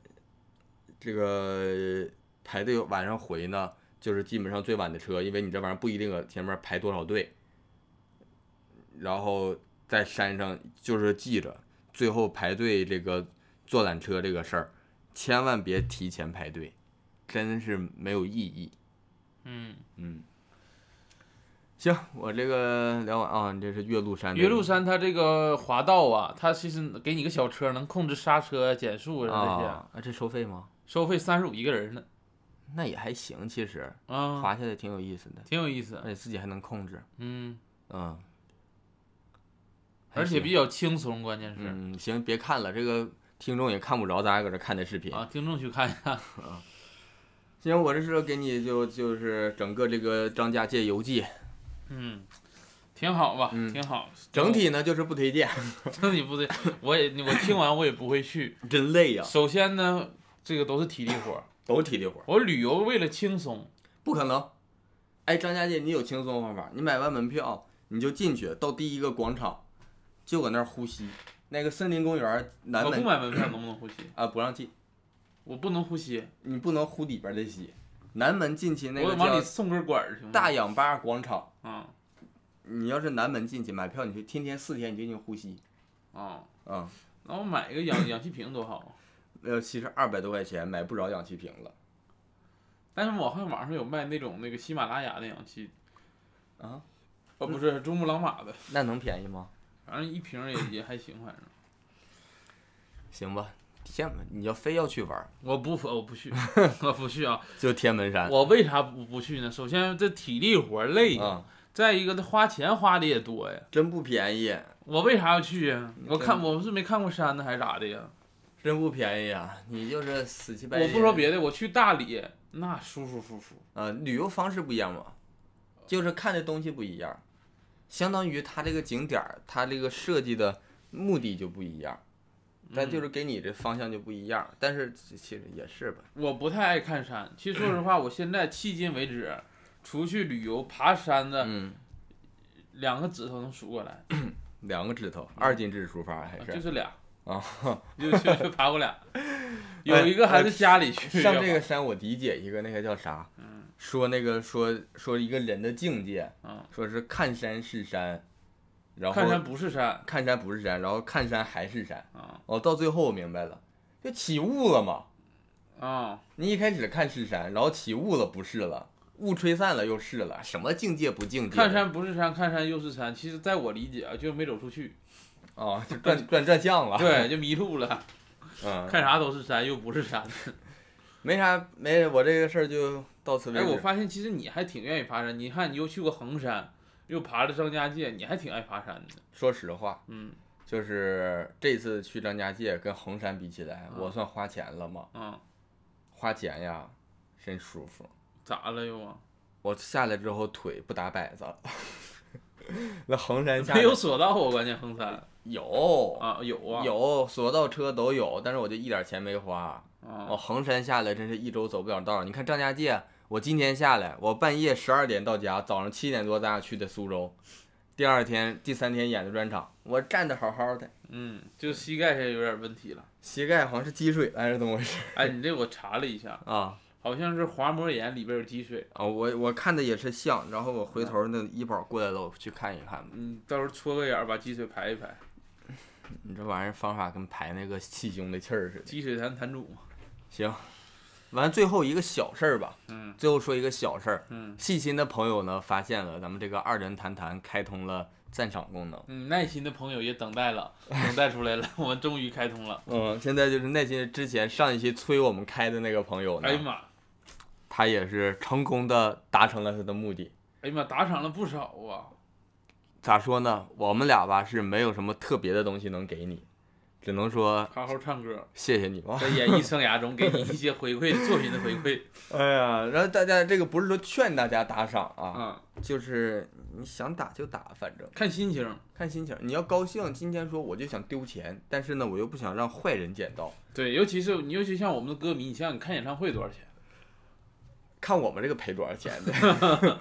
[SPEAKER 2] 这个排队晚上回呢，就是基本上最晚的车，因为你这玩意儿不一定搁前面排多少队，然后在山上就是记着最后排队这个坐缆车这个事儿，千万别提前排队，真是没有意义。
[SPEAKER 1] 嗯，
[SPEAKER 2] 嗯，行，我这个聊完啊，你这是岳麓山的，啊
[SPEAKER 1] 岳麓山它这个滑道啊，它其实给你个小车能控制刹车、减速啊这些，
[SPEAKER 2] 啊，啊这收费吗？
[SPEAKER 1] 收费三十五一个人呢，
[SPEAKER 2] 那也还行，其实
[SPEAKER 1] 啊、
[SPEAKER 2] 滑下哎来挺有意思的。
[SPEAKER 1] 挺有意思
[SPEAKER 2] 而，且自己还能控制，
[SPEAKER 1] 嗯，
[SPEAKER 2] 嗯，还
[SPEAKER 1] 而且
[SPEAKER 2] 行
[SPEAKER 1] 比较轻松，关键是、
[SPEAKER 2] 嗯行，别看了，这个听众也看不着，咱俩搁这看的视频。
[SPEAKER 1] 啊，听众去看一下， *laughs*
[SPEAKER 2] 行，我这是给你就就是整个这个张家界游记，
[SPEAKER 1] 嗯，挺好吧，
[SPEAKER 2] 嗯
[SPEAKER 1] 挺好，
[SPEAKER 2] 整体呢就是不推荐， *laughs*
[SPEAKER 1] 整体不对， *laughs* 我也我听完我也不会
[SPEAKER 2] *laughs*
[SPEAKER 1] 去，
[SPEAKER 2] 真累呀、
[SPEAKER 1] 首先
[SPEAKER 2] *laughs*
[SPEAKER 1] 呢，这个都是体力活儿。
[SPEAKER 2] 都体力活，
[SPEAKER 1] 我旅游为了轻松，
[SPEAKER 2] 不可能，哎，张家界你有轻松的方法，你买完门票你就进去，到第一个广场，就搁那儿呼吸。那个森林公园南
[SPEAKER 1] 我不
[SPEAKER 2] 门
[SPEAKER 1] 买门票能不能呼
[SPEAKER 2] *laughs*
[SPEAKER 1] 吸？
[SPEAKER 2] 啊不让进，
[SPEAKER 1] 我不能呼吸，
[SPEAKER 2] 你不能呼里边的吸。南门进去那
[SPEAKER 1] 我
[SPEAKER 2] 个
[SPEAKER 1] 往里
[SPEAKER 2] 叫
[SPEAKER 1] 送根管儿行吗？
[SPEAKER 2] 大氧吧广场，
[SPEAKER 1] 啊
[SPEAKER 2] 你要是南门进去买票，你就天天四天你就进去呼吸
[SPEAKER 1] 啊，
[SPEAKER 2] 啊。
[SPEAKER 1] 那我买一个
[SPEAKER 2] *laughs*
[SPEAKER 1] 氧氧气瓶多好啊！
[SPEAKER 2] 呃，其实二百多块钱买不着氧气瓶了
[SPEAKER 1] 但是我好像网上有卖那种那个喜马拉雅的氧气，
[SPEAKER 2] 啊，
[SPEAKER 1] 哦不是珠穆朗玛的，
[SPEAKER 2] 那能便宜吗？
[SPEAKER 1] 反正一瓶儿也也还行，反正
[SPEAKER 2] 行吧，天门你要非要去玩儿，
[SPEAKER 1] 我不我不去， *laughs* 我不去啊！
[SPEAKER 2] 就天门山。
[SPEAKER 1] 我为啥不不去呢？首先这体力活儿累呀，
[SPEAKER 2] 啊、
[SPEAKER 1] 再一个这花钱花的也多呀，
[SPEAKER 2] 真不便宜，
[SPEAKER 1] 我为啥要去呀？我看
[SPEAKER 2] 真
[SPEAKER 1] 我是没看过山呢还是咋的呀？
[SPEAKER 2] 真不便宜啊！你就是死乞白赖。
[SPEAKER 1] 我不说别的，我去大理那舒舒服服，
[SPEAKER 2] 呃，旅游方式不一样嘛，就是看的东西不一样，相当于它这个景点儿，它这个设计的目的就不一样，但
[SPEAKER 1] 嗯
[SPEAKER 2] 就是给你这方向就不一样。但是其其实也是吧，
[SPEAKER 1] 我不太爱看山。其实说实话，我现在迄今为止，出去旅游爬山的
[SPEAKER 2] 嗯，
[SPEAKER 1] 两个指头能数过来，
[SPEAKER 2] 两个指头，二进制出发还是、
[SPEAKER 1] 嗯就是俩 *laughs*
[SPEAKER 2] 啊，
[SPEAKER 1] 就就就爬过俩， *laughs* 有一个还是家里去
[SPEAKER 2] 上这个山，我理解一个那个叫啥，
[SPEAKER 1] 嗯
[SPEAKER 2] 说那个说说一个人的境界，
[SPEAKER 1] 啊，
[SPEAKER 2] 说是看山是山，然后
[SPEAKER 1] 看山不是山
[SPEAKER 2] 看山不是山，然后看山还是山。
[SPEAKER 1] 啊
[SPEAKER 2] 哦，到最后我明白了，就起雾了嘛。
[SPEAKER 1] 啊，
[SPEAKER 2] 你一开始看是山，然后起雾了不是了，雾吹散了又是了，什么境界不境界的？
[SPEAKER 1] 看山不是山，看山又是山。其实，在我理解啊，就没走出去，
[SPEAKER 2] 啊，就转转转向了。
[SPEAKER 1] 对，，就迷路 *laughs* 了，
[SPEAKER 2] 嗯，
[SPEAKER 1] 看啥都是山，又不是山。
[SPEAKER 2] 没啥没，我这个事儿就到此为
[SPEAKER 1] 哎，
[SPEAKER 2] 止。
[SPEAKER 1] 我发现其实你还挺愿意爬山，你看你又去过衡山，又爬了张家界，你还挺爱爬山的。
[SPEAKER 2] 说实话，
[SPEAKER 1] 嗯
[SPEAKER 2] 就是这次去张家界跟衡山比起来，
[SPEAKER 1] 嗯
[SPEAKER 2] 我算花钱了吗？
[SPEAKER 1] 啊，
[SPEAKER 2] 花钱呀，真舒服。
[SPEAKER 1] 咋了又啊？
[SPEAKER 2] 我下来之后腿不打摆子了。 *laughs* 那衡山下来
[SPEAKER 1] 没有索道啊，关键衡山
[SPEAKER 2] 有
[SPEAKER 1] 啊有啊
[SPEAKER 2] 有索道车都有，但是我就一点钱没花。我
[SPEAKER 1] 啊
[SPEAKER 2] 衡山下来真是一周走不了道儿。你看张家界，我今天下来，我半夜十二点到家，早上七点多咱俩去的苏州，第二天、第三天演的专场，我站得好好的，
[SPEAKER 1] 嗯，就膝盖现在有点问题了。
[SPEAKER 2] 膝盖好像是积水了还是怎么回事
[SPEAKER 1] 哎，你这我查了一下，
[SPEAKER 2] 啊？
[SPEAKER 1] 好像是滑膜炎里边有积水，
[SPEAKER 2] 啊，我我看的也是像，然后我回头那医保过来了，我去看一看吧。
[SPEAKER 1] 嗯，到时候搓个眼儿把积水排一排，
[SPEAKER 2] 你这玩意儿方法跟排那个气胸的气儿似的。
[SPEAKER 1] 积水潭潭主嘛。
[SPEAKER 2] 行，完最后一个小事儿吧。
[SPEAKER 1] 嗯
[SPEAKER 2] 最后说一个小事儿，
[SPEAKER 1] 嗯
[SPEAKER 2] 细心的朋友呢发现了咱们这个二人谈谈开通了赞赏功能。
[SPEAKER 1] 嗯，耐心的朋友也等待了，等待出来了， *laughs* 我们终于开通了。
[SPEAKER 2] 嗯，现在就是那些之前上一期催我们开的那个朋友呢，
[SPEAKER 1] 哎呀妈，
[SPEAKER 2] 他也是成功的达成了他的目的。
[SPEAKER 1] 哎呀妈，打赏了不少啊。
[SPEAKER 2] 咋说呢？我们俩吧是没有什么特别的东西能给你，只能说
[SPEAKER 1] 好好唱歌，
[SPEAKER 2] 谢谢你吧。
[SPEAKER 1] 在演艺生涯中给你一些回馈， *laughs* 作品的回馈。
[SPEAKER 2] 哎呀，然后大家这个不是说劝大家打赏啊，
[SPEAKER 1] 啊，
[SPEAKER 2] 就是你想打就打，反正
[SPEAKER 1] 看心情，
[SPEAKER 2] 看心情。你要高兴，今天说我就想丢钱，但是呢，我又不想让坏人捡到。
[SPEAKER 1] 对，尤其是你，尤其像我们的歌迷，你想想看演唱会多少钱？
[SPEAKER 2] 看我们这个赔多少钱
[SPEAKER 1] *laughs*
[SPEAKER 2] 的，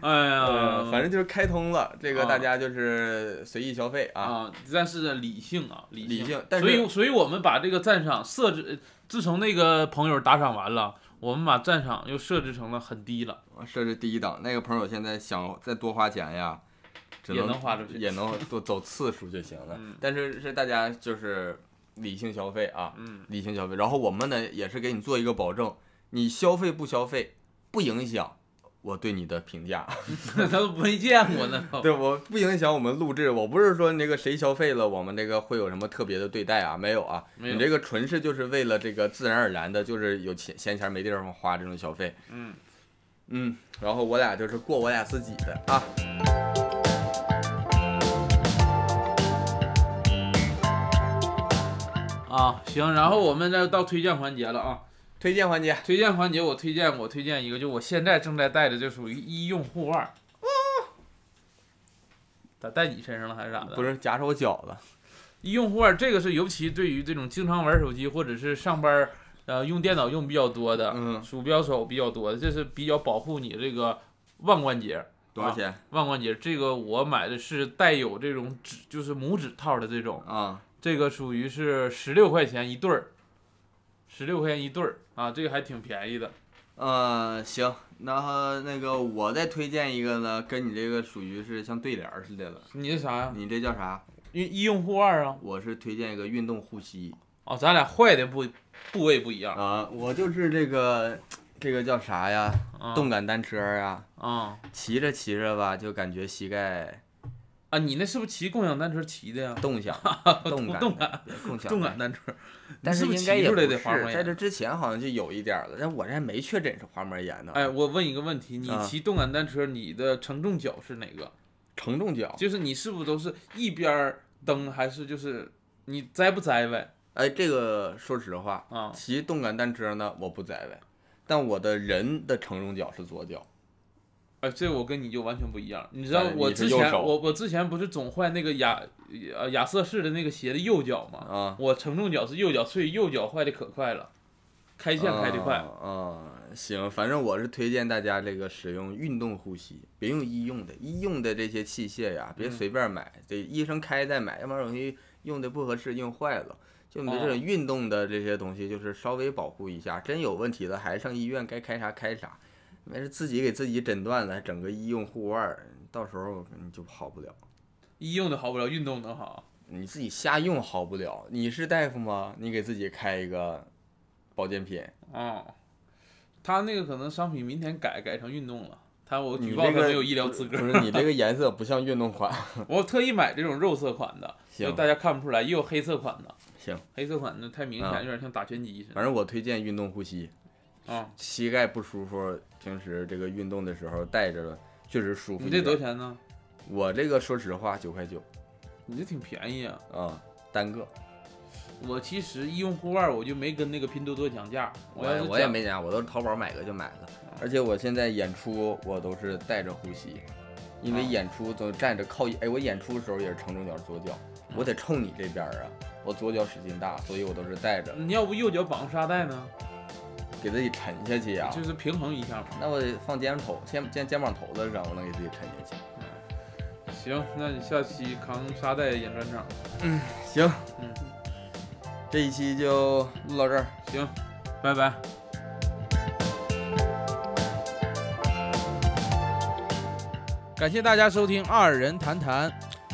[SPEAKER 1] 哎呀
[SPEAKER 2] 呃，，反正就是开通了，这个
[SPEAKER 1] 啊
[SPEAKER 2] 大家就是随意消费啊。
[SPEAKER 1] 啊，但是呢，理性啊，理
[SPEAKER 2] 理
[SPEAKER 1] 性
[SPEAKER 2] 性，但是
[SPEAKER 1] 所以所以我们把这个赞赏设置，呃自从那个朋友打赏完了，我们把赞赏又设置成了很低了，
[SPEAKER 2] 这是第一档，那个朋友现在想再多花钱呀，只
[SPEAKER 1] 也能花出去
[SPEAKER 2] 也能多走次数就行了。
[SPEAKER 1] 嗯
[SPEAKER 2] 但是是大家就是理性消费啊，
[SPEAKER 1] 嗯， *laughs*
[SPEAKER 2] 理性消费。然后我们呢也是给你做一个保证，你消费不消费不影响我对你的评价。 *laughs*
[SPEAKER 1] 他都没见过呢，
[SPEAKER 2] 对，我不影响我们录制。我不是说那个谁消费了，我们这个会有什么特别的对待啊？没有啊，
[SPEAKER 1] 没有
[SPEAKER 2] 你这个纯是就是为了这个自然而然的，就是有钱闲钱没地方花这种消费。
[SPEAKER 1] 嗯
[SPEAKER 2] 嗯，然后我俩就是过我俩自己的啊。
[SPEAKER 1] 啊，行，然后我们再到推荐环节了啊，
[SPEAKER 2] 推荐环节，
[SPEAKER 1] 推荐环节我推荐我推荐一个，就我现在正在戴的，就属于医用护腕。咋戴你身上了还是咋的？
[SPEAKER 2] 不是夹手饺子，
[SPEAKER 1] 医用护腕这个是尤其对于这种经常玩手机或者是上班儿呃用电脑用比较多的，
[SPEAKER 2] 嗯
[SPEAKER 1] 鼠标手比较多的，这是比较保护你这个万贯节，
[SPEAKER 2] 多少钱
[SPEAKER 1] 万贯节这个我买的是带有这种指，就是拇指套的这种，
[SPEAKER 2] 啊？
[SPEAKER 1] 这个属于是十六块钱一对儿，十六块钱一对儿啊，这个还挺便宜的。
[SPEAKER 2] 呃，行，那那个我再推荐一个呢，跟你这个属于是像对联儿似的了。
[SPEAKER 1] 你这啥呀？
[SPEAKER 2] 你这叫啥？
[SPEAKER 1] 一一用户二啊？
[SPEAKER 2] 我是推荐一个运动护膝
[SPEAKER 1] 哦，咱俩坏的部部位不一样。
[SPEAKER 2] 啊、我就是这个这个叫啥呀？
[SPEAKER 1] 啊
[SPEAKER 2] 动感单车啊，
[SPEAKER 1] 啊
[SPEAKER 2] 骑着骑着吧，就感觉膝盖
[SPEAKER 1] 啊！你那是不是骑共享单车骑的呀？
[SPEAKER 2] 动响，动感，
[SPEAKER 1] 动
[SPEAKER 2] 感，共享，
[SPEAKER 1] 动感。单车，
[SPEAKER 2] 但
[SPEAKER 1] 你
[SPEAKER 2] 是
[SPEAKER 1] 是不
[SPEAKER 2] 应该
[SPEAKER 1] 骑
[SPEAKER 2] 也
[SPEAKER 1] 出
[SPEAKER 2] 不
[SPEAKER 1] 来
[SPEAKER 2] 是，
[SPEAKER 1] 的滑膜
[SPEAKER 2] 在
[SPEAKER 1] 炎？
[SPEAKER 2] 这之前好像就有一点儿了，但我这还没确诊是滑膜炎呢。
[SPEAKER 1] 哎，，我问一个问题，你
[SPEAKER 2] 啊
[SPEAKER 1] 骑动感单车，你的承重脚是哪个？
[SPEAKER 2] 承重脚，
[SPEAKER 1] 就是你是不是都是一边儿蹬，还是就是你栽不栽呗？
[SPEAKER 2] 哎，这个说实话，
[SPEAKER 1] 啊，
[SPEAKER 2] 骑动感单车呢，我不栽呗，但我的人的承重脚是左脚。
[SPEAKER 1] 哎，这我跟你就完全不一样。你知道
[SPEAKER 2] 哎
[SPEAKER 1] 我
[SPEAKER 2] 你是
[SPEAKER 1] 之
[SPEAKER 2] 右
[SPEAKER 1] 前
[SPEAKER 2] 手
[SPEAKER 1] 我我之前不是总换那个亚呃亚瑟士的那个鞋的右脚吗？
[SPEAKER 2] 啊
[SPEAKER 1] 我承重脚是右脚，所以右脚坏的可快了，开线开的快。
[SPEAKER 2] 啊、嗯行，反正我是推荐大家这个使用运动护膝，别用医用的。医用的这些器械呀，别
[SPEAKER 1] 嗯
[SPEAKER 2] 随便买，得医生开再买，要不然容易用的不合适，用坏了。就你们这
[SPEAKER 1] 哦
[SPEAKER 2] 种运动的这些东西，就是稍微保护一下，真有问题了还上医院该开啥开啥，没事自己给自己诊断了，还整个医用护腕儿，到时候你就好不了。
[SPEAKER 1] 医用的好不了，运动能好。
[SPEAKER 2] 你自己瞎用好不了，你是大夫吗？你给自己开一个保健品，
[SPEAKER 1] 哦，他那个可能商品明天改改成运动了。他我
[SPEAKER 2] 你
[SPEAKER 1] 举报
[SPEAKER 2] 这
[SPEAKER 1] 他
[SPEAKER 2] 个
[SPEAKER 1] 没有医疗资格，
[SPEAKER 2] 不是你这个颜色不像运
[SPEAKER 1] *laughs*
[SPEAKER 2] 动款。
[SPEAKER 1] 我特意买这种肉色款的，就
[SPEAKER 2] 行
[SPEAKER 1] 大家看不出来，也有黑色款的。
[SPEAKER 2] 行，
[SPEAKER 1] 黑色款的太明显，
[SPEAKER 2] 啊
[SPEAKER 1] 有点像打拳击似的。
[SPEAKER 2] 反正我推荐运动护膝，
[SPEAKER 1] 啊，
[SPEAKER 2] 膝盖不舒服，平时这个运动的时候戴着确实舒服
[SPEAKER 1] 你
[SPEAKER 2] 一
[SPEAKER 1] 这
[SPEAKER 2] 点。
[SPEAKER 1] 多少钱呢？
[SPEAKER 2] 我这个说实话九块九
[SPEAKER 1] 你这挺便宜啊！
[SPEAKER 2] 啊，单个。
[SPEAKER 1] 我其实医用护腕我就没跟那个拼多多讲价，
[SPEAKER 2] 我
[SPEAKER 1] 要
[SPEAKER 2] 也
[SPEAKER 1] 是
[SPEAKER 2] 哎我也
[SPEAKER 1] 讲
[SPEAKER 2] 没讲，我都是淘宝买个就买了，
[SPEAKER 7] 嗯
[SPEAKER 2] 而且我现在演出我都是带着护膝，
[SPEAKER 7] 嗯
[SPEAKER 2] 因为
[SPEAKER 1] 啊
[SPEAKER 2] 演出总站着靠，哎，我演出的时候也是承重脚左脚，
[SPEAKER 7] 嗯
[SPEAKER 2] 我得冲你这边儿啊，我左脚使劲大，所以我都是带
[SPEAKER 7] 嗯
[SPEAKER 2] 着
[SPEAKER 1] 你要不右脚绑个沙袋呢，
[SPEAKER 2] 给自己沉下去呀、
[SPEAKER 1] 就是平衡一下嘛。
[SPEAKER 2] 那我得放肩上头，肩肩肩膀头子上，我能给自己沉下去。
[SPEAKER 1] 行，那你下期扛沙袋演专场。
[SPEAKER 2] 行，
[SPEAKER 1] 嗯，
[SPEAKER 2] 这一期就录到这儿。
[SPEAKER 1] 行，拜拜。
[SPEAKER 7] 感谢大家收听《二人谈谈》，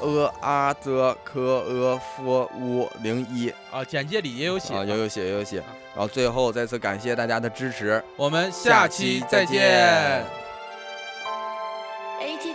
[SPEAKER 2] 呃啊则科呃夫乌零一
[SPEAKER 7] 啊，简介里也有写。
[SPEAKER 2] 啊，有有写有有写。然后最后再次感谢大家的支持，
[SPEAKER 7] 我们下期再见。
[SPEAKER 3] ATT